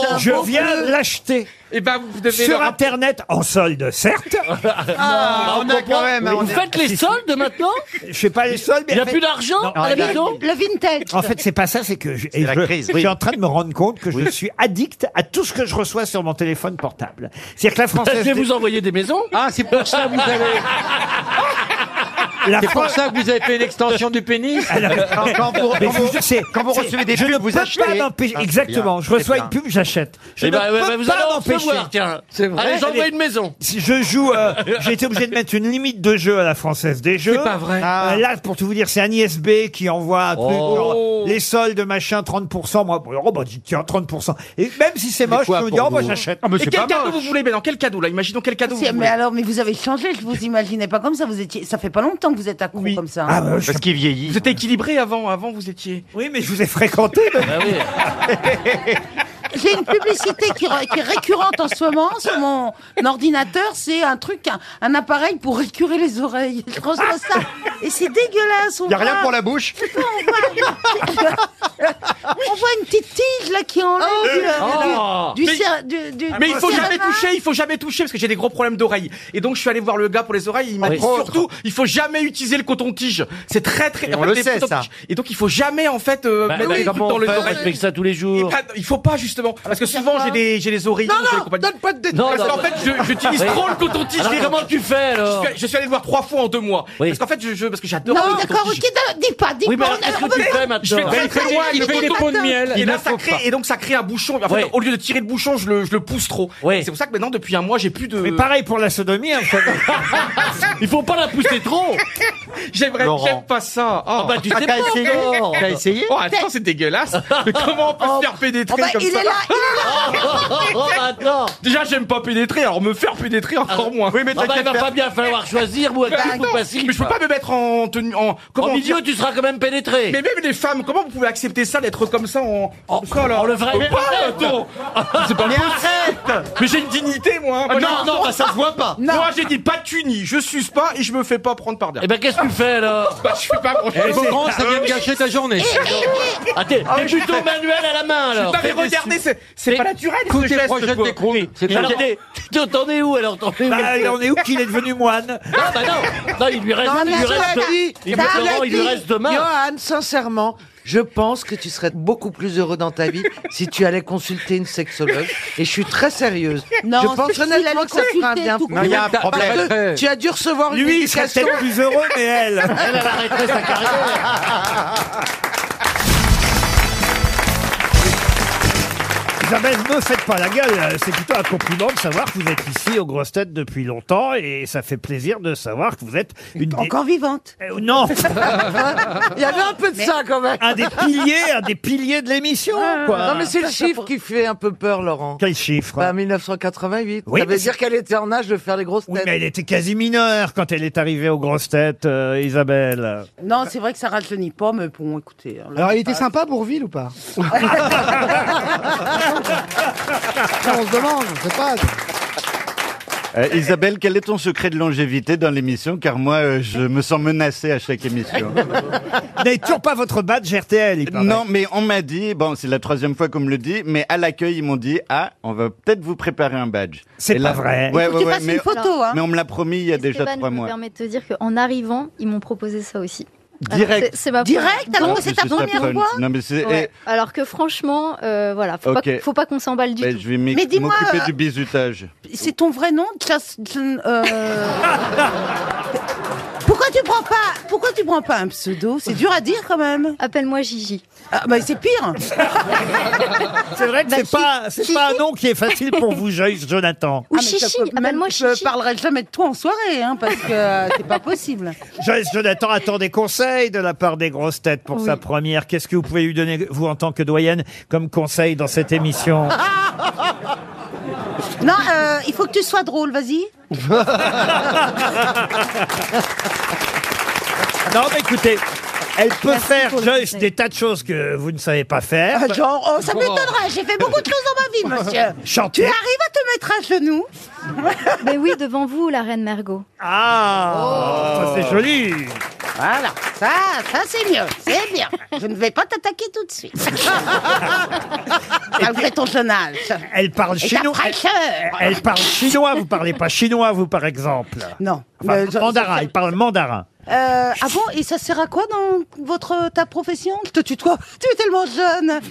C'est un
Je
beau
viens
bleu.
de l'acheter
Eh
Et ben vous devez
sur
leur-
Internet, en solde, certes.
[LAUGHS] Ah,
Non, on comprend. Oui.
Vous faites les soldes maintenant
Je fais pas les soldes, mais
Il n'y a
en fait-
plus d'argent
Non,
à la
mais-
maison
Le vintage.
En fait, c'est pas ça, c'est que je, et
la
je-
crise,
je
oui.
suis en train de me rendre compte que je suis addict à tout ce que je reçois sur mon téléphone portable. C'est-à-dire que la
Bah,
Je
française
vais
des-
vous envoyer des maisons
Ah, c'est pour ça que vous avez...
La
C'est
Fran-
pour ça que vous avez fait l'extension du pénis
Alors- Mais je vous jure, c'est- c'est- je ne peux pas
Ah,
m'empêcher- Exactement. Je reçois une pub, j'achète. Je
Eh
ne
ben, ouais,
peux
bah, vous
pas
allez en
m'empêcher.
recevoir, tiens. C'est vrai. Allez, j'envoie une maison.
Si je joue, euh, j'ai été obligé de mettre une limite de jeu à la française des jeux.
pas vrai.
Euh, Là, pour tout vous dire, c'est Agnès B qui envoie un truc,
Oh.
genre, les soldes, machin, 30%. Moi, bon, oh, bah, dis, tiens, 30%. Et même si c'est moche, je me dis, oh, bah, j'achète.
et quel cadeau vous voulez Ah, Mais dans quel cadeau là Imaginons quel cadeau.
Si,
vous
mais
voulez.
alors, mais vous avez changé, je vous imaginais pas comme ça. Vous étiez, ça fait pas longtemps que vous êtes accro comme ça.
Ah, bah,
hein.
Parce qu'il vieillit.
Vous étiez équilibré avant, avant vous étiez. Bah
Oui, mais je vous ai fréquenté.
J'ai une publicité qui, re- qui est récurrente en ce moment sur mon ordinateur. C'est un truc, un, un appareil pour récurer les oreilles. Je reçois ça et c'est dégueulasse. Il
Y a rien pour la bouche
on, voit, on voit une petite tige là qui enlève
Oh.
du, du,
Mais-
cer- du- du-
Mais il
du
faut jamais
cerveau.
toucher, il faut jamais toucher parce que j'ai des gros problèmes d'oreilles. Et donc je suis allé voir le gars pour les oreilles, il m'a dit surtout, il faut jamais utiliser le coton-tige. C'est très très
Et
en
on
fait,
le
les
sait,
coton-tiges.
ça.
Et donc il faut jamais en fait euh,
Bah,
mettre
oui,
des trucs
comment
dans
on
les
fait
oreilles.
Je fais ça tous les jours.
Et pas- Il faut pas justement parce que souvent j'ai des j'ai les oreilles.
Non, non, donne pas de
Non,
détails.
Parce qu'en
non,
fait, je-
[LAUGHS]
j'utilise
Oui.
trop le coton-tige.
Alors,
les-
comment tu fais, alors
je suis, je suis allé le voir trois fois en deux mois. Parce qu'en fait, je, je- parce que j'adore.
Non,
le
oui, d'accord, ok,
coton-tige.
d'accord, dis pas, dis
Oui, mais
pas.
alors,
on a-
qu'est-ce
on
que tu
veut-
fais
Je
maintenant
fais très, très loin, il fait des pots de miel. Et
Il
là,
ne
ça
faut
crée,
pas.
et donc ça crée un bouchon. En fait,
Ouais.
au lieu de tirer le bouchon, je le, je le pousse trop. Et C'est pour ça que maintenant, depuis un mois, j'ai plus de.
Mais pareil pour la sodomie. hein,
[LAUGHS]
vous savez.
Il faut pas la pousser trop.
J'aimerais,
Laurent.
j'aime pas ça. Oh.
Ah bah, tu sais
Ah,
pas encore.
T'as essayé Oh, attends, c'est dégueulasse. Mais comment on peut se faire pénétrer
bah,
comme
il
ça
est là, il
[LAUGHS]
est là. Oh, oh, oh, attends.
[LAUGHS] Déjà, j'aime pas pénétrer, alors me faire pénétrer encore moins.
Oui, mais Ah bah, t'inquiète il va pas. pas bien falloir choisir, moi,
Bah,
qui
attends,
ou pas si.
Mais je peux pas me mettre en tenue, en.
En milieu,
dire
tu seras quand même pénétré.
Mais même les femmes, comment vous pouvez accepter ça d'être comme ça en. En,
en oh, le vrai-
Mais
Mais arrête. [LAUGHS]
C'est pas
Mais
possible. Mais j'ai une dignité, moi. Moi,
non,
j'ai-
non, bah, ça se voit pas.
Moi, j'ai dit pas de tunis, je suce pas et je me fais pas prendre par derrière.
Eh ben, qu'est-ce que tu fais, alors
[LAUGHS] Bah, je fais pas grand
Eh,
chose.
Laurent, ça vient me gâcher ta
[LAUGHS]
journée. Ah, t'es
Ah,
t'es
mais je-
plutôt manuel à la main, alors.
Putain, mais regardez, c'est- c'est pas naturel, ce
Tout est
geste,
projet
quoi.
d'écrou.
C'est
Alors,
un-
t'es- t'en- T'en es où, alors T'en es où
Bah, on est où qu'il est devenu moine
Ah, bah non. Non, il lui reste.
Non,
il
mais
lui
cela
reste-
dit,
il lui
cela
reste- Laurent,
dit,
il lui reste demain.
Johan, sincèrement, je pense que tu serais beaucoup plus heureux dans ta vie [LAUGHS] si tu allais consulter une sexologue. Et je suis très sérieuse.
Non,
je pense
si, si, il
honnêtement
allait
que ça ferait un
consulter
bien
tout
fou.
court. Non, il y a un
Parce
problème.
que Tu as dû recevoir une
Ah. Lui, il serait
éducation.
peut-être plus heureux, mais elle.
Elle, elle arrêterait sa carrière.
[LAUGHS]
Vous Isabelle, ne faites pas la gueule. C'est plutôt un compliment de savoir que vous êtes ici aux grosses têtes depuis longtemps et ça fait plaisir de savoir que vous êtes une encore
vivante.
non.
Il y avait un peu de ça quand même.
Un des piliers, un des piliers de l'émission. quoi.
Ah. Non, mais c'est le chiffre qui fait un peu peur, Laurent.
Quel chiffre
Bah, 1988.
Oui,
ça
mais
veut
c'est-
dire qu'elle était en âge de faire les grosses têtes.
Oui, mais elle
[LAUGHS]
était quasi mineure quand elle est arrivée aux grosses têtes, euh, Isabelle.
Non, c'est vrai que ça rate le nid pas, mais bon, écoutez. hein,
Alors, il était sympa, Bourville, ou pas Ça, On se demande, je sais pas.
Euh, Isabelle, quel est ton secret de longévité dans l'émission Car moi, euh, je me sens menacé à chaque émission.
Vous n'avez toujours pas votre badge RTL, il paraît.
Non, mais on m'a dit, bon, c'est la troisième fois qu'on me le dit, mais à l'accueil, ils m'ont dit, ah, on va peut-être vous préparer un badge.
C'est
Et
pas vrai.
Ouais,
Faut que
ouais,
tu
ouais,
fasses
mais,
une photo, hein.
mais on me l'a promis il y a déjà
Esteban,
trois
je me
mois.
permets de te dire qu'en arrivant, ils m'ont proposé ça aussi.
Direct.
Alors, c'est- C'est ma
Direct,
première-
alors que c'est ta Non, mais c'est première pas fun. fois Non, mais c'est-
Ouais.
eh.
Alors que franchement, euh, voilà, faut
Ok.
pas, faut pas qu'on s'emballe du
Ben,
tout.
je vais m'y-
Mais dis-moi,
m'occuper
euh,
du bizutage.
C'est ton vrai nom, Jas- Jan- euh, Pourquoi tu prends pas Pourquoi tu prends pas un pseudo C'est dur à dire quand même.
Appelle-moi Gigi.
Ah, bah c'est pire.
C'est vrai que
Bah,
Bah,
c'est pas, c'est pas un nom qui est facile pour vous, Joyce Jonathan.
Ah, mais ça peut même- Je parlerai jamais de toi en soirée, hein, parce que euh, c'est pas
[LAUGHS]
possible.
Joyce Jonathan attend des conseils de la part des grosses têtes pour
Oui.
sa première. Qu'est-ce que vous pouvez lui donner, vous, en tant que doyenne, comme conseil dans cette
[LAUGHS]
émission
Non, euh, il faut que tu sois drôle, vas-y.
Non, mais écoutez, elle peut faire, Joyce, des tas de choses que vous ne savez pas faire.
Ah, genre, oh, ça m'étonnerait, j'ai fait beaucoup de choses
[LAUGHS]
dans ma vie, monsieur.
Chanter.
Tu arrives à te mettre à genoux
Mais oui, devant vous, la reine Margot.
Ah, ça, c'est joli.
Oh. Voilà, ça, ça c'est mieux, c'est bien. Je ne vais pas t'attaquer tout de [LAUGHS] suite. Malgré ton jeune âge.
Elle parle
Et
chez
ta
nous.
fraîcheur.
Elle parle chinois, vous parlez pas chinois, vous, par exemple.
Non.
mandarin, il parle mandarin.
Euh, ah bon, et ça sert à quoi dans votre ta profession Je te tutoie, tu es tellement jeune.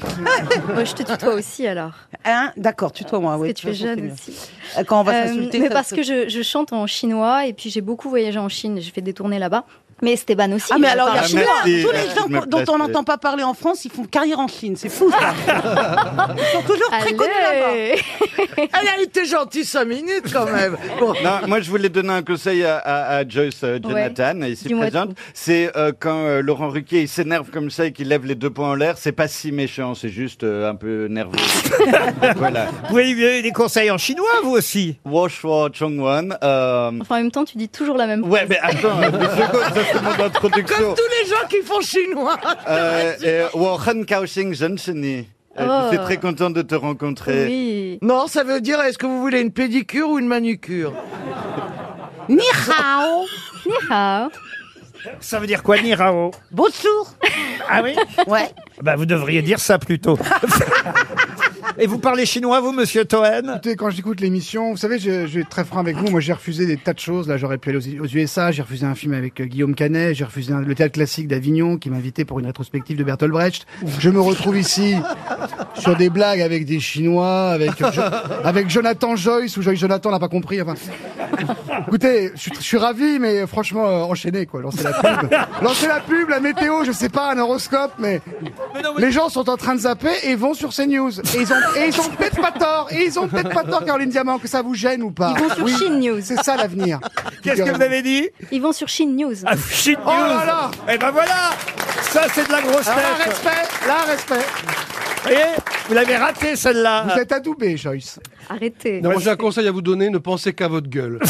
[LAUGHS] Moi, je te tutoie aussi alors.
Hein D'accord, tutoie-moi, oui.
que tu es
je pense
jeune
mieux.
aussi.
Euh, Quand on va
Euh,
s'insulter.
Mais
ça-
parce
ça-
que je, je chante en chinois et puis j'ai beaucoup voyagé en Chine, j'ai fait des tournées là-bas. Mais Esteban aussi.
Ah mais
il
alors il y a euh,
parle
Chinois,
chinois.
tous les gens qu'on- dont on n'entend pas parler en France, ils font carrière en Chine, c'est fou ça. Ils sont toujours très connus là-bas.
Elle a été gentille cinq minutes quand même. Bon.
Non, moi, je voulais donner un conseil à, à- à Joyce euh, Jonathan, ici
Dis-moi
présente.
tout.
C'est euh, quand euh, Laurent Ruquier il s'énerve comme ça et qu'il lève les deux poings en l'air, c'est pas si méchant, c'est juste euh, un peu
[LAUGHS]
nerveux. voilà.
Vous pouvez lui donner des conseils en chinois, vous aussi
Wash Chongwan. Euh...
Enfin, en même temps, tu dis toujours la même chose.
Ouais, mais attends, euh, deux secondes, ça c'est mon introduction.
Comme tous les gens qui font chinois.
Euh, et Wo Han Kaoxing Zhenshini. Euh,
Oh.
J'étais très content de te rencontrer.
Non, ça veut dire est-ce que vous voulez une pédicure ou une manucure
Ni hao.
Ni hao.
Ça veut dire quoi, ni rao
Bonjour.
Ah oui
Ouais.
Bah, vous devriez dire ça plutôt. Et vous parlez chinois, vous, monsieur Toen
Écoutez, quand j'écoute l'émission, vous savez, je, je vais être très franc avec vous. Moi, j'ai refusé des tas de choses. Là, j'aurais pu aller aux, aux USA. J'ai refusé un film avec euh, Guillaume Canet. J'ai refusé un- le théâtre classique d'Avignon qui m'invitait pour une rétrospective de Bertolt Brecht. Je me retrouve ici sur des blagues avec des Chinois, avec, euh, Jo- avec Jonathan Joyce ou Joyce Jonathan, on n'a pas compris. Enfin, écoutez, je suis, je suis ravi, mais euh, franchement, euh, enchaînez quoi. Lancez la pub, lancez la pub, la météo, je sais pas, un horoscope, mais, les gens sont en train de zapper et vont sur CNews. Et ils ont, et ils ont peut-être pas tort. Et ils ont peut-être pas tort, Caroline Diamant, que ça vous gêne ou pas.
Ils vont sur
Oui,
Chine News.
C'est ça l'avenir.
Qu'est-ce que vous avez dit
Ils vont sur Chine News.
Ah, shit
Oh là là
Et ben voilà Ça, c'est de la grosse tête
Alors là, respect, là, respect.
Et vous l'avez raté, celle-là
Vous êtes adoubé, Joyce.
Arrêtez.
Moi, j'ai un conseil à vous donner, ne pensez qu'à votre gueule.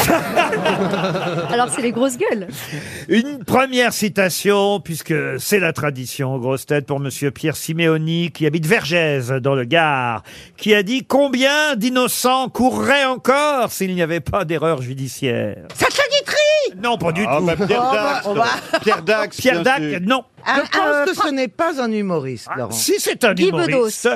Alors, c'est les grosses gueules.
Une première citation, puisque c'est la tradition, grosse tête, pour Monsieur Pierre Siméoni, qui habite Vergès, dans le Gard, qui a dit « Combien d'innocents courraient encore s'il n'y avait pas d'erreur judiciaire
Sacha Guitry ?»
Non, pas du tout.
Ah, bah, Pierre
Oh, bah,
Dax, Pierre Dax,
Pierre
bien
Dac,
sûr.
non.
Je
ah,
pense
euh,
que ce n'est pas un humoriste,
Ah,
Laurent.
Si c'est un
Guy
humoriste,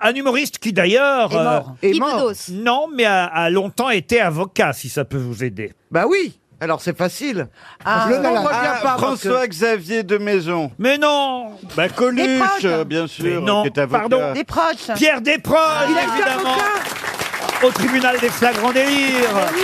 un humoriste qui d'ailleurs
Est mort.
euh,
Guy Bedos.
Non, mais a, a longtemps été avocat, si ça peut vous aider.
Bah oui. Alors c'est facile. Ah,
Le
on
Dallas.
revient
Ah,
pas parce que-
François-Xavier de Maison.
Mais non
Bah
Des
Coluche,
proches.
euh, bien sûr,
Mais non,
qui est avocat.
pardon.
Des proches.
Pierre Desproges,
Il a été
évidemment, au tribunal des flagrants délires.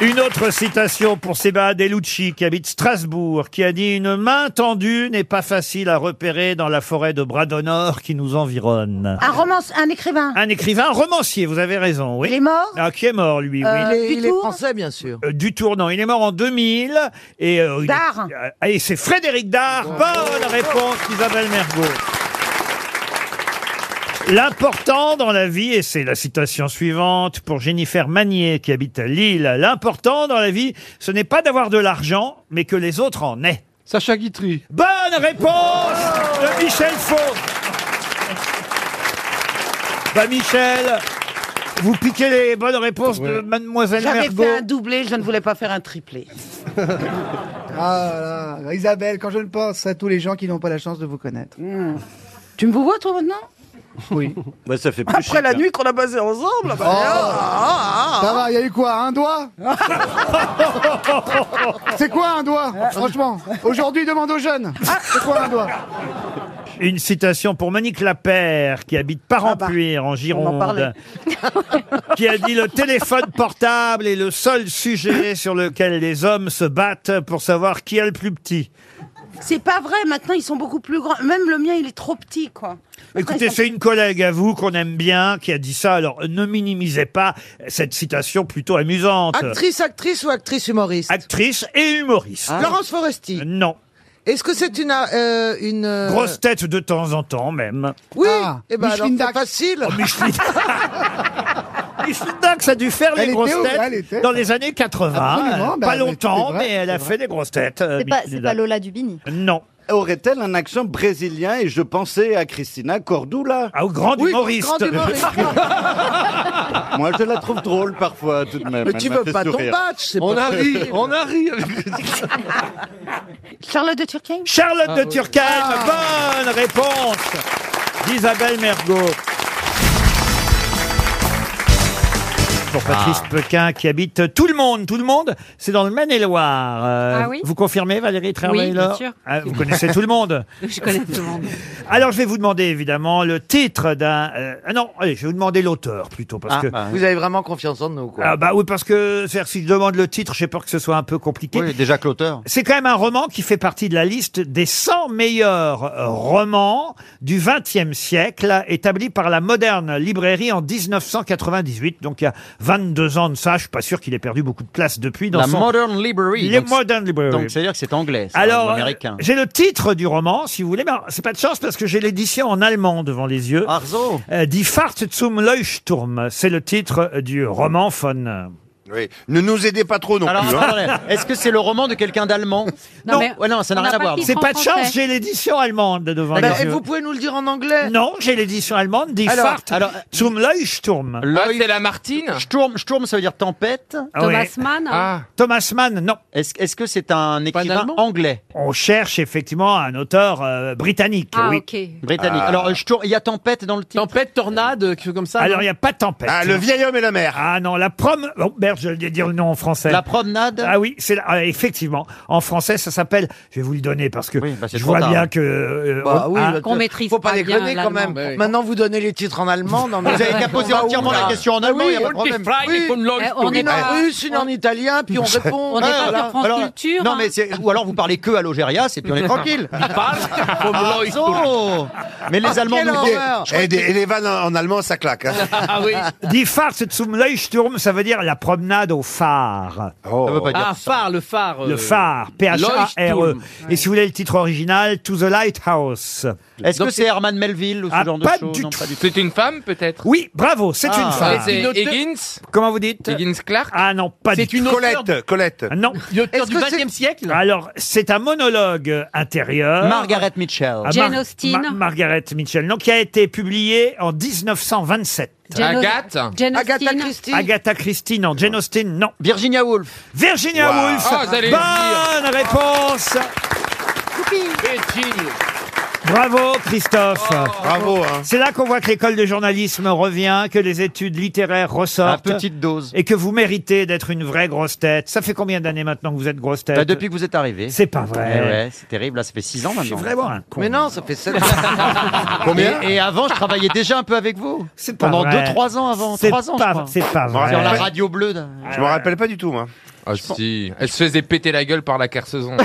Une autre citation pour Seba Delucci qui habite Strasbourg, qui a dit Une main tendue n'est pas facile à repérer dans la forêt de Bras-d'Honneur qui nous environne.
Un romance, un écrivain.
Un écrivain, un romancier, vous avez raison, oui. Il est
mort
Ah, qui est mort, lui, oui.
Euh, Il est- il est Dutour
français, bien sûr. Euh, du tour, non. Il est mort en 2000. Et, euh, il est-
Dard.
Ah, Et c'est Frédéric Dard. Bonne réponse d'Isabelle Mergot. L'important dans la vie, et c'est la citation suivante pour Jennifer Magnier qui habite à Lille, l'important dans la vie, ce n'est pas d'avoir de l'argent, mais que les autres en aient. Sacha Guitry. Bonne réponse de Michel Faux. Bah Michel, vous piquez les bonnes réponses de mademoiselle
J'avais
Mergo.
fait un doublé, je ne voulais pas faire un triplé.
Ah là là, Isabelle, quand je ne pense à tous les gens qui n'ont pas la chance de vous connaître.
Tu me vois, toi, maintenant
Oui.
Bah, ça fait plus
Après
chic,
la
hein.
nuit qu'on a passée ensemble, bah, ah, ah,
Ça va, il y a eu quoi Un doigt C'est quoi un doigt Franchement, aujourd'hui, demande aux jeunes. C'est quoi un doigt
Une citation pour Monique Lapère, qui habite
Ah bah,
Parampuire, en
parlait.
Gironde, [LAUGHS] qui a dit « Le téléphone portable est le seul sujet sur lequel les hommes se battent pour savoir qui est le plus petit.
[LAUGHS] C'est pas vrai, maintenant ils sont beaucoup plus grands. Même le mien, il est trop petit, quoi. » Maintenant,
Écoutez,
ils sont-
c'est une collègue à vous qu'on aime bien qui a dit ça, alors ne minimisez pas cette citation plutôt amusante.
Actrice, actrice ou actrice humoriste Ah.
Actrice et humoriste.
Laurence Foresti
Non.
Est-ce que c'est une... euh, une euh,
Grosse tête de temps en temps même.
Oui, eh ben alors
Micheline
c'est facile.
Oh,
[LAUGHS]
Micheline Dac, ça a dû faire
Elle
les
était
grosses
où
têtes
Elle était
dans les années 80.
Absolument, bah,
euh, pas
mais
longtemps,
c'est vrai,
mais elle a
c'est
fait des grosses têtes. euh,
C'est pas,
Micheline
c'est
Dac.
pas Lola Dubini.
Non.
Aurait-elle un accent brésilien Et je pensais à Christina Cordula.
Ah, au grand
Oui,
humoriste.
grande humoriste. Moi, je la trouve drôle parfois, tout de même.
Mais tu
Elle m'a
veux
fait
pas ton
sourire.
badge, c'est Ah, pas Bah, possible.
arrive.
Charlotte de Turquie
Charlotte
Ah,
de Turckheim, [LAUGHS] bonne réponse d'Isabelle Mergot. Pour
Ah.
Patrice Pequin qui habite tout le monde, tout le monde, c'est dans le Maine-et-Loire. Euh,
Ah oui
Vous confirmez Valérie Trierweiler
bien sûr.
Ah, Vous connaissez tout le monde.
[LAUGHS] Je connais tout le monde.
Alors je vais vous demander évidemment le titre d'un. euh, ah non, allez, je vais vous demander l'auteur plutôt parce
Ah,
que
Vous avez vraiment confiance en nous, quoi.
ah bah oui, parce que c'est-à-dire, si je demande le titre, j'ai peur que ce soit un peu compliqué. Oui, déjà que l'auteur. C'est quand même un roman qui fait partie de la liste des 100 meilleurs euh, romans du XXe siècle, établi par la moderne librairie en 1998. Donc il y a 22 ans de ça, je suis pas sûr qu'il ait perdu beaucoup de place depuis. Dans
La
son-
Modern Library.
Les
Donc,
Modern Library.
Donc, c'est-à-dire que c'est anglais, c'est
Alors,
ou américain.
euh, j'ai le titre du roman, si vous voulez, mais alors, c'est pas de chance parce que j'ai l'édition en allemand devant les yeux. Euh,
Arzo.
Die Fahrt zum Leuchtturm, c'est le titre euh, du roman von.
Oui. Ne nous aidez pas trop non
plus, hein.
Est-ce que c'est le roman de quelqu'un d'allemand
Non, mais
ouais, non, ça n'a
on
rien
n'a
à
pas
voir. Eh ben,
le titre C'est pas en de chance, français. j'ai l'édition allemande devant
Bah,
les
et
yeux.
vous pouvez nous le dire en anglais
Non, j'ai l'édition allemande Die
Alors-
Fahrt
alors-
zum Leuchtturm.
c'est la Martine Ah Sturm, Sturm, ça veut dire tempête.
Ah Thomas ouais.
Mann, hein. Ah.
Thomas Mann, non.
Est-ce est-ce que c'est un écrivain anglais
On cherche effectivement un auteur euh, britannique.
Ah,
oui.
ok.
Britannique.
Ah.
Alors, euh, Sturm, il y a tempête dans le titre. Tempête, tornade, quelque chose comme ça.
Alors, il n'y a pas de tempête.
Ah, le
vieil homme et la mer. Ah non, la prom... Oh, merde, je vais dire le nom en français. La
promenade
Ah oui, c'est la- ah, effectivement. En français, ça s'appelle... Je vais vous le donner parce que
bah, c'est
je
trop
vois
tard.
bien que... euh,
Bah
on-
oui,
ah,
parce que Faut pas, déconner quand même. Maintenant, vous donnez les titres en allemand. Non, mais
Vous avez qu'à poser
Bah, on va
entièrement
où, là
la question en allemand,
Ah oui,
il y a pas de problème.
Oui.
Eh,
on est
pas-
en russe, une en italien, puis on répond.
Ouais,
Voilà.
alors- alors-
hein.
Non, mais c'est- ou alors vous parlez que à l'Algéria, c'est puis on
[LAUGHS]
est tranquille. [LAUGHS] Ah, so. Mais
Ah,
Ah,
les Allemands nous Eh,
Eh,
et, des- et les vannes en, en allemand, ça claque. hein.
[LAUGHS]
Ah
Die Fahrt zum Leuchtturm, ça veut dire la promenade au phare.
Ça
Oh. bah,
veut pas dire
Ah, phare, le phare.
euh.
Le phare, P-H-A-R-E.
Leuchtturm.
E. Et si vous voulez le titre original, To the Lighthouse.
Est-ce que c'est Herman Melville ou ce
Ah,
genre de
pas
choses
du
Non,
tout.
pas du
C'est une femme, peut-être
Oui, bravo, c'est
Ah.
une femme.
Et c'est Higgins
Comment vous dites
Higgins Clark
Ah non, pas
C'est
du
une
tout.
auteure de-
Colette.
[LAUGHS]
Non.
auteure Est-ce du que c'est- 20e siècle
Alors, c'est un monologue intérieur. Ah,
Margaret Mitchell. Jane Austen.
Margaret Mitchell, non, qui a été publié en 1927.
Jane Au- Agathe Jane
Agatha
Austen.
Christie. Agatha Christie, non. Jane Austen, non. Virginia Woolf. Virginia
Wow. Oh,
Woolf.
Ah, j'allais le
Bonne réponse. Bravo Christophe.
Oh,
Bravo.
hein.
C'est là qu'on voit que l'école de journalisme revient, que les études littéraires ressortent.
À petite dose.
Et que vous méritez d'être une vraie grosse tête. Ça fait combien d'années maintenant que vous êtes grosse tête
Bah, depuis que vous êtes arrivé.
C'est pas vrai.
Eh ouais, c'est terrible. Là, ça fait 6 ans maintenant.
Je suis vraiment un con.
Mais non, ça fait 7 ans. Combien et, et avant, je travaillais déjà un peu avec vous. C'est
pas
Pendant
vrai.
2-3 ans avant.
C'est
3 ans, je
pas-
crois.
c'est pas vrai. Ah,
Sur la radio bleue. là.
Je me rappelle pas du tout, moi.
Ah si, elle se faisait péter la gueule par
[LAUGHS]
la carceson.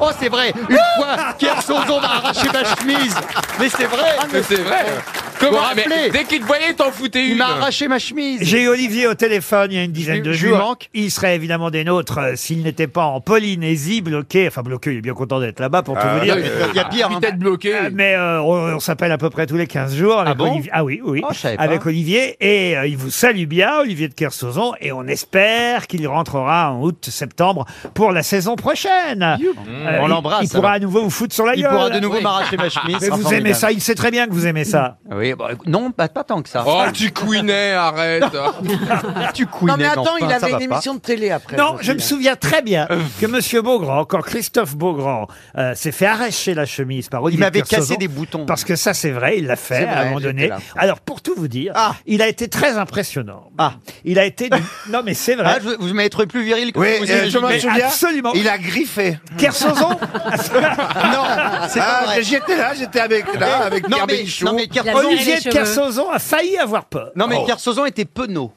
Oh, c'est vrai. Une
Ah,
fois, Kersozon m'a arraché ma chemise. Mais c'est vrai.
Ah, Mais c'est vrai.
Vous
Comment
vous rappelez
mais Dès qu'il te voyait, t'en foutais une.
Il m'a arraché ma chemise.
J'ai eu Olivier au téléphone il y a une dizaine
Je-
de
je
jours.
lui manque.
Il serait évidemment des nôtres euh, s'il n'était pas en Polynésie, bloqué. Enfin, bloqué, il est bien content d'être là-bas pour tout
Ah,
vous dire.
il y a- il y a pire, hein. Peut-être bloqué.
Euh, Mais euh, on, on s'appelle à peu près tous les 15 jours avec
Ah bon
Olivier. Ah oui, oui.
Oh, je savais pas.
avec Olivier. Et euh, il vous salue bien, Olivier de Kersauzon. Et on espère qu'il rentrera en août-septembre pour la saison prochaine. Euh,
On
il-
l'embrasse,
Il pourra
alors.
à nouveau vous foutre sur la
Il
gueule.
pourra de nouveau Oui. m'arracher ma chemise,
Mais
ce sera
vous aimez
formidable.
ça. Il sait très bien que vous aimez ça.
Oui, bah, non, pas, pas tant que ça. Ah,
Oh, tu couinais, arrête.
[LAUGHS]
tu
Non, mais attends, il avait une émission de télé après.
Non, je me souviens très bien
Euh.
que Monsieur Beaugrand, quand Christophe Beaugrand euh, s'est fait arracher la chemise par Olivier
m'avait
Kersauzon,
cassé des boutons.
Parce que ça, c'est vrai, il l'a fait
C'est
à
vrai,
un moment
j'étais
donné.
là. Ah.
Alors, pour tout vous dire, il a été très impressionnant. Ah. Il a été...
[LAUGHS]
Non, mais c'est vrai.
Ah, je- vous m'avez trouvé plus viril que
Oui,
vous
euh, je m'en
imaginez.
souviens. Absolument.
Il a griffé.
[LAUGHS]
Kersozon Non, [LAUGHS]
c'est pas vrai. J'étais là, j'étais avec,
Eh,
là, avec
Non,
Pierre
mais-
Bénichou.
non, mais Pierre- Il a viré
Olivier
les
de
cheveux.
Kersauzon a failli avoir peur.
Non, mais
Oh.
Kersozon était penaud.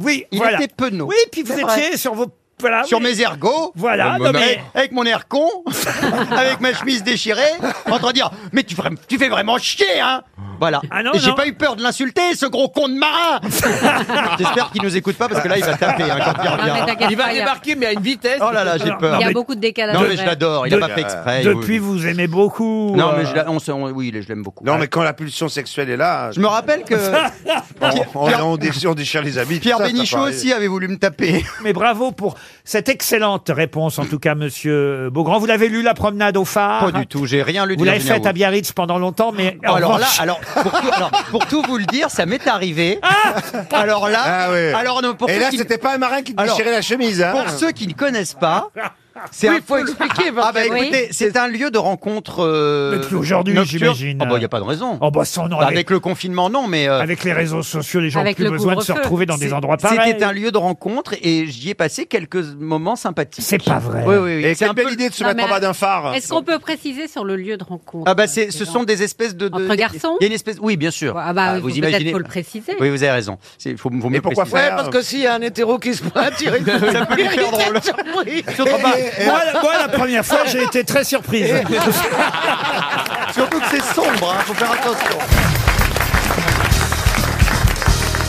Oui,
Il
voilà.
était penaud.
Oui, puis vous
C'est
étiez
vrai.
sur vos... voilà,
Sur
mais-
mes ergots.
Voilà,
Mon
non, mais-
monarque. Avec mon air con. [LAUGHS] avec ma chemise déchirée. En train de dire Mais tu, vra- tu fais vraiment chier, hein Voilà.
Ah non,
Et j'ai
non.
pas eu peur de l'insulter, ce gros con de
[LAUGHS]
marin J'espère qu'il nous écoute pas parce que là, il va taper hein, quand il
Ah, mais
revient.
t'inquiète
Il va
pas, il y a-
débarquer, mais à une vitesse.
Oh là là, j'ai peur.
Il y a
mais-
beaucoup de décalage.
Non, mais je
horaire.
l'adore, il a pas fait exprès.
Depuis, vous aimez beaucoup.
Non,
euh,
mais je l'a- on se- on- oui, je l'aime beaucoup.
Non, mais quand la pulsion sexuelle est là,
Je me rappelle
[LAUGHS]
[LAUGHS] que
on,
Pierre-
on-
Pierre-
on déchire, on déchire les habits. tout
Pierre
ça, ça
Bénichou
paraît-
aussi avait voulu me taper.
[LAUGHS] Mais bravo pour cette excellente réponse, en tout cas, monsieur Beaugrand. Vous l'avez lu, La promenade au phare
Pas du tout, j'ai rien lu de
Vous l'avez
Virginia
faite à
Woolf.
Biarritz pendant longtemps, mais. en
alors là,
revanche-
alors pour, tout, alors, pour tout vous le dire, ça m'est arrivé. [LAUGHS] alors là,
Ah ouais.
alors non, pour
Et
ceux
là,
qui-
c'était pas un marin qui te
Alors,
déchirait la chemise. Hein.
Pour ceux qui ne connaissent
[LAUGHS]
pas, c'est un peu- [LAUGHS] Ah bah
que-
écoutez, c'est un lieu de rencontre. euh,
Mais plus aujourd'hui,
nocturne.
j'imagine.
Ah bah y a pas de raison.
Oh, bah, ça, non,
Bah,
avec-
avec... le confinement, non, mais euh,
Avec les réseaux sociaux, les gens n'ont
Avec
plus
le
besoin de se
couvre-feu.
retrouver dans des
c'est-
endroits pareils.
c'était un lieu de rencontre et j'y ai passé quelques moments sympathiques.
C'est pas vrai.
Oui, oui, oui.
Et
C'est
quelle
un peu-
belle idée de se
Non,
mettre
mais-
en bas d'un phare.
Est-ce qu'on peut préciser sur le lieu de rencontre
Ah bah c'est, ce sont des espèces de, de-
Entre garçons
Il y a une espèce, oui, bien sûr.
Ah bah,
Ah,
faut-
vous
peut-être
imaginez.
faut le préciser.
Oui, vous avez raison. C'est, faut, faut mieux
pourquoi
préciser.
faire
Ouais, parce que s'il y a un hétéro qui se pointe,
[LAUGHS]
il risque de
Ça peut lui faire drôle.
[LAUGHS] surpris.
Surtout, pas-
Moi, la, moi, la première fois, j'ai été très surprise.
[LAUGHS] surtout que c'est sombre, hein, faut faire attention.
Ah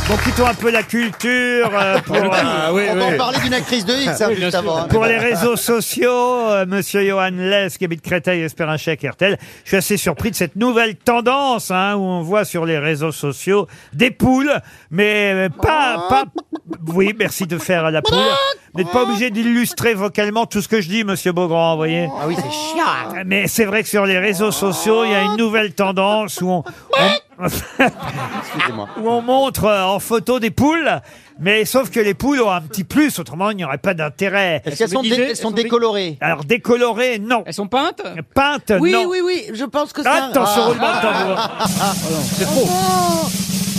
bon, quittons un peu la culture
[LAUGHS]
euh, pour, euh,
Ah
On va en parler d'une actrice de X, hein, juste avant.
pour les réseaux sociaux. euh, Monsieur Johan Les, qui habite Créteil, espère un chèque RTL. Je suis assez surpris de cette nouvelle tendance hein, où on voit sur les réseaux sociaux des poules, mais euh, pas... pas oui, merci de faire la poule. Vous n'êtes pas obligé d'illustrer vocalement tout ce que je dis, Monsieur Beaugrand, vous voyez
Ah oui, c'est chiant. hein.
mais c'est vrai que sur les réseaux sociaux, il y a une nouvelle tendance où on, on-
Excusez-moi.
[LAUGHS] où on montre euh, en photo des poules, mais sauf que les poules ont un petit plus, autrement il n'y aurait pas d'intérêt.
Est-ce qu'elles sont, dé- elles sont décolorées
Alors décolorées, non.
Elles sont peintes
Peintes,
Oui,
non.
oui, oui, je pense que Ah. ça.
Attention, roulement de tambour.
c'est trop.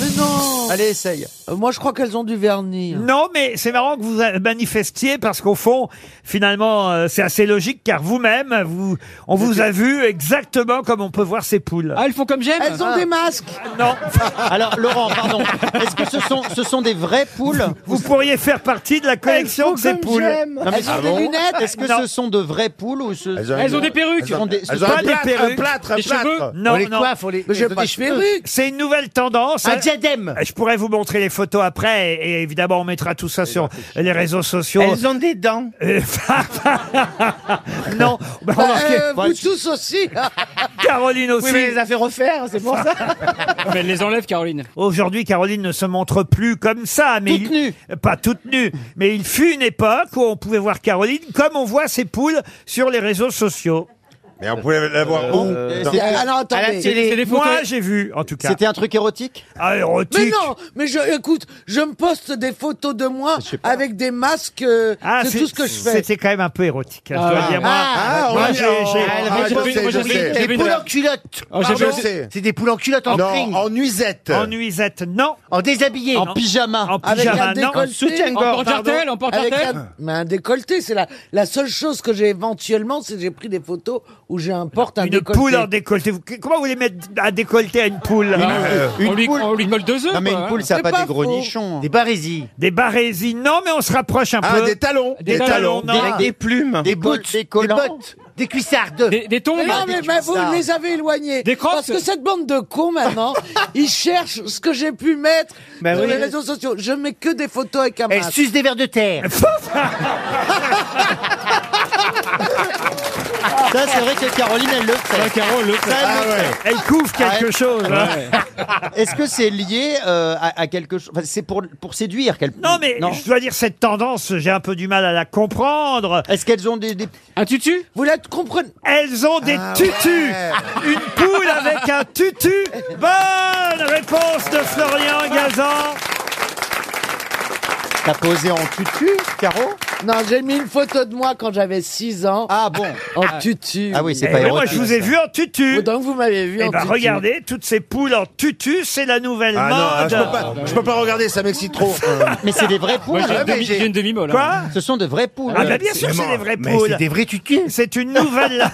mais non.
Allez, essaye.
Euh, Moi, je crois qu'elles ont du vernis.
Non, mais c'est marrant que vous a- manifestiez parce qu'au fond, finalement, euh, c'est assez logique car vous-même, vous, on vous a vu exactement comme on peut voir ces poules.
Ah, elles font comme j'aime
Elles ont des
[LAUGHS]
masques.
Non,
Alors, Laurent, pardon. Est-ce que ce sont, ce sont des vraies poules
vous pourriez faire partie de la collection de ces poules.
Non, mais-
Elles ont des lunettes.
Est-ce que
Non.
ce sont de vraies poules ou ce...
Elles ont des perruques.
Elles ont des-
Elles ont
pas
un
des
plâtre, un
perruques.
plâtre, un
Des cheveux
plâtre.
Non, non.
Mais
Euh,
j'ai pas de perruques.
C'est une nouvelle tendance.
Un diadème.
Je pourrais vous montrer les photos après, et et évidemment, on mettra tout ça sur les réseaux sociaux.
ont des dents.
Euh, non, Bah, remarquez,
Euh, vous tous aussi.
Caroline aussi.
a fait refaire, c'est pour ça.
[LAUGHS] Mais elle les enlève, Caroline.
Aujourd'hui, Caroline ne se montre plus comme ça. Mais
Toute
il- Pas toute nue. Mais il fut une époque où on pouvait voir Caroline comme on voit ses poules sur les réseaux sociaux.
Mais on pouvait l'avoir où
Euh,
Dans-
Ah,
Moi, j'ai vu, en tout cas.
C'était un truc érotique
Ah, érotique
Mais non, mais je, écoute, je me poste des photos de moi avec des masques, euh,
Ah,
c'est
c'est-
tout ce que je fais.
C'était quand même un peu érotique, hein, je
Ah,
dois
ah,
dire. Moi,
ah,
moi,
ah,
j'ai-
oui,
j'ai-
ah, elle
j'ai-
raconte-
j'ai-
moi, je
j'ai-
l'ai-
j'ai-
Des
j'ai-
poules en culotte.
Ah, j'ai-
Pardon.
j'ai-
C'est des poules en culotte en
Non,
string.
en nuisette. En nuisette, non.
En déshabillé.
En pyjama. En pyjama,
Avec un
non.
décolleté.
En soutien-gorge, En porte-jartel,
Pardon.
en porte-jartel.
Avec un- Mais un décolleté, c'est la, la seule chose que j'ai éventuellement, c'est que j'ai pris des photos où j'ai un porte, un
Une
décolleté.
poule en décolleté. Vous- Comment vous voulez mettre un décolleté à une poule
Une- On lui- poule- on lui
colle deux
œufs, Non, mais quoi, une poule, hein. ça a C'est pas des pas gros hein. faux.
nichons. Des barésies. Des barésies. Non, mais on se rapproche un
Ah,
peu.
des talons.
Des, talons, non.
plumes.
Des
bottes.
Des bottes. Des cuissardes. Des,
tombes.
Non,
Des
Ah,
mais bah, vous
cuissardes.
les avez éloignés.
Des crottes.
Parce que cette bande de cons,
[LAUGHS]
maintenant, ils cherchent ce que j'ai pu mettre
Bah
sur
oui.
les réseaux sociaux. Je mets que des photos avec un
Elle
masque.
suce
des vers de [LAUGHS] terre.
Ça, c'est vrai que Caroline, elle le fait. Ça, elle le fait.
Elle couvre quelque
Ah ouais.
chose. hein.
[LAUGHS] Est-ce que c'est lié euh, à, à quelque chose enfin, C'est pour, pour séduire qu'elle.
Non, mais je dois dire, cette tendance, j'ai un peu du mal à la comprendre.
Est-ce qu'elles ont des,
Un tutu
Vous la comprenez Ah,
Elles ont des tutus Une poule avec un
[LAUGHS]
tutu Bonne réponse de Florian Gazan
T'as posé en tutu, Caro
Non, j'ai mis une photo de moi quand j'avais 6 ans.
Ah bon
Oh,
En tutu. Oh,
Ah oui, c'est
Eh
pas
ben,
érotique.
moi, je vous ai vu en tutu.
Donc vous m'avez vu
Eh
en
ben,
tutu.
regardez, toutes ces poules en tutu, c'est la nouvelle
Ah non, ah,
mode.
je peux pas, je peux pas regarder, ça m'excite
[LAUGHS]
trop.
Euh, Mais c'est des vraies poules.
Moi, j'ai une
Ah, mais
demi- j'ai une demi-molle,
Quoi
hein.
Ce sont de vraies poules.
Ah, bah, bien sûr, c'est des vraies poules. tutus. C'est
[LAUGHS]
une nouvelle.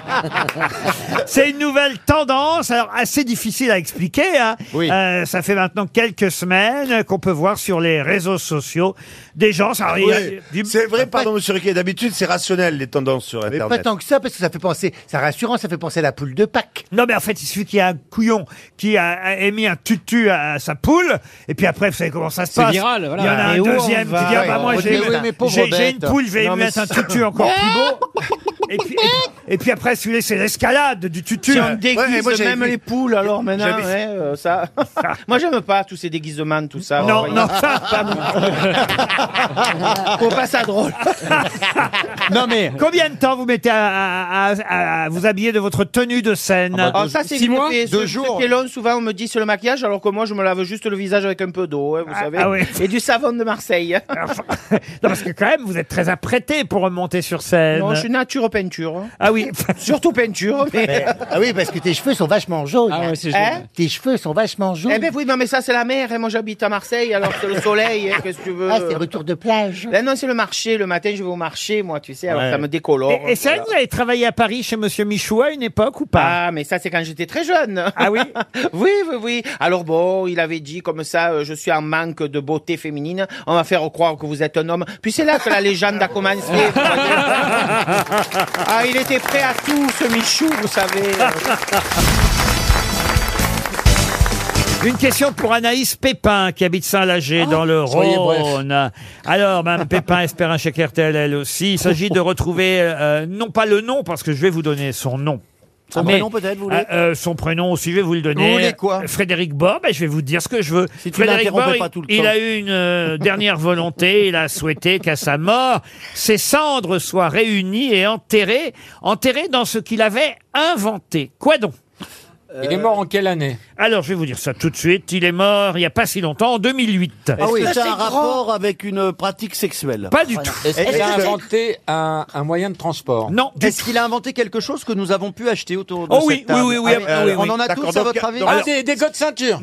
[LAUGHS] c'est une nouvelle tendance, alors assez difficile à expliquer. hein. Euh, ça fait maintenant quelques semaines qu'on peut voir sur les réseaux sociaux des gens. ça- euh, il y a-
Oui. C'est vrai, pardon, monsieur Riquet, d'habitude, c'est rationnel, les tendances sur Internet.
Pas tant que ça, parce que ça fait penser, ça
hein,
rassurant, ça fait penser à la poule de Pâques.
Non, mais en fait, il suffit qu'il y a un couillon qui a, a émis un tutu à, à sa poule, et puis après, vous savez comment ça se
C'est
passe.
viral, voilà.
Il y en a
oh,
Mais
un
où on
deuxième qui dit
va
Ah, bah, moi,
Oui,
j'ai
oui, mais pauvre
j'ai- j'ai une
bête.
poule, je vais
Non,
lui
mais
mettre un
c'est-
tutu encore plus
[LAUGHS]
beau. Et puis, et, puis- et puis après, celui-là, c'est l'escalade du tutu. euh,
Si on déguise même les poules, alors maintenant,
J'avais-
ouais, euh, ça. moi, j'aime pas tous ces déguisements, tout ça. oh,
Non,
Ouais,
non.
pas moi. Faut pas ça drôle.
non, mais... Combien de temps vous mettez à, à- à- à vous habiller de votre tenue de scène
Ah, ça, c'est c'est- c'est- c'est long, souvent, on me dit c'est le maquillage, alors que moi, je me lave juste le visage avec un peu d'eau, hein, vous savez.
ah ouais. Ah,
Et du savon de Marseille.
Non, parce que quand même, vous êtes très apprêté pour remonter sur scène.
non, je suis nature peinture. hein.
Ah oui.
Surtout peinture. [LAUGHS] Mais...
Ah oui, parce que tes cheveux sont vachement jaunes.
Ah ouais, c'est jaune. Hein
tes cheveux sont vachement jaunes.
Eh ben oui, non, mais ça, c'est la mer. Et moi, j'habite à Marseille, alors c'est le soleil. hein, Qu'est-ce que tu veux
Ah, c'est retour
de plage. non, c'est le marché. Le matin, je vais au marché, moi, tu sais. Alors,
Ouais.
ça me décolore.
Et, et c'est vrai que vous avez travaillé à Paris chez Monsieur Michou à une époque ou pas
Ah, mais ça, c'est quand j'étais très jeune.
Ah oui
[LAUGHS] Oui, oui, oui. Alors bon, il avait dit comme ça, euh, je suis en manque de beauté féminine. On va faire croire que vous êtes un homme. Puis c'est là que la légende a
[LAUGHS]
commencé. ah, il était prêt à tout, ce Michou, vous savez.
[LAUGHS] Une question pour Anaïs Pépin qui habite Saint-Lager dans le
Ah, soyez bref.
Rhône. Alors, Mme Pépin espère un chèque RTL elle aussi. Il s'agit de retrouver, euh, non pas le nom, parce que je vais vous donner son nom. Ah,
Son
Mais,
prénom, peut-être, vous voulez
euh, euh, Son prénom aussi, je vais vous le donner.
Vous voulez quoi
Frédéric Bord, ben, je vais vous dire ce que je veux.
Si tu
Frédéric
l'interrompais pas
Bord, il-
tout le
il
temps.
a eu une euh, dernière volonté, il a souhaité qu'à sa mort, ses cendres soient réunies et enterrées, enterrées dans ce qu'il avait inventé. Quoi donc
Il est mort en quelle année
alors, je vais vous dire ça tout de suite. Il est mort il n'y a pas si longtemps, en 2008.
Ah oui, ça a un rapport avec
euh,
une pratique sexuelle.
Pas du tout.
Est-ce qu'il a inventé un, un moyen de transport
Non.
Est-ce qu'il a inventé quelque chose que nous avons pu acheter autour de
Oh
cette
oui,
table
oui, oui, oui,
Ah
oui, oui,
On
oui.
en a
D'accord,
tous à
donc-
votre avis
donc- Ah, des- des de
[LAUGHS]
ceinture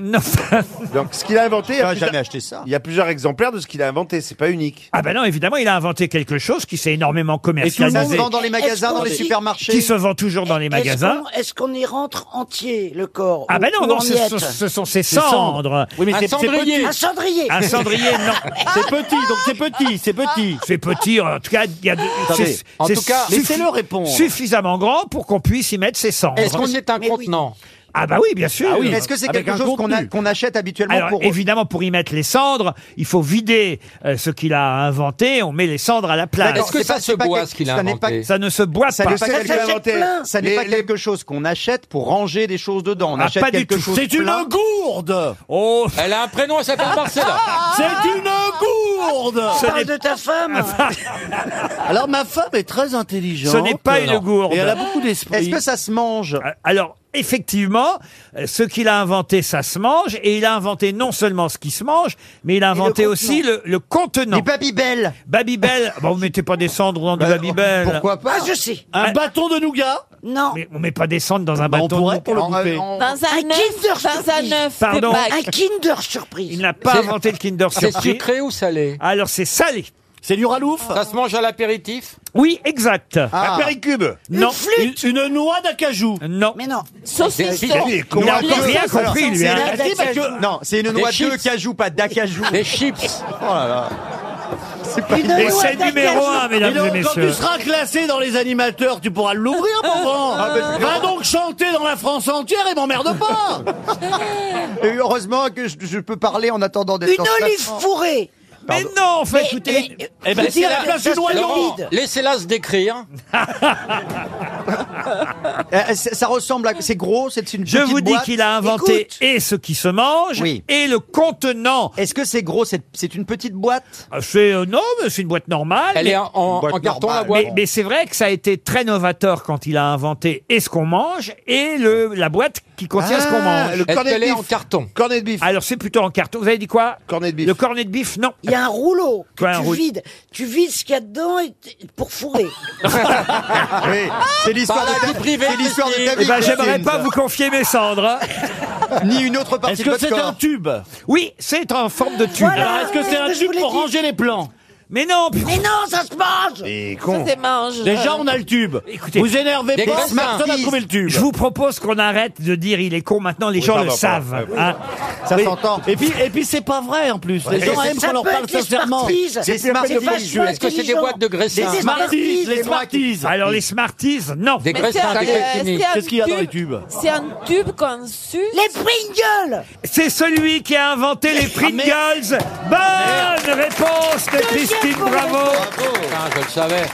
Donc, ce qu'il a inventé, il y a,
J'aurais
plusieurs-
jamais acheté ça.
il y a plusieurs exemplaires de ce qu'il a inventé, c'est pas unique.
Ah ben non, évidemment, il a inventé quelque chose qui s'est énormément commercialisé.
Et tout le monde vend dans les magasins,
Est-ce
dans
qu'on
les
dit-
supermarchés
Qui se vend toujours dans les
Est-ce
magasins.
qu'on- Est-ce qu'on y rentre entier, le corps
Ah
ou-
ben non,
ou
non,
en
ce,
miettes
ce- ce sont ses
Ses cendres.
cendres.
Oui, mais Un c'est- c'est cendrier. petit.
Un
Un
cendrier.
cendrier.
Un cendrier, non.
C'est petit, donc c'est petit, c'est petit.
C'est petit, en tout cas, il y a. de-
Attendez,
c'est-
en
c'est
tout cas,
suffi-
laissez-le répondre.
Suffisamment grand pour qu'on puisse y mettre ses cendres.
Est-ce qu'on est
un contenant Ah bah oui, bien sûr.
Est-ce que c'est quelque chose qu'on a- qu'on achète habituellement
Alors,
pour
évidemment, pour y mettre les cendres, il faut vider euh, ce qu'il a inventé. On met les cendres à la place.
D'accord, c'est pas- c'est pas quelque- ça n'est pas-
Ça ne se boit
ça
pas.
n'est pas, quelque- ça n'est pas quelque chose qu'on achète pour ranger des choses dedans. On
Ah,
achète
pas du
quelque
tout.
chose.
C'est une
gourde.
Oh. Ah.
Ah
Elle a un prénom, elle s'appelle Marcella.
C'est une gourde
gourde
On
Ce
parle
n'est- Ah,
de ta femme
Alors ma femme est très intelligente.
Ce n'est pas une
Alors,
gourde.
Et elle a beaucoup d'esprit.
ça se mange Alors, effectivement, euh, ce qu'il a inventé, ça se mange. Et il a inventé non seulement ce qui se mange, mais il a inventé aussi le, le contenant. Du Babybel. Bah, Babybel. bon, vous mettez pas des cendres dans du Babybel.
pas Ah, je sais.
Un
bâton de nougat
[LAUGHS]
Bah,
Non.
Mais on met pas des cendres dans un bâton. de nougat.
Dans un œuf, dans un œuf.
Pardon.
c'est pas-
Kinder Surprise. Il n'a pas
C'est-
inventé le Kinder Surprise.
C'est sucré ou salé
Alors c'est salé.
C'est du ralouf
Ça se mange à l'apéritif
Oui, exact.
Ah. Un péricube
Non.
Une flûte Une, noix d'acajou
Non.
Mais non.
Saucisson.
Il a encore rien compris, lui. hein.
Si, parce que-
Non, c'est une
Des
noix de
chips.
cajou, pas d'acajou. Des chips. Oh là là. C'est
Une
Et
noix
c'est
d'acajou.
numéro un, mesdames
donc,
et
Quand
messieurs.
tu seras classé dans les animateurs, tu pourras l'ouvrir, mon grand.
Ah, ben, je vais
Va
voir.
donc chanter dans la France entière et m'emmerde pas
Et heureusement que je, je peux parler en attendant d'être
Une
dans ce
olive
classement.
fourrée
Mais non, fait écouter.
Eh ben, c'est la place du noyau. Laissez-la se décrire.
Euh, c'est- ça ressemble à. C'est gros, c'est une
Je
petite
vous dis
boîte.
qu'il a inventé et ce qui se mange et le contenant.
Est-ce que c'est gros C'est c'est une petite boîte
Ah, C'est euh, non, mais c'est une boîte normale.
Elle
mais-
est en- en- Une boîte en carton, normale, la boîte.
Mais, mais c'est vrai que ça a été très novateur quand il a inventé et ce qu'on mange et le la boîte qui contient ce qu'on
Ah,
mange.
le Est-ce cornet de qu'elle est bif en
carton. Cornet de bif. Alors c'est plutôt en carton. Vous avez dit quoi Cornet de bif. Le cornet de bif, non.
Il y a un rouleau que
Quoi, un
tu
rouleau
vides. Tu vides ce qu'il y a dedans et t- pour
[LAUGHS]
fourrer.
Oui, c'est l'histoire
Par la
de
vie
ta
privée,
C'est l'histoire de ta
Eh
vie,
ben, j'aimerais
Christine.
pas vous confier mes cendres. hein.
Ni une autre partie
Est-ce que
de votre
c'est
corps.
un tube Oui, c'est en forme de tube.
Voilà, Alors, est-ce que c'est un
tube pour
ranger les plans
Mais non
Mais non, ça se mange
con.
Ça se mange
Déjà, on a le tube.
Écoutez,
vous énervez
des
pas,
grands
personne n'a
artistes.
trouvé le tube.
Je vous propose qu'on arrête de dire il est con maintenant, les
Oui,
gens
pardon,
le
pardon.
savent.
Oui.
hein.
Ça s'entend. Et puis, et puis c'est pas vrai en plus. Les
Ouais.
gens
Et
aiment
ça
qu'on leur
peut
parle
être les
sincèrement.
Smarties. C'est Smarties.
vachement
Est-ce que c'est des
intelligent.
boîtes de graissins
Des Smarties, les Smarties.
Alors les Smarties, non.
Des Mais graissins, c'est des un- calcini. c'est un Qu'est-ce qu'il y a dans les tubes
C'est un tube qu'on suce. Les Pringles
C'est celui qui a inventé les
Ah,
Pringles. Bonne réponse de Christine Bravo.
Putain, je le
Ah
savais.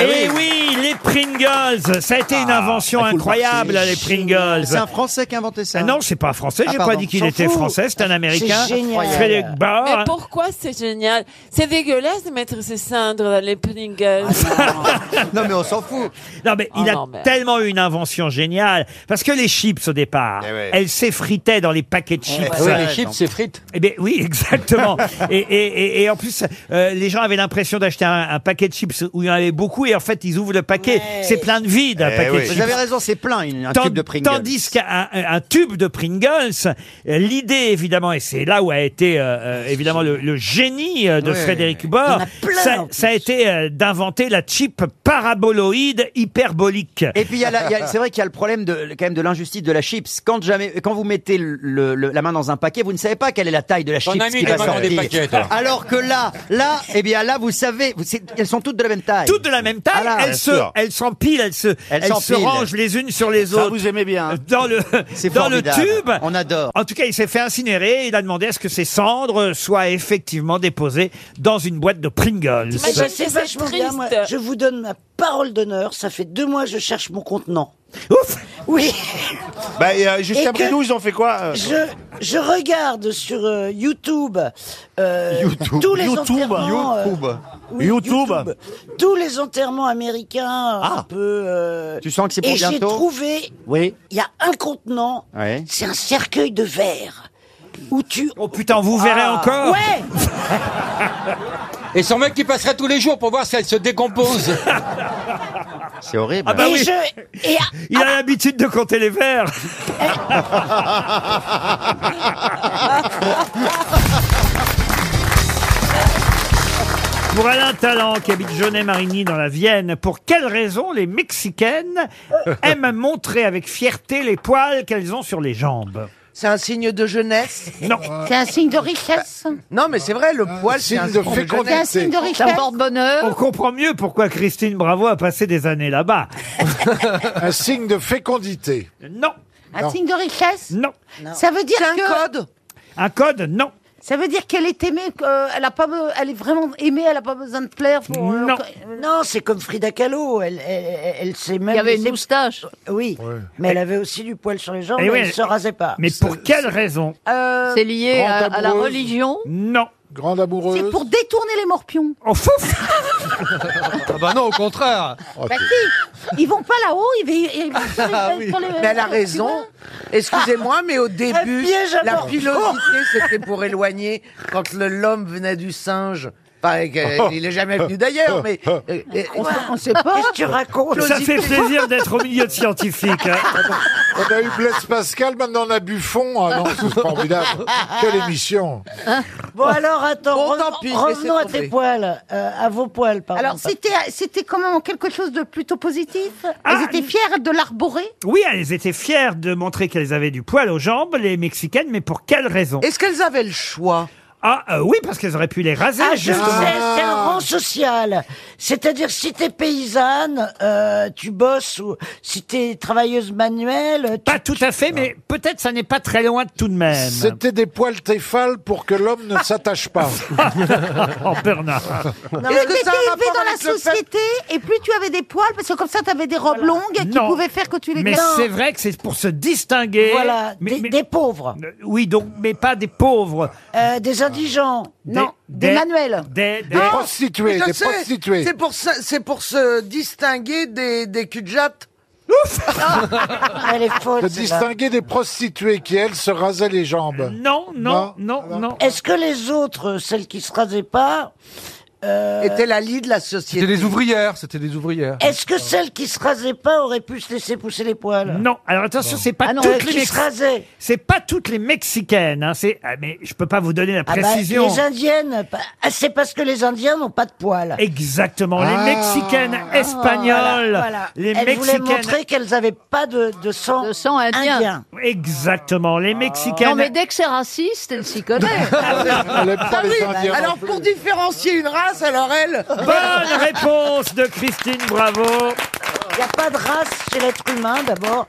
Eh oui, les Pringles, ça a été une invention incroyable, les Pringles.
C'est un Français qui a inventé ça.
Ah non, c'est pas français. J'ai
Ah, pardon.
pas dit qu'il
S'en
était
fout.
français. C'est un américain.
C'est génial.
Frédéric Barr.
Eh,
Mais pourquoi c'est génial C'est dégueulasse de mettre ses cendres dans les Pringles.
[LAUGHS] Non, mais on s'en fout. Ah
Non, mais il a
non, mais-
tellement eu une invention géniale. Parce que les chips, au départ,
Eh ouais.
elles s'effritaient dans les paquets de chips.
ouais, les chips s'effritent.
Eh ben, oui, [LAUGHS] exactement. et, et, et, et en plus, euh, les gens avaient l'impression d'acheter un, un paquet de chips où il y en avait beaucoup. Et en fait, ils ouvrent le paquet. C'est plein de vide, un
Eh
paquet
oui.
de chips.
Vous avez raison, c'est plein, une- un
Tant-
tube de Pringles.
Tandis qu'un un- un tube de Pringles, euh, l'idée évidemment, et c'est là où a été euh, euh, évidemment le, le génie euh, de
Ouais.
Frédéric Bohr,
Il y en a plein,
ça,
en
ça a été euh, d'inventer la chip paraboloïde hyperbolique.
Et puis il y a la- il y a-
[LAUGHS]
c'est vrai qu'il y a le problème de quand même de l'injustice de la chips. Quand jamais, quand vous mettez le- le- la main dans un paquet, vous ne savez pas quelle est la taille de la
T'en
chips
as mis
qui
des
va
mains dans
sortir.
des paquets, toi.
Alors que là, là, eh bien là, vous savez, vous- c'est- elles sont toutes de la même taille.
Toutes de la même taille,
Ah là, bien
elles, se,
sûr.
elles s'empilent, elles se,
Elles
elles se
s'empilent.
rangent les unes sur les
Ça,
autres. Euh,
vous aimez bien, hein.
Dans le,
[LAUGHS] C'est
dans le
formidable.
tube.
On adore.
En tout cas, il s'est fait incinérer et il a demandé à ce que ses cendres soient effectivement déposées dans une boîte de Pringles.
Bah,
Mais je sais vachement bien, moi. Je vous donne ma parole d'honneur. Ça fait deux mois que je cherche mon contenant.
Ouf
Oui.
Bah, et, euh, jusqu'à
Et que-
Bridoux, ils ont fait quoi euh
Je, je regarde sur euh, YouTube, euh,
YouTube.
tous les
YouTube.
enterrements... euh,
YouTube.
oui,
YouTube.
Tous les enterrements américains, un peu... euh,
Tu sens que c'est pour
Et j'ai
bientôt
trouvé,
Oui.
il y a un contenant,
Ouais.
c'est un cercueil de verre. Où tu...
Oh putain, vous verrez encore
Ah. Ouais
Et son mec qui passerait tous les jours pour voir si elle
[LAUGHS]
se décompose.
C'est horrible.
Ah bah
Et
oui.
je- et à-
Il a l'habitude de compter les verres. Pour Alain Talent, qui habite Jaunet-Marigny dans la Vienne, pour quelles raisons
[LAUGHS]
les Mexicaines aiment montrer avec fierté les poils qu'elles ont sur les jambes
[LAUGHS] C'est un signe de jeunesse
Non.
C'est un signe de richesse.
Non, mais c'est vrai, le
Euh,
poil, c'est un signe de
C'est un signe de
jeunesse.
richesse.
On
bonheur.
comprend mieux pourquoi Christine Bravo a passé des
[LAUGHS]
années là-bas.
Un signe de fécondité.
Non.
Un signe de richesse.
Non.
Ça veut dire
C'est un
que.
code.
Un code Non.
Ça veut dire qu'elle est aimée, euh, elle a pas, be- elle est vraiment aimée, elle a pas besoin de plaire. Pour, euh,
Non, non c'est comme Frida Kahlo, elle, elle, elle- elle s'est même...
Il y avait une
laissée-
moustache.
Oui, mais elle avait aussi du poil sur les jambes,
Eh
mais
oui,
elle ne se rasait pas.
Euh,
Mais pour quelle raison
C'est lié à, à la religion.
Non.
Grande amoureuse.
C'est pour détourner les morpions.
Oh,
Ah bah non, au contraire.
[LAUGHS]
Oh,
Bah si, ils vont pas là-haut, ils vont, ils vont sur les-
Ah oui.
sur les-
Mais elle a
tu
raison. Excusez-moi, mais au début,
piège à
la
mort.
pilosité, c'était pour éloigner quand le- l'homme venait du singe.
[LAUGHS]
Enfin, que- il est jamais venu d'ailleurs, mais euh, euh, on, on sait pas.
Qu'est-ce que tu racontes
Ça fait
Pilosité.
plaisir d'être au milieu de scientifiques. hein.
[LAUGHS] On a eu Blaise Pascal, maintenant on a Buffon. Ah non, c'est formidable. Quelle émission.
Hein
Bon
Oh.
alors attends,
Bon,
re-
tant pis, laissez
revenons à
tomber.
tes poils, euh, à vos poils pardon.
Alors c'était c'était comment quelque chose de plutôt positif Ils étaient fiers de l'arborer
Oui, elles étaient fières de montrer qu'elles avaient du poil aux jambes, les Mexicaines, mais pour quelle raison
Est-ce qu'elles avaient le choix
Ah euh, oui, parce qu'elles auraient pu les raser,
Ah, je sais,
justement.
c'est un rang social. C'est-à-dire, si t'es paysanne, euh, tu bosses, ou si t'es travailleuse manuelle...
Pas tout à fait, mais peut-être ça n'est pas très loin de tout de même.
C'était des poils téfales pour que l'homme ne s'attache pas.
oh Bernard.
Est-ce que ça élevé dans la société et plus tu avais des poils parce que comme ça tu avais des robes longues qui
Non.
pouvaient faire que tu les
Mais
gardes.
c'est vrai que c'est pour se distinguer.
Voilà,
des, pauvres. Oui, donc, mais pas des pauvres.
Euh, des indigents.
Non, des manuels.
Des, des-
Des prostituées,
Je
des
sais,
prostituées.
C'est pour, ça- c'est pour se distinguer des, des Ah, culs de jatte. [LAUGHS]
Elle est
De
folle. celle-là.
distinguer des prostituées qui, elles, se rasaient les
Euh,
jambes.
Non, non, non, non.
Est-ce que les autres, celles qui se rasaient pas... euh,
Était la lie de la société.
C'était des ouvrières, c'était des ouvrières.
Est-ce que celles qui se rasaient pas auraient pu se laisser pousser les poils
Non, alors attention, c'est pas
Ah non,
toutes
elles
les
qui
Mex-
se rasaient.
C'est pas toutes les Mexicaines. Hein, c'est, ah, mais je peux pas vous donner la
Ah bah,
précision.
les indiennes, bah, ah, c'est parce que les indiens n'ont pas de poils.
Exactement.
Ah.
les Mexicaines espagnoles.
Voilà, voilà.
Les
Elles voulaient
Mexicaines.
montrer qu'elles n'avaient pas de, de sang, indien.
Exactement.
Ah.
Les Mexicaines.
Non, mais dès que c'est raciste, elle s'y connaît.
[LAUGHS]
Ah oui, alors pour différencier une race, alors elle.
[LAUGHS]
Bonne réponse de Christine Bravo.
Il n'y a pas de race chez l'être humain d'abord.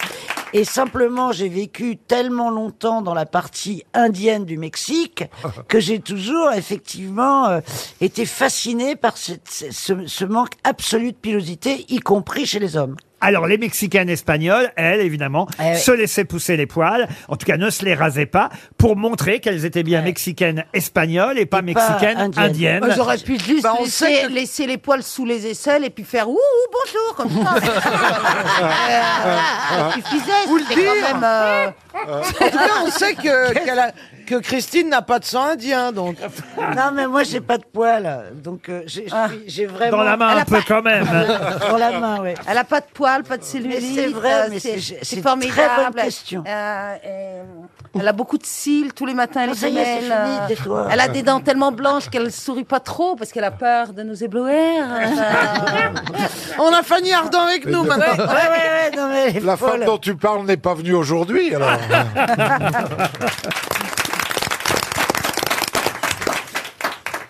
Et simplement, j'ai vécu tellement longtemps dans la partie indienne du
[LAUGHS]
Mexique que j'ai toujours effectivement euh, été fasciné par cette- ce, ce- ce manque absolu de pilosité, y compris chez les hommes. Eh
Alors, les Mexicaines espagnoles, elles, évidemment,
ouais.
se laissaient pousser les poils, en tout cas ne se les rasaient pas, pour montrer qu'elles étaient bien mexicaines espagnoles et pas mexicaines
Eh. indiennes.
indiennes.
Elles auraient
pu
Ah, Juste laisser, laisser les poils sous les aisselles et puis faire ouh, ouh, bonjour comme ça.
Ah,
ça suffisait.
Vous le
c'était quand
dire.
même, euh,
En tout cas, on
[LAUGHS]
sait que, qu'elle a- que Christine n'a pas de sang indien, donc.
Non, mais moi, j'ai pas de poils, donc euh, j'ai je suis- j'ai vraiment...
Dans la main,
Elle
un
a
peu
pas-
quand même.
[LAUGHS] Dans la main, oui.
Elle n'a pas de poils, pas de
Mais
cellulite.
c'est vrai,
euh,
mais c'est- c'est une
formidable.
très bonne question.
Euh, euh, elle a beaucoup de cils, tous les matins elle
Oh,
les
ça y est, c'est
démêle,
fini,
euh,
tais-toi.
Elle a des dents tellement blanches qu'elle ne sourit pas trop parce qu'elle a peur de nous
[LAUGHS]
éblouir.
On a Fanny Ardant avec nous maintenant.
ouais, ouais, non, mais [LAUGHS]
La femme dont tu parles n'est pas venue aujourd'hui, alors.